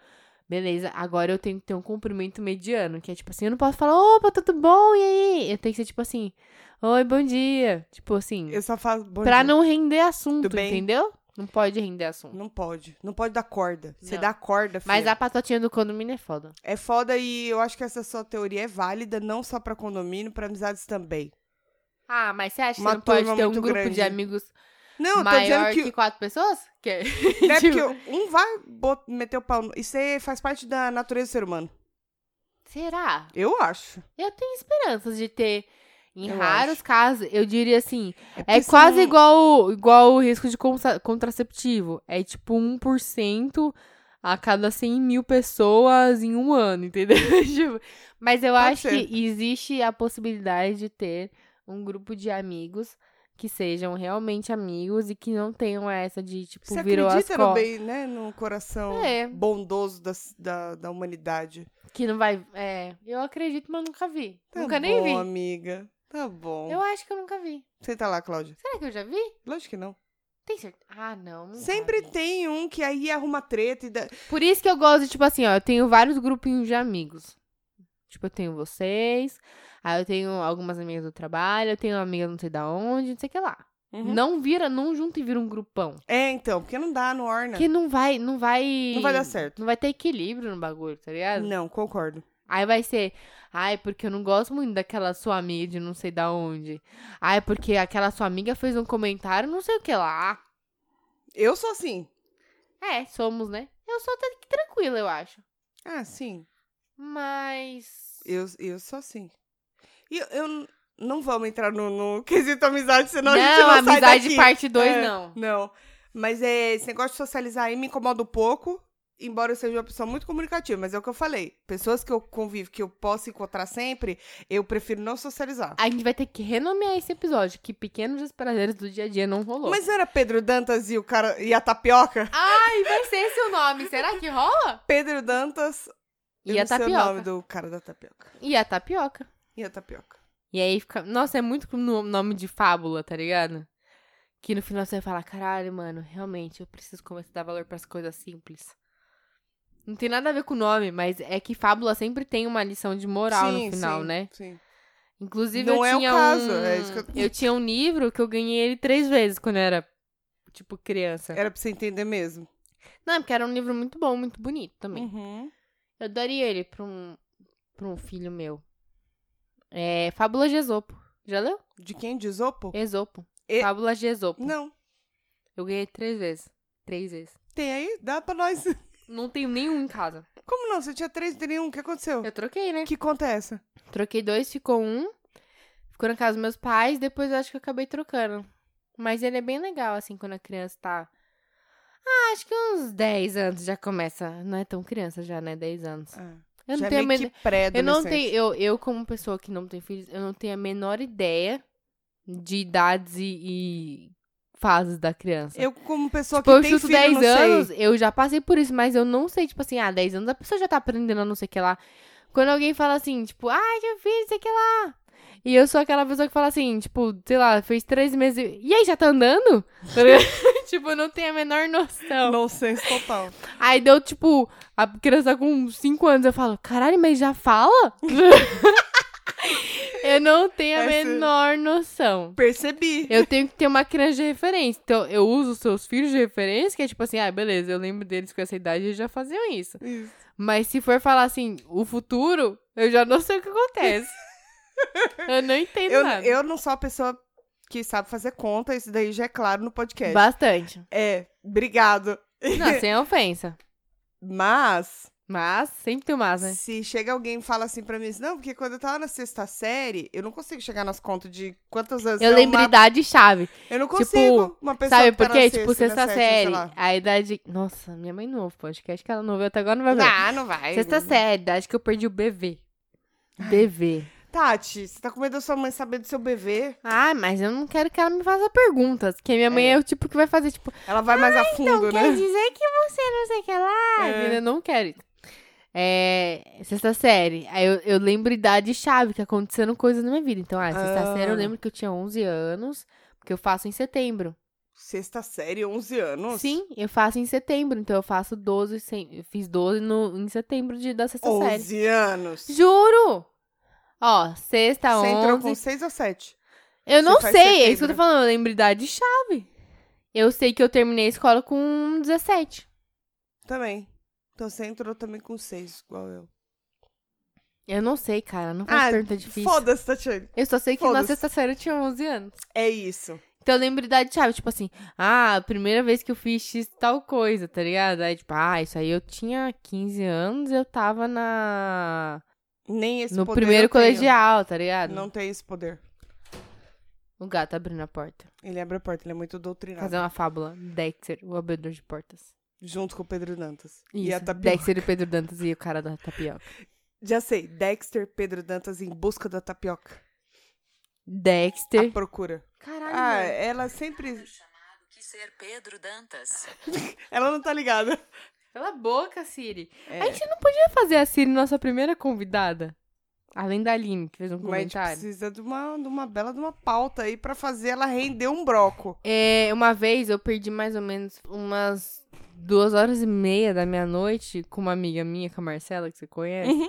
Speaker 2: beleza, agora eu tenho que ter um cumprimento mediano, que é tipo assim, eu não posso falar, opa, tudo bom, e aí? Eu tenho que ser tipo assim, oi, bom dia. Tipo assim,
Speaker 1: Eu só faço. bom dia.
Speaker 2: pra não render assunto,
Speaker 1: é. Tudo bem?
Speaker 2: entendeu? Não pode render assunto.
Speaker 1: Não pode. Não pode dar corda. Você
Speaker 2: Não.
Speaker 1: dá corda, filha.
Speaker 2: Mas a patotinha do condomínio é foda.
Speaker 1: É foda e eu acho que essa sua teoria é válida, não só pra condomínio, pra amizades também.
Speaker 2: Ah, mas você acha que
Speaker 1: Uma
Speaker 2: não pode
Speaker 1: turma
Speaker 2: ter um
Speaker 1: muito
Speaker 2: grupo de
Speaker 1: grande.
Speaker 2: amigos
Speaker 1: Não, eu tô
Speaker 2: maior
Speaker 1: dizendo
Speaker 2: que...
Speaker 1: que.
Speaker 2: quatro pessoas? Que...
Speaker 1: né,
Speaker 2: tipo-
Speaker 1: porque um vai bot- meter o pau. no- Isso aí faz parte da natureza do ser humano.
Speaker 2: Será?
Speaker 1: Eu acho.
Speaker 2: Eu tenho esperanças de ter. Em
Speaker 1: Eu
Speaker 2: raros
Speaker 1: acho.
Speaker 2: casos, eu diria assim,
Speaker 1: porque
Speaker 2: É quase
Speaker 1: se não-
Speaker 2: igual, o- igual o risco de consa- contraceptivo. É tipo 1% a cada 100 mil pessoas em um ano, entendeu? Tipo, Mas eu
Speaker 1: Pode
Speaker 2: acho
Speaker 1: ser.
Speaker 2: que existe a possibilidade de ter um grupo de amigos que sejam realmente amigos e que não tenham essa de, tipo,
Speaker 1: Você
Speaker 2: virou as
Speaker 1: acredita no
Speaker 2: costas.
Speaker 1: bem, né? No coração
Speaker 2: É.
Speaker 1: bondoso da, da, da humanidade.
Speaker 2: Que não vai. É, eu acredito, mas nunca vi.
Speaker 1: Tá
Speaker 2: nunca
Speaker 1: bom,
Speaker 2: nem vi.
Speaker 1: amiga. Tá bom.
Speaker 2: Eu acho que eu nunca vi.
Speaker 1: Senta lá, Cláudia.
Speaker 2: Será que eu já vi?
Speaker 1: Lógico que não.
Speaker 2: Tem certeza. Ah, não. nunca
Speaker 1: Sempre
Speaker 2: vi.
Speaker 1: tem um que aí arruma treta e dá...
Speaker 2: Por isso que eu gosto, de, tipo assim, ó, eu tenho vários grupinhos de amigos. Tipo, eu tenho vocês, aí eu tenho algumas amigas do trabalho, eu tenho uma amiga não sei da onde, não sei o que lá.
Speaker 1: Uhum.
Speaker 2: Não vira, não junta e vira um grupão.
Speaker 1: É, então, porque não dá, não orna.
Speaker 2: Porque não vai, não vai.
Speaker 1: Não vai dar certo.
Speaker 2: Não vai ter equilíbrio no bagulho, tá ligado?
Speaker 1: Não, concordo.
Speaker 2: Aí vai ser, ai, porque eu não gosto muito daquela sua amiga de não sei da onde. Ai, porque aquela sua amiga fez um comentário, não sei o que lá.
Speaker 1: Eu sou assim.
Speaker 2: É, somos, né? Eu sou até que tranquila, eu acho.
Speaker 1: Ah, sim.
Speaker 2: Mas.
Speaker 1: Eu, eu sou assim. E eu, eu n- não vamos entrar no, no quesito amizade, senão a gente não sai
Speaker 2: amizade
Speaker 1: daqui.
Speaker 2: parte 2,
Speaker 1: É.
Speaker 2: não.
Speaker 1: Não. Mas é, esse negócio de socializar aí me incomoda um pouco, embora eu seja uma pessoa muito comunicativa, mas é o que eu falei. Pessoas que eu convivo, que eu posso encontrar sempre, eu prefiro não socializar.
Speaker 2: A gente vai ter que renomear esse episódio, que pequenos desprazeres do dia a dia não rolou.
Speaker 1: Mas não era Pedro Dantas e o cara e a tapioca?
Speaker 2: Ai, vai ser esse o nome. Será que rola?
Speaker 1: Pedro Dantas eu
Speaker 2: E a
Speaker 1: não sei o nome
Speaker 2: tapioca.
Speaker 1: do cara da tapioca.
Speaker 2: E a tapioca.
Speaker 1: E a tapioca.
Speaker 2: E aí fica. Nossa, é muito no- nome de fábula, tá ligado? Que no final você vai falar, caralho, mano, realmente, eu preciso começar a dar valor pras coisas simples. Não tem nada a ver com o nome, mas é que fábula sempre tem uma lição de moral
Speaker 1: Sim,
Speaker 2: no final,
Speaker 1: sim,
Speaker 2: né?
Speaker 1: Sim.
Speaker 2: Inclusive,
Speaker 1: Não
Speaker 2: eu
Speaker 1: é o
Speaker 2: tinha
Speaker 1: caso,
Speaker 2: um...
Speaker 1: é isso que eu-
Speaker 2: eu... tinha um livro que eu ganhei ele três vezes quando eu era, tipo, criança.
Speaker 1: Era pra você entender mesmo.
Speaker 2: Não, porque era um livro muito bom, muito bonito também.
Speaker 1: Uhum.
Speaker 2: Eu daria ele pra um, pra um filho meu. É Fábula de Esopo. Já leu?
Speaker 1: De quem? De Isopo?
Speaker 2: Esopo.
Speaker 1: E-
Speaker 2: Fábula de Esopo.
Speaker 1: Não.
Speaker 2: Eu ganhei três vezes. Três vezes.
Speaker 1: Tem aí? Dá pra nós.
Speaker 2: Não tenho nenhum em casa.
Speaker 1: Como não? Você tinha três, não tem nenhum. um. O que aconteceu?
Speaker 2: Eu troquei, né?
Speaker 1: Que conta é essa?
Speaker 2: Troquei dois, ficou um. Ficou na casa dos meus pais, depois eu acho que eu acabei trocando. Mas ele é bem legal, assim, quando a criança tá. Ah, acho que uns 10 anos já começa. Não é tão criança já, né? 10 anos.
Speaker 1: Ah,
Speaker 2: Eu
Speaker 1: já
Speaker 2: não
Speaker 1: é
Speaker 2: tenho a
Speaker 1: meio
Speaker 2: menor.
Speaker 1: que pré
Speaker 2: Eu não tenho. Eu, eu, como pessoa que não tem filhos, eu não tenho a menor ideia de idades e, e fases da criança.
Speaker 1: Eu, como pessoa
Speaker 2: Tipo, eu
Speaker 1: que tem
Speaker 2: chuto
Speaker 1: filho, 10
Speaker 2: 10
Speaker 1: não sei.
Speaker 2: anos, eu já passei por isso, mas eu não sei, tipo assim, ah, 10 anos a pessoa já tá aprendendo a não sei o que lá. Quando alguém fala assim, tipo, ah, já fiz, sei que lá. E eu sou aquela pessoa que fala assim, tipo, sei lá, fez três meses. E e aí, já tá andando? Tá ligado? tipo, não tem a menor noção.
Speaker 1: Nonsense total.
Speaker 2: Aí deu, tipo, a criança com 5 anos, eu falo, caralho, mas já fala? eu não tenho a
Speaker 1: Essa-
Speaker 2: menor noção.
Speaker 1: Percebi.
Speaker 2: Eu tenho que ter uma criança de referência. Então, eu uso os seus filhos de referência, que é tipo assim, ah, beleza, eu lembro deles com essa idade, eles já faziam isso.
Speaker 1: Isso.
Speaker 2: Mas se for falar assim, o futuro, eu já não sei o que acontece. eu não entendo
Speaker 1: Eu,
Speaker 2: nada.
Speaker 1: eu não sou a pessoa que sabe fazer conta, isso daí já é claro no podcast.
Speaker 2: Bastante.
Speaker 1: É, obrigado.
Speaker 2: Não, sem ofensa.
Speaker 1: Mas
Speaker 2: Mas, sempre tem o mas, né?
Speaker 1: Se chega alguém e fala assim pra mim, não, porque quando eu tava na sexta série, eu não consigo chegar nas contas de quantos anos
Speaker 2: Eu
Speaker 1: é
Speaker 2: lembro
Speaker 1: uma...
Speaker 2: idade-chave.
Speaker 1: Eu não consigo. uma pessoa
Speaker 2: Sabe
Speaker 1: que tá
Speaker 2: por
Speaker 1: na
Speaker 2: quê? Tipo,
Speaker 1: sexta,
Speaker 2: sexta
Speaker 1: na sétima,
Speaker 2: série.
Speaker 1: sei lá.
Speaker 2: A idade. Nossa, minha mãe não ouve podcast que ela não ouviu até agora, não vai ver.
Speaker 1: Ah, não vai.
Speaker 2: Sexta série, idade que eu perdi o BV. BV.
Speaker 1: Tati, você tá com medo da sua mãe saber do seu bebê?
Speaker 2: Ah, mas eu não quero que ela me faça perguntas. Porque minha mãe é, o tipo que vai fazer, tipo,
Speaker 1: Ela vai mais a fundo,
Speaker 2: quer
Speaker 1: né?
Speaker 2: dizer que você não sei o que lá.
Speaker 1: É.
Speaker 2: entendeu? Eu não quero isso. É, sexta série. Aí eu, eu lembro idade-chave que aconteceram coisas na minha vida. Então, ah, sexta
Speaker 1: Ah.
Speaker 2: série eu lembro que eu tinha 11 anos, porque eu faço em setembro.
Speaker 1: Sexta série, 11 anos.
Speaker 2: Sim, eu faço em setembro, então eu faço 12, sem- eu fiz 12 no, em setembro de, da sexta
Speaker 1: 11
Speaker 2: série.
Speaker 1: anos.
Speaker 2: Juro! Ó, sexta,
Speaker 1: você
Speaker 2: 11...
Speaker 1: entrou com 6 ou 7?
Speaker 2: Eu
Speaker 1: Você
Speaker 2: não
Speaker 1: faz
Speaker 2: sei, é isso que eu tô
Speaker 1: setembro.
Speaker 2: falando, eu lembro idade chave. Eu sei que eu terminei a escola com 17.
Speaker 1: Também. Então você entrou também com 6, igual eu. Ah,
Speaker 2: Eu não sei, cara, não faz pergunta é difícil.
Speaker 1: Foda-se, Tatiane.
Speaker 2: Eu só sei que na
Speaker 1: foda-se.
Speaker 2: sexta-feira eu tinha 11 anos.
Speaker 1: É isso.
Speaker 2: Então eu lembro idade chave, tipo assim, ah, a primeira vez que eu fiz X tal coisa, tá ligado? Aí tipo, ah, isso aí eu tinha 15 anos, eu tava na
Speaker 1: Nem esse
Speaker 2: no
Speaker 1: poder
Speaker 2: primeiro
Speaker 1: eu tenho.
Speaker 2: colegial, tá ligado?
Speaker 1: Não tem esse poder.
Speaker 2: O gato abrindo a porta.
Speaker 1: Ele abre a porta, ele é muito doutrinado.
Speaker 2: Fazer uma fábula. Dexter, o abridor de portas.
Speaker 1: Junto com o Pedro Dantas.
Speaker 2: Isso.
Speaker 1: E a tapioca.
Speaker 2: Dexter e Pedro Dantas e o cara da tapioca.
Speaker 1: Já sei, Dexter, Pedro Dantas em busca da tapioca.
Speaker 2: Dexter.
Speaker 1: A procura.
Speaker 2: Caralho,
Speaker 1: Ah,
Speaker 2: mano.
Speaker 1: ela sempre.
Speaker 3: chamado que ser Pedro Dantas.
Speaker 1: Ela não tá ligada.
Speaker 2: Cala a boca, Siri.
Speaker 1: É,
Speaker 2: A gente não podia fazer a Siri nossa primeira convidada? Além da Aline, que fez um
Speaker 1: mas tipo, a gente
Speaker 2: comentário.
Speaker 1: precisa de uma, de uma bela de uma pauta aí pra fazer ela render um broco.
Speaker 2: É, uma vez eu perdi mais ou menos umas duas horas e meia da minha noite com uma amiga minha, com a Marcela, que você conhece.
Speaker 1: Uhum.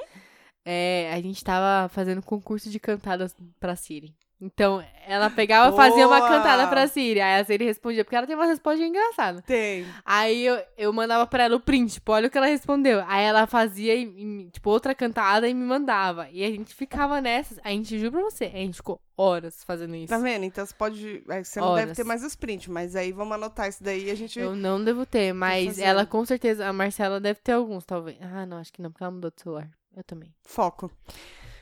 Speaker 2: É, a gente tava fazendo concurso de cantadas pra Siri. Então, ela pegava, fazia uma
Speaker 1: Boa!
Speaker 2: cantada pra Siri. Aí a Siri respondia, porque ela tem uma resposta engraçada.
Speaker 1: Tem.
Speaker 2: Aí eu, eu mandava pra ela o print, tipo, olha o que ela respondeu. Aí ela fazia, e- e me- tipo, outra cantada e me mandava. E a gente ficava nessas. A gente, juro pra você, a gente ficou horas fazendo isso.
Speaker 1: Tá vendo? Então você pode. é, Você não
Speaker 2: Horas.
Speaker 1: deve ter mais os prints, mas aí vamos anotar isso daí e a gente.
Speaker 2: Eu não devo ter, mas
Speaker 1: fazendo.
Speaker 2: ela com certeza, a Marcela deve ter alguns, talvez. Ah, não, acho que não, porque ela mudou de celular. Eu também.
Speaker 1: Foco.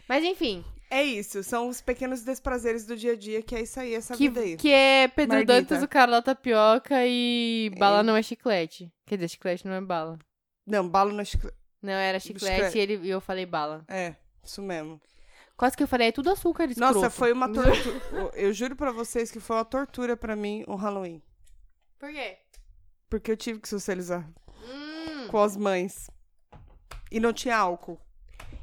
Speaker 2: Mas enfim,
Speaker 1: É isso. São os pequenos desprazeres do dia a dia, que é isso aí, essa vida
Speaker 2: que,
Speaker 1: aí.
Speaker 2: que é Pedro
Speaker 1: Marguita.
Speaker 2: Dantas, o cara da tapioca e bala não é chiclete. Quer dizer, chiclete não é bala.
Speaker 1: Não, balo na chiclete.
Speaker 2: Não, era chiclete
Speaker 1: Chiclete.
Speaker 2: e, ele, e eu falei bala.
Speaker 1: É, isso mesmo.
Speaker 2: Quase que eu falei, é tudo açúcar escroto.
Speaker 1: Nossa, foi uma tortura. eu juro pra vocês que foi uma tortura pra mim o Halloween.
Speaker 2: Por quê?
Speaker 1: Porque eu tive que socializar
Speaker 2: Hum...
Speaker 1: com as mães. E não tinha álcool.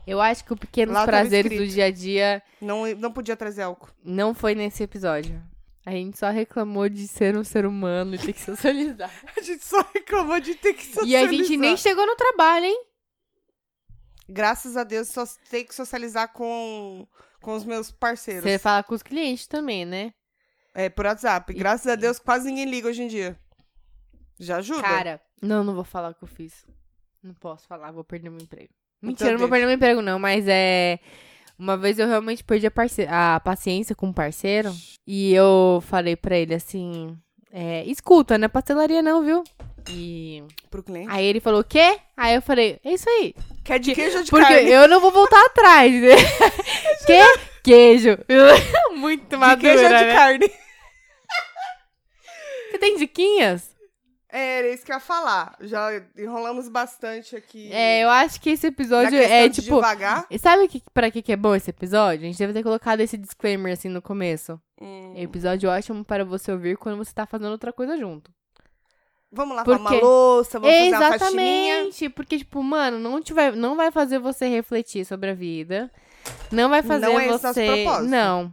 Speaker 2: Eu acho que o Pequenos
Speaker 1: Lá tava
Speaker 2: Prazeres do
Speaker 1: escrito.
Speaker 2: Dia a Dia
Speaker 1: Não, não podia trazer álcool.
Speaker 2: não foi nesse episódio. A gente só reclamou de ser um ser humano e ter que socializar.
Speaker 1: A gente só reclamou de ter que
Speaker 2: e
Speaker 1: socializar.
Speaker 2: a gente nem chegou no trabalho, hein?
Speaker 1: Graças a Deus, só tem que socializar com, com os meus parceiros.
Speaker 2: Você fala com os clientes também, né?
Speaker 1: É, por WhatsApp.
Speaker 2: E-
Speaker 1: Graças a Deus, quase ninguém liga hoje em dia. Já ajuda?
Speaker 2: Cara, não, não vou falar o que eu fiz. Não posso falar, vou perder meu emprego.
Speaker 1: Então
Speaker 2: Mentira, eu não vou
Speaker 1: deixa.
Speaker 2: perder meu emprego, não, mas é. Uma vez eu realmente perdi a, parce- a paciência com um parceiro e eu falei pra ele assim: é, escuta, não é pastelaria, não, viu? E.
Speaker 1: Pro cliente.
Speaker 2: Aí ele falou: o quê? Aí eu falei: é isso aí.
Speaker 1: Quer de queijo ou de
Speaker 2: Porque
Speaker 1: carne?
Speaker 2: eu não vou voltar atrás, né? que? Queijo. Muito
Speaker 1: De queijo
Speaker 2: madura,
Speaker 1: ou de
Speaker 2: né?
Speaker 1: carne?
Speaker 2: Você tem diquinhas?
Speaker 1: É, era isso que eu ia falar. Já enrolamos bastante aqui.
Speaker 2: É, eu acho que esse
Speaker 1: Na
Speaker 2: episódio
Speaker 1: questão
Speaker 2: é
Speaker 1: de
Speaker 2: tipo...
Speaker 1: Devagar.
Speaker 2: Sabe que, pra que, que é bom esse episódio? A gente deve ter colocado esse disclaimer assim no hum,
Speaker 1: Hum,
Speaker 2: começo. É um Episódio ótimo para você ouvir quando você tá fazendo outra coisa junto.
Speaker 1: Vamos lavar
Speaker 2: Porque-
Speaker 1: uma louça, vamos fazer uma faxininha.
Speaker 2: Exatamente, porque, tipo, mano, não, te vai, não vai fazer você refletir sobre a vida. Não vai fazer
Speaker 1: Não é esse nosso
Speaker 2: você.
Speaker 1: propósito.
Speaker 2: não.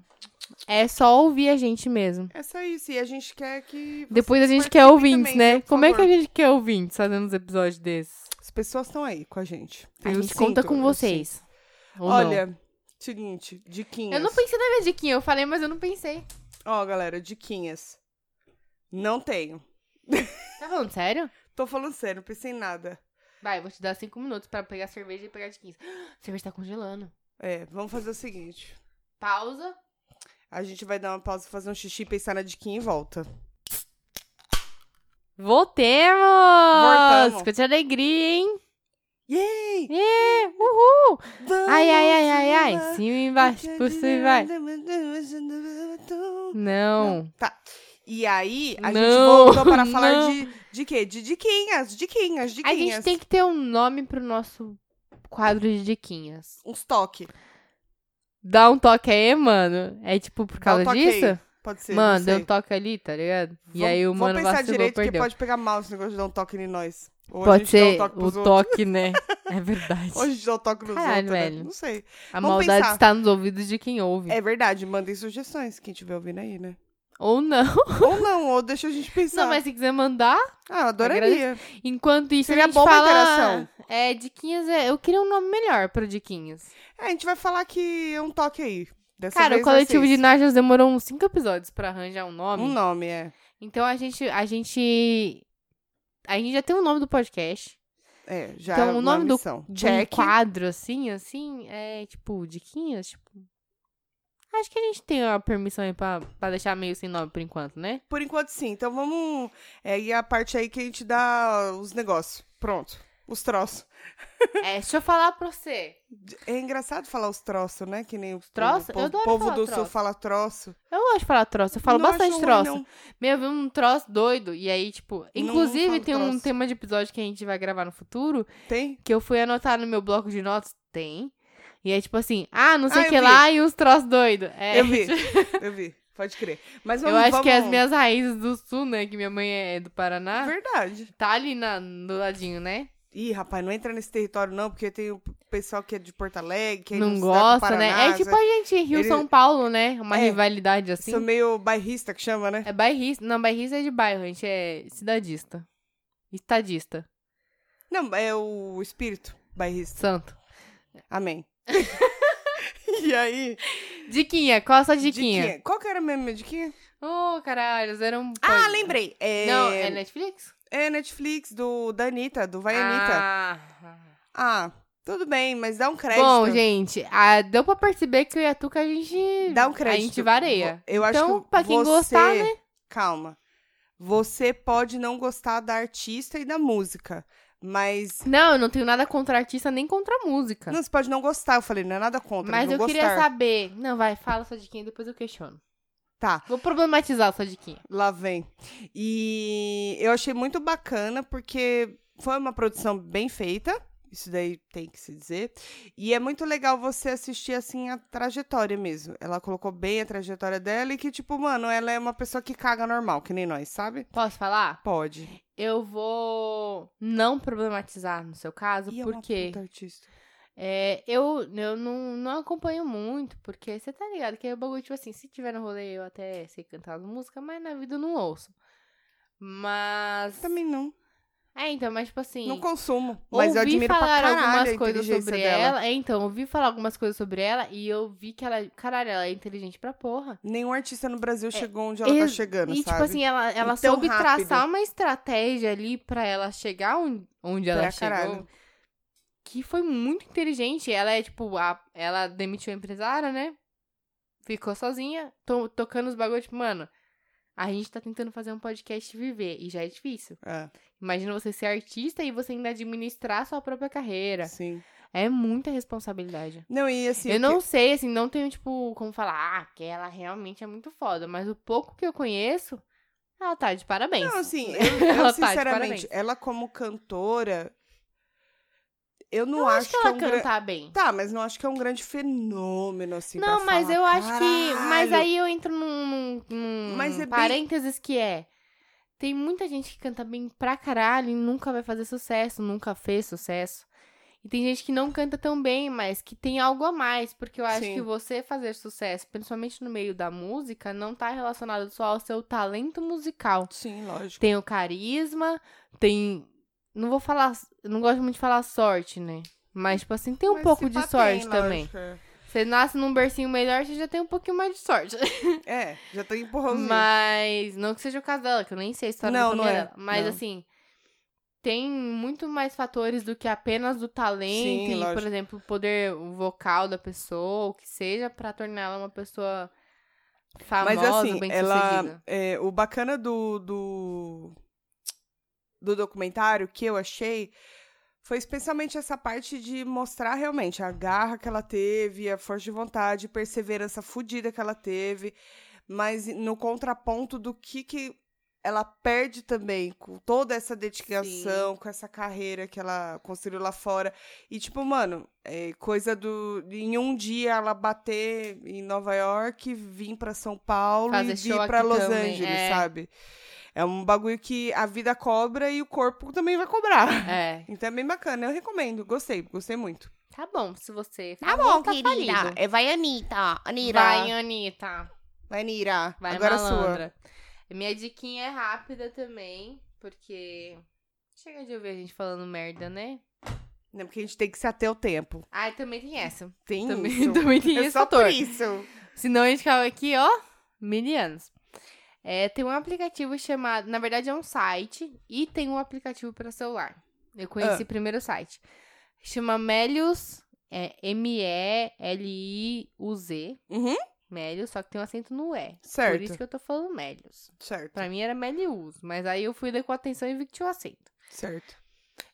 Speaker 2: É só ouvir a gente mesmo.
Speaker 1: Essa é isso, e a gente quer que. vocês
Speaker 2: Depois a gente
Speaker 1: participem
Speaker 2: quer ouvintes,
Speaker 1: também,
Speaker 2: né?
Speaker 1: por
Speaker 2: Como é que
Speaker 1: favor.
Speaker 2: a gente quer ouvintes fazendo os episódios desses?
Speaker 1: As pessoas estão aí com a gente.
Speaker 2: A
Speaker 1: Eu
Speaker 2: gente conta
Speaker 1: sinto,
Speaker 2: com
Speaker 1: eu
Speaker 2: vocês.
Speaker 1: sinto.
Speaker 2: Ou não.
Speaker 1: assim. Olha, seguinte, diquinhas.
Speaker 2: Eu não pensei na minha diquinha, eu falei, mas eu não pensei.
Speaker 1: Ó, galera, diquinhas. Não tenho.
Speaker 2: Tá falando sério?
Speaker 1: Tô falando sério, não pensei em nada.
Speaker 2: Vai, vou te dar cinco minutos pra pegar cerveja e pegar diquinhas. Cerveja tá congelando.
Speaker 1: É, vamos fazer o seguinte.
Speaker 2: Pausa.
Speaker 1: A gente vai dar uma pausa, fazer um xixi, pensar na diquinha e volta.
Speaker 2: Voltemos!
Speaker 1: Voltamos.
Speaker 2: Quanta alegria, hein?
Speaker 1: Yay!
Speaker 2: É, uhul! Ai, ai, ai, ai, ai.
Speaker 1: Vamos
Speaker 2: Cima e embaixo, por cima e vai. Não.
Speaker 1: Tá. E aí, a gente
Speaker 2: Não,
Speaker 1: voltou para falar
Speaker 2: não.
Speaker 1: de, de quê? De diquinhas, diquinhas,
Speaker 2: A
Speaker 1: diquinhas.
Speaker 2: gente tem que ter um nome pro nosso quadro de diquinhas.
Speaker 1: Uns toques.
Speaker 2: Dá um toque aí, mano. É tipo
Speaker 1: Dá
Speaker 2: por
Speaker 1: um
Speaker 2: causa
Speaker 1: toque aí.
Speaker 2: disso?
Speaker 1: Pode ser,
Speaker 2: mano,
Speaker 1: não
Speaker 2: deu
Speaker 1: sei.
Speaker 2: um toque ali, tá ligado? e
Speaker 1: Vamos-
Speaker 2: aí o
Speaker 1: vamos
Speaker 2: mano
Speaker 1: pensar
Speaker 2: vacilou,
Speaker 1: direito
Speaker 2: perdeu.
Speaker 1: que pode pegar mal esse negócio de dar um toque em nós. Ou a
Speaker 2: Pode
Speaker 1: gente dá
Speaker 2: ser
Speaker 1: um toque
Speaker 2: o
Speaker 1: pros outros.
Speaker 2: toque, né? É verdade.
Speaker 1: Ou a gente dá um toque nos
Speaker 2: Caralho,
Speaker 1: outros, né?
Speaker 2: velho.
Speaker 1: Não sei.
Speaker 2: A
Speaker 1: vamos
Speaker 2: maldade
Speaker 1: pensar.
Speaker 2: está nos ouvidos de quem ouve.
Speaker 1: É verdade, mandem sugestões, quem estiver ouvindo aí, né?
Speaker 2: Ou não.
Speaker 1: ou não, ou deixa a gente pensar.
Speaker 2: Não, mas se quiser mandar,
Speaker 1: Ah, eu adoraria.
Speaker 2: enquanto isso
Speaker 1: Seria
Speaker 2: a gente
Speaker 1: bom uma
Speaker 2: fala...
Speaker 1: interação.
Speaker 2: É, diquinhas é... Eu queria um nome melhor pra diquinhas.
Speaker 1: É, a gente vai falar que é um toque aí. Dessa
Speaker 2: Cara, o
Speaker 1: vez vai ser
Speaker 2: coletivo de
Speaker 1: isso.
Speaker 2: Najas demorou uns cinco episódios pra arranjar um nome.
Speaker 1: Um nome, é.
Speaker 2: Então a gente, a gente... A gente já tem o nome do podcast.
Speaker 1: É, já
Speaker 2: Então,
Speaker 1: é
Speaker 2: o
Speaker 1: uma
Speaker 2: nome do-
Speaker 1: missão.
Speaker 2: De um
Speaker 1: Check.
Speaker 2: quadro, assim, assim, é tipo, diquinhas, tipo... Acho que a gente tem a permissão aí pra, pra deixar meio sem nome por enquanto, né?
Speaker 1: Por enquanto, sim. Então, vamos... É, e a parte aí que a gente dá os negócios. Pronto. Os troços.
Speaker 2: É, deixa eu falar pra você.
Speaker 1: É engraçado falar os troços, né? Que nem o
Speaker 2: Troço?
Speaker 1: O,
Speaker 2: Eu
Speaker 1: povo-
Speaker 2: adoro
Speaker 1: povo
Speaker 2: falar
Speaker 1: do sul
Speaker 2: troço.
Speaker 1: fala troço.
Speaker 2: Eu gosto de falar troço, eu falo
Speaker 1: Não
Speaker 2: bastante
Speaker 1: acho ruim,
Speaker 2: troço.
Speaker 1: não.
Speaker 2: Meu, eu vi um troço doido. E aí, tipo, inclusive
Speaker 1: falo
Speaker 2: tem um
Speaker 1: troço.
Speaker 2: tema de episódio que a gente vai gravar no futuro
Speaker 1: Tem?
Speaker 2: que eu fui anotar no meu bloco de notas. Tem. E é tipo assim, ah, não sei
Speaker 1: Ah,
Speaker 2: o
Speaker 1: eu
Speaker 2: que
Speaker 1: vi.
Speaker 2: lá e uns troços doidos. É,
Speaker 1: Eu vi. Eu vi. Pode crer. Mas
Speaker 2: Eu
Speaker 1: vamos,
Speaker 2: acho que é as
Speaker 1: vamos- Ah,
Speaker 2: minhas raízes do sul, né? Que minha mãe é do Paraná.
Speaker 1: Verdade.
Speaker 2: Tá ali na, do ladinho, né?
Speaker 1: Ih, rapaz, não entra nesse território não, porque tem o pessoal que é de Porto Alegre, que se
Speaker 2: não
Speaker 1: dá com o
Speaker 2: gosta, né?
Speaker 1: Paraná,
Speaker 2: É tipo a gente,
Speaker 1: Ele-
Speaker 2: Rio-São Paulo, né? Uma
Speaker 1: É.
Speaker 2: rivalidade assim.
Speaker 1: Sou meio bairrista que chama, né?
Speaker 2: É bairrista. Não, bairrista é de bairro, a gente é cidadista. Estadista.
Speaker 1: Não, é o espírito bairrista.
Speaker 2: Santo.
Speaker 1: Amém. e aí?
Speaker 2: Diquinha, qual a sua diquinha?
Speaker 1: Qual que era mesmo minha diquinha?
Speaker 2: Oh, caralho, zero um.
Speaker 1: Ah,
Speaker 2: pode-
Speaker 1: lembrei. É...
Speaker 2: Não, é Netflix?
Speaker 1: é Netflix, do, da Anitta, do Vai Anitta.
Speaker 2: Ah.
Speaker 1: Ah, tudo bem, mas dá um crédito.
Speaker 2: Bom, gente, ah, deu pra perceber que eu e a Tuca a gente.
Speaker 1: Dá um crédito.
Speaker 2: A gente vareia.
Speaker 1: Eu acho
Speaker 2: então,
Speaker 1: que
Speaker 2: pra quem
Speaker 1: você...
Speaker 2: gostar, né?
Speaker 1: Calma. Você pode não gostar da artista e da música, mas
Speaker 2: Não, eu não tenho nada contra artista nem contra música.
Speaker 1: Não, você pode não gostar. Eu falei, não é nada contra.
Speaker 2: Mas
Speaker 1: não
Speaker 2: eu
Speaker 1: gostar.
Speaker 2: queria saber. Não, vai, fala sua diquinha depois eu questiono.
Speaker 1: Tá,
Speaker 2: Vou problematizar a sua diquinha.
Speaker 1: lá vem. E eu achei muito bacana, porque foi uma produção bem feita. Isso daí tem que se dizer. E é muito legal você assistir, assim, a trajetória mesmo. Ela colocou bem a trajetória dela e que, tipo, mano, ela é uma pessoa que caga normal, que nem nós, sabe?
Speaker 2: Posso falar?
Speaker 1: Pode.
Speaker 2: Eu vou não problematizar no seu caso,
Speaker 1: E é uma
Speaker 2: porque.
Speaker 1: puta artista.
Speaker 2: É, eu, eu não, não acompanho muito, porque você tá ligado que é o bagulho, tipo assim, se tiver no rolê eu até sei cantar as músicas, mas na vida eu não ouço. Mas.
Speaker 1: Também não.
Speaker 2: É, então, mas tipo assim.
Speaker 1: Não consumo. Mas eu
Speaker 2: ouvi
Speaker 1: admiro pra
Speaker 2: falar
Speaker 1: caralho a
Speaker 2: algumas coisas
Speaker 1: inteligência
Speaker 2: sobre
Speaker 1: dela.
Speaker 2: ela. É, então, ouvi falar algumas coisas sobre ela e eu vi que ela. Caralho, ela é inteligente pra porra.
Speaker 1: Nenhum artista no Brasil chegou onde ela tá
Speaker 2: É, ex-
Speaker 1: chegando,
Speaker 2: e,
Speaker 1: sabe?
Speaker 2: tipo assim, ela, ela
Speaker 1: E tão
Speaker 2: soube
Speaker 1: rápido.
Speaker 2: traçar uma estratégia ali pra ela chegar onde, onde ela
Speaker 1: Pra
Speaker 2: chegou.
Speaker 1: caralho.
Speaker 2: Que foi muito inteligente. Ela é, tipo, a, ela demitiu a empresária, né? Ficou sozinha, to- tocando os bagulhos, tipo, mano, a gente tá tentando fazer um podcast e viver, e já é difícil.
Speaker 1: É,
Speaker 2: Imagina você ser artista e você ainda administrar sua própria carreira.
Speaker 1: sim.
Speaker 2: É muita responsabilidade.
Speaker 1: Não, e assim.
Speaker 2: eu
Speaker 1: o
Speaker 2: não
Speaker 1: que-
Speaker 2: sei, assim, não tenho, tipo, como falar, ah, que ela realmente é muito foda, mas o pouco que eu conheço, ela tá de parabéns.
Speaker 1: Não, assim, eu, eu,
Speaker 2: Ela tá de
Speaker 1: sinceramente,
Speaker 2: parabéns.
Speaker 1: ela como cantora. Eu não
Speaker 2: eu
Speaker 1: acho,
Speaker 2: acho que ela
Speaker 1: é um grande.
Speaker 2: canta bem.
Speaker 1: Tá, mas não acho que é um grande fenômeno, assim. pra
Speaker 2: não, mas
Speaker 1: falar,
Speaker 2: eu acho que. Mas
Speaker 1: "Caralho".
Speaker 2: aí eu entro num, num, num
Speaker 1: Mas é bem-
Speaker 2: parênteses que é. Tem muita gente que canta bem pra caralho e nunca vai fazer sucesso, nunca fez sucesso. E tem gente que não canta tão bem, mas que tem algo a mais, porque eu acho
Speaker 1: Sim.
Speaker 2: que você fazer sucesso, principalmente no meio da música, não tá relacionado só ao seu talento musical.
Speaker 1: Sim, lógico.
Speaker 2: Tem o carisma, tem. Não vou falar. Não gosto muito de falar sorte, né? Mas, tipo assim, tem um
Speaker 1: Mas
Speaker 2: pouco
Speaker 1: se
Speaker 2: de
Speaker 1: pá,
Speaker 2: sorte
Speaker 1: tem,
Speaker 2: também.
Speaker 1: lógico, é.
Speaker 2: Você nasce num bercinho melhor, você já tem um pouquinho mais de sorte.
Speaker 1: É, já tá empurrando.
Speaker 2: Mas não que seja o caso dela, que eu nem sei a história
Speaker 1: Não,
Speaker 2: da
Speaker 1: não
Speaker 2: família
Speaker 1: é.
Speaker 2: dela. Mas
Speaker 1: Não.
Speaker 2: assim, tem muito mais fatores do que apenas do talento
Speaker 1: Sim,
Speaker 2: e,
Speaker 1: lógico.
Speaker 2: por exemplo, o poder vocal da pessoa, o que seja, pra tornar ela uma pessoa famosa,
Speaker 1: Mas assim,
Speaker 2: bem
Speaker 1: ela.
Speaker 2: sucedida.
Speaker 1: é, o bacana do, do. do documentário que eu achei foi especialmente essa parte de mostrar realmente a garra que ela teve, a força de vontade, perseverança fodida que ela teve, mas no contraponto do que que ela perde também com toda essa dedicação, com essa carreira que ela construiu lá fora. E tipo, mano, é coisa do em um dia ela bater em Nova York, vir pra São Paulo
Speaker 2: Fazer
Speaker 1: e
Speaker 2: show
Speaker 1: vir pra
Speaker 2: aqui
Speaker 1: Los
Speaker 2: também,
Speaker 1: Angeles,
Speaker 2: é.
Speaker 1: sabe? É um bagulho que a vida cobra e o corpo também vai cobrar.
Speaker 2: É.
Speaker 1: Então é bem bacana, eu recomendo, gostei, gostei muito.
Speaker 2: Tá bom, se você.
Speaker 4: Tá
Speaker 2: falou,
Speaker 4: bom, querida.
Speaker 2: falido.
Speaker 4: É, vai, Anitta. Anira.
Speaker 2: Vai, Anitta.
Speaker 1: Vai, Nira.
Speaker 2: Vai
Speaker 1: Agora a sua.
Speaker 2: malandra. Minha diquinha é rápida também, porque chega de ouvir a gente falando merda, né?
Speaker 1: Não, porque a gente tem que se ater ao tempo.
Speaker 2: Ah, e também tem essa.
Speaker 1: Tem
Speaker 2: Também,
Speaker 1: isso.
Speaker 2: também tem
Speaker 1: é
Speaker 2: esse
Speaker 1: só
Speaker 2: fator.
Speaker 1: por isso.
Speaker 2: Senão a gente ficava aqui, ó, mil anos. É, tem um aplicativo chamado. Na verdade, é um site e tem um aplicativo para celular. Eu
Speaker 1: Ah.
Speaker 2: conheci primeiro o site. Chama Melius, é M-E-L-I-U-Z.
Speaker 1: Uhum.
Speaker 2: Melius, só que tem um acento no E. Por isso
Speaker 1: Certo,
Speaker 2: que eu tô falando Melius.
Speaker 1: certo,
Speaker 2: Pra mim era Melius, mas aí eu fui ler com atenção e vi que tinha um acento.
Speaker 1: certo.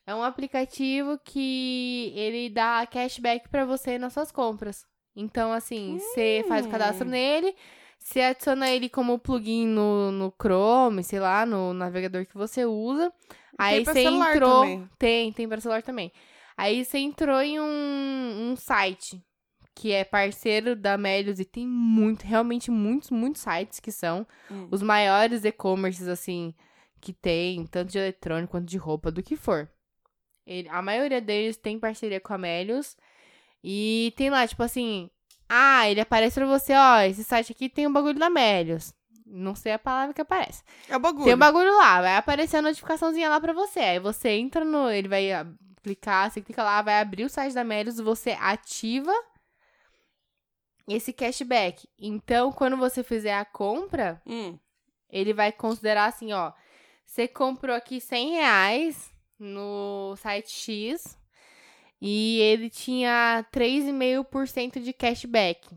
Speaker 2: É um aplicativo que ele dá cashback pra você nas suas compras. Então, assim, você
Speaker 1: Hum.
Speaker 2: faz o cadastro nele, você adiciona ele como plugin no, no Chrome, sei lá, no navegador que você usa. aí
Speaker 1: pra
Speaker 2: você
Speaker 1: celular
Speaker 2: entrou.
Speaker 1: também.
Speaker 2: Tem, tem pra celular também. Aí você entrou em um, um site que é parceiro da Melius e tem muito, realmente muitos, muitos sites que são
Speaker 1: Hum.
Speaker 2: os maiores e-commerces, assim, que tem, tanto de eletrônico quanto de roupa, do que for. Ele- a maioria deles tem parceria com a Melius. E tem lá, tipo assim, ah, ele aparece pra você, ó, esse site aqui tem um bagulho da Melius. Não sei a palavra que aparece.
Speaker 1: É o bagulho.
Speaker 2: Tem um bagulho lá, vai aparecer a notificaçãozinha lá pra você. Aí você entra no. Ele vai ah, clicar, você clica lá, vai abrir o site da Melius, você ativa esse cashback. Então, quando você fizer a compra,
Speaker 1: Hum,
Speaker 2: ele vai considerar assim, ó. Você comprou aqui 100 reais no site X e ele tinha 3,5% de cashback.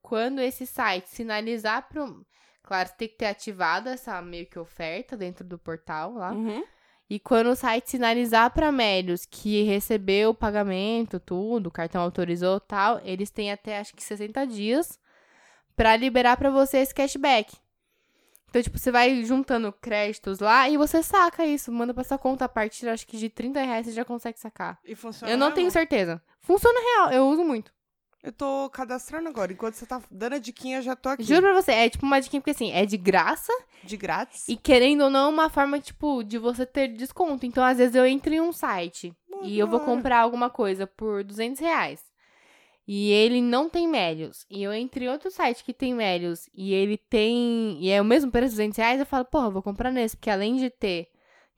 Speaker 2: Quando esse site sinalizar pro... Claro, você tem que ter ativado essa meio que oferta dentro do portal lá.
Speaker 1: uhum.
Speaker 2: E quando o site sinalizar para médios que recebeu o pagamento, tudo, o cartão autorizou tal, eles têm até acho que 60 dias para liberar para você esse cashback. Então, tipo, você vai juntando créditos lá e você saca isso, manda pra sua conta. A partir, acho que de 30 reais você já consegue sacar.
Speaker 1: E funciona.
Speaker 2: Eu não
Speaker 1: mesmo?
Speaker 2: tenho certeza. Funciona real, eu uso muito.
Speaker 1: Eu tô cadastrando agora. Enquanto você tá dando a diquinha, eu já tô aqui.
Speaker 2: Juro pra você, é tipo uma dica, porque assim, é de graça.
Speaker 1: De grátis.
Speaker 2: E querendo ou não, uma forma, tipo, de você ter desconto. Então, às vezes, eu entro em um site
Speaker 1: Pô,
Speaker 2: e eu vou
Speaker 1: da hora.
Speaker 2: comprar alguma coisa por 200 reais. E ele não tem médios. E eu entro em outro site que tem médios e ele tem. E é o mesmo preço, 200 reais. Eu falo, porra, eu vou comprar nesse. Porque além de ter.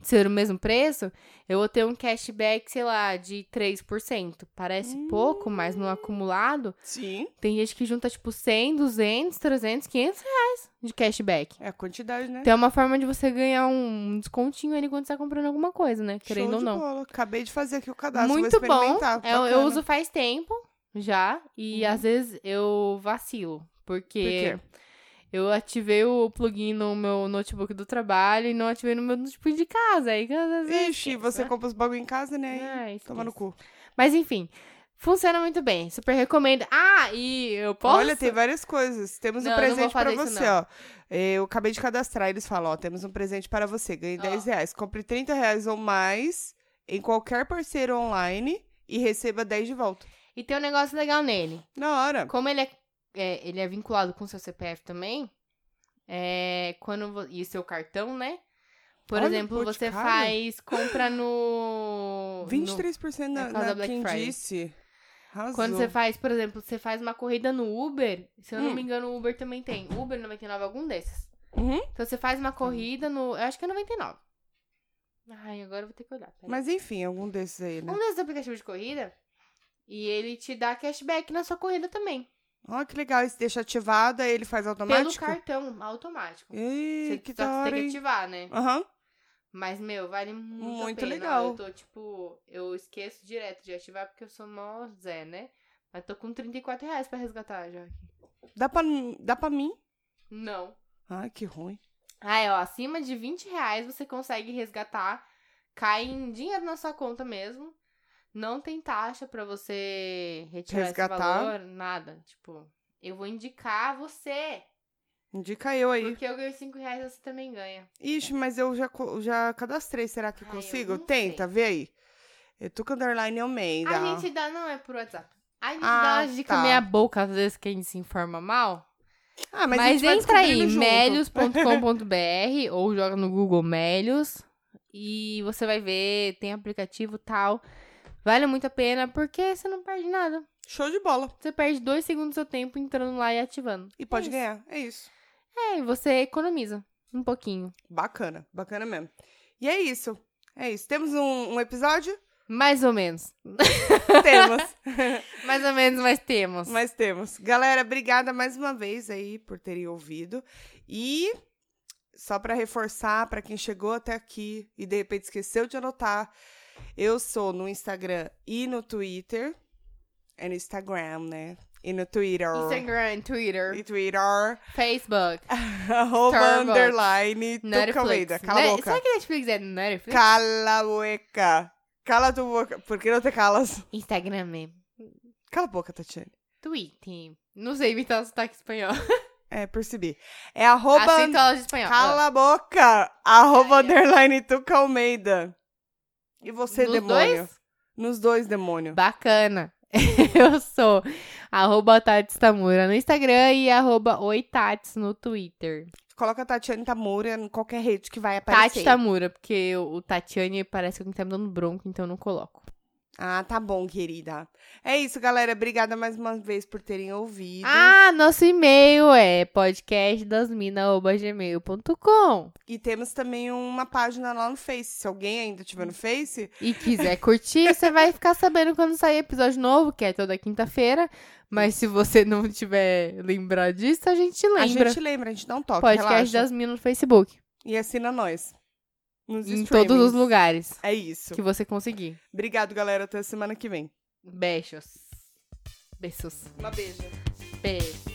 Speaker 2: de ser o mesmo preço, eu vou ter um cashback, sei lá, de 3%. Parece
Speaker 1: Hum.
Speaker 2: pouco, mas no acumulado,
Speaker 1: Sim.
Speaker 2: tem gente que junta tipo 100, 200, 300, 500 reais de cashback.
Speaker 1: É a quantidade, né?
Speaker 2: Então é uma forma de você ganhar um descontinho ali quando você tá comprando alguma coisa, né? Querendo
Speaker 1: Show
Speaker 2: ou
Speaker 1: de
Speaker 2: não.
Speaker 1: bola. Acabei de fazer aqui o cadastro. vou
Speaker 2: Muito bom. É,
Speaker 1: experimentar.
Speaker 2: Eu, eu
Speaker 1: Bacana. Uhum.
Speaker 2: uso faz tempo já. E às vezes eu vacilo. Porque
Speaker 1: Por
Speaker 2: eu ativei o plugin no meu notebook do trabalho e não ativei no meu notebook de casa. Aí, às vezes, eu
Speaker 1: Ixi,
Speaker 2: esqueço,
Speaker 1: você
Speaker 2: né?
Speaker 1: compra os bagulho em casa, né?
Speaker 2: Ah,
Speaker 1: E toma no
Speaker 2: esqueço.
Speaker 1: cu.
Speaker 2: Mas enfim, funciona muito bem. Super recomendo. Ah, e eu posso.
Speaker 1: Olha, tem várias coisas. Temos
Speaker 2: Não,
Speaker 1: um
Speaker 2: eu não vou
Speaker 1: presente pra
Speaker 2: fazer isso,
Speaker 1: você,
Speaker 2: não.
Speaker 1: ó. Eu acabei de cadastrar, eles falam, ó, temos um presente para você. Ganhe
Speaker 2: Ó.
Speaker 1: 10 reais. Compre 30 reais ou mais em qualquer parceiro online e receba 10 de volta.
Speaker 2: E tem um negócio legal nele.
Speaker 1: Na hora.
Speaker 2: Como ele é, é, ele é vinculado com seu CPF também, é, quando vo- e seu cartão, né? Por
Speaker 1: Olha,
Speaker 2: exemplo, você
Speaker 1: Boticário.
Speaker 2: faz compra no.
Speaker 1: 23%
Speaker 2: É
Speaker 1: na, na
Speaker 2: por causa da Black
Speaker 1: quem
Speaker 2: Friday.
Speaker 1: disse.
Speaker 2: no-
Speaker 1: Arrasou.
Speaker 2: Quando você faz, por exemplo, você faz uma corrida no Uber, se eu não
Speaker 1: Hum.
Speaker 2: me engano, o Uber também tem. Uber 99, algum desses.
Speaker 1: Uhum.
Speaker 2: Então você faz uma corrida no. Eu acho que é 99. Ai, agora eu vou ter que olhar. peraí.
Speaker 1: Mas enfim, algum desses aí, né?
Speaker 2: Um desses aplicativos de corrida. E ele te dá cashback na sua corrida também.
Speaker 1: Olha que legal, isso deixa ativado, aí ele faz
Speaker 2: Pelo
Speaker 1: automático.
Speaker 2: cartão, automático.
Speaker 1: Ih,
Speaker 2: Você-
Speaker 1: que
Speaker 2: só
Speaker 1: da
Speaker 2: que você
Speaker 1: hora,
Speaker 2: tem que
Speaker 1: hein?
Speaker 2: ativar, né?
Speaker 1: Aham.
Speaker 2: Mas, meu, vale muito, a
Speaker 1: Muito
Speaker 2: pena.
Speaker 1: legal.
Speaker 2: Eu tô, tipo, eu esqueço direto de ativar porque eu sou mó Zé, né? Mas tô com 34 reais pra resgatar já.
Speaker 1: Dá, pra, dá pra mim?
Speaker 2: Não.
Speaker 1: Ai, que ruim.
Speaker 2: Ah, é, ó, acima de 20 reais você consegue resgatar. Cai em dinheiro na sua conta mesmo. Não tem taxa pra você retirar
Speaker 1: Resgatar.
Speaker 2: esse valor, nada. Tipo, eu vou indicar você.
Speaker 1: Indica eu aí.
Speaker 2: Porque eu ganho 5 reais, você também ganha.
Speaker 1: Ixi, mas eu já, co- já cadastrei, será que eu
Speaker 2: Ai, eu
Speaker 1: consigo?
Speaker 2: não
Speaker 1: Tenta, vê aí. Eu tô com underline Almeida.
Speaker 2: A gente dá, não, é por WhatsApp. A gente
Speaker 1: Ah,
Speaker 2: dá umas dicas
Speaker 1: tá.
Speaker 2: meia boca, às vezes, quem se informa mal.
Speaker 1: Ah, mas, a
Speaker 5: Mas
Speaker 1: gente vai
Speaker 5: entra aí,
Speaker 1: descobrindo junto.
Speaker 2: melios.com.br ou joga no Google Melios e você vai ver, tem aplicativo e tal. Vale muito a pena porque você não perde nada.
Speaker 1: Show de bola.
Speaker 2: Você perde dois segundos do seu tempo entrando lá e ativando.
Speaker 1: E pode
Speaker 2: isso.
Speaker 1: ganhar, é isso.
Speaker 2: É, e você economiza um pouquinho.
Speaker 1: Bacana, bacana mesmo. E é isso, é isso. Temos um, um episódio?
Speaker 2: Mais ou menos.
Speaker 1: temos,
Speaker 2: Mais ou menos, mas temos.
Speaker 1: mas temos. Galera, obrigada mais uma vez aí por terem ouvido. E só pra reforçar, pra quem chegou até aqui e de repente esqueceu de anotar, eu sou no Instagram e no Twitter. É no Instagram, né? E no Twitter.
Speaker 2: Instagram, Twitter,
Speaker 1: E Ah, Twitter.
Speaker 2: Facebook,
Speaker 1: Arroba
Speaker 2: Starbucks.
Speaker 1: underline. Tuca Almeida.
Speaker 2: Netflix.
Speaker 1: Cala a
Speaker 2: Ne-
Speaker 1: boca.
Speaker 2: Né? Será que Netflix é Netflix?
Speaker 1: Cala a boca. Cala tu boca. Por que não te calas?
Speaker 2: Instagram mesmo.
Speaker 1: Cala a boca, Tatiane.
Speaker 2: Twitter. Não sei imitar o sotaque espanhol.
Speaker 1: É, percebi. É arroba...
Speaker 2: Aceito aula de espanhol.
Speaker 1: Cala a boca. Arroba
Speaker 2: Ah, é.
Speaker 1: underline Tuca Almeida. E você,
Speaker 2: Nos
Speaker 1: demônio?
Speaker 2: dois?
Speaker 1: Nos dois, demônio.
Speaker 2: Bacana. Eu sou arroba Tati Tamura no Instagram e arroba Oi Tats no Twitter.
Speaker 1: Coloca a Tatiane Tamura em qualquer rede que vai aparecer.
Speaker 2: Tati Tamura, porque o o Tatiane parece que alguém tá me dando bronco, então eu não coloco.
Speaker 1: Ah, tá bom, querida. É isso, galera. Obrigada mais uma vez por terem ouvido.
Speaker 2: Ah, nosso e-mail é podcastdasmina.gmail.com
Speaker 1: E temos também uma página lá no Face. Se alguém ainda tiver no Face,
Speaker 2: E quiser curtir, você vai ficar sabendo quando sair episódio novo, que é toda quinta-feira. Mas se você não tiver lembrado disso, a gente
Speaker 1: a
Speaker 2: lembra.
Speaker 1: gente lembra, a gente dá um toque.
Speaker 2: Podcast
Speaker 1: relaxa.
Speaker 2: das Minas no Facebook.
Speaker 1: E assina nós. Nos
Speaker 2: em todos os
Speaker 1: streamings.
Speaker 2: lugares
Speaker 1: É isso.
Speaker 2: que você conseguir.
Speaker 1: Obrigado, galera. Até semana que vem.
Speaker 2: Beijos. Beijos.
Speaker 1: Uma beija.
Speaker 2: Beijos.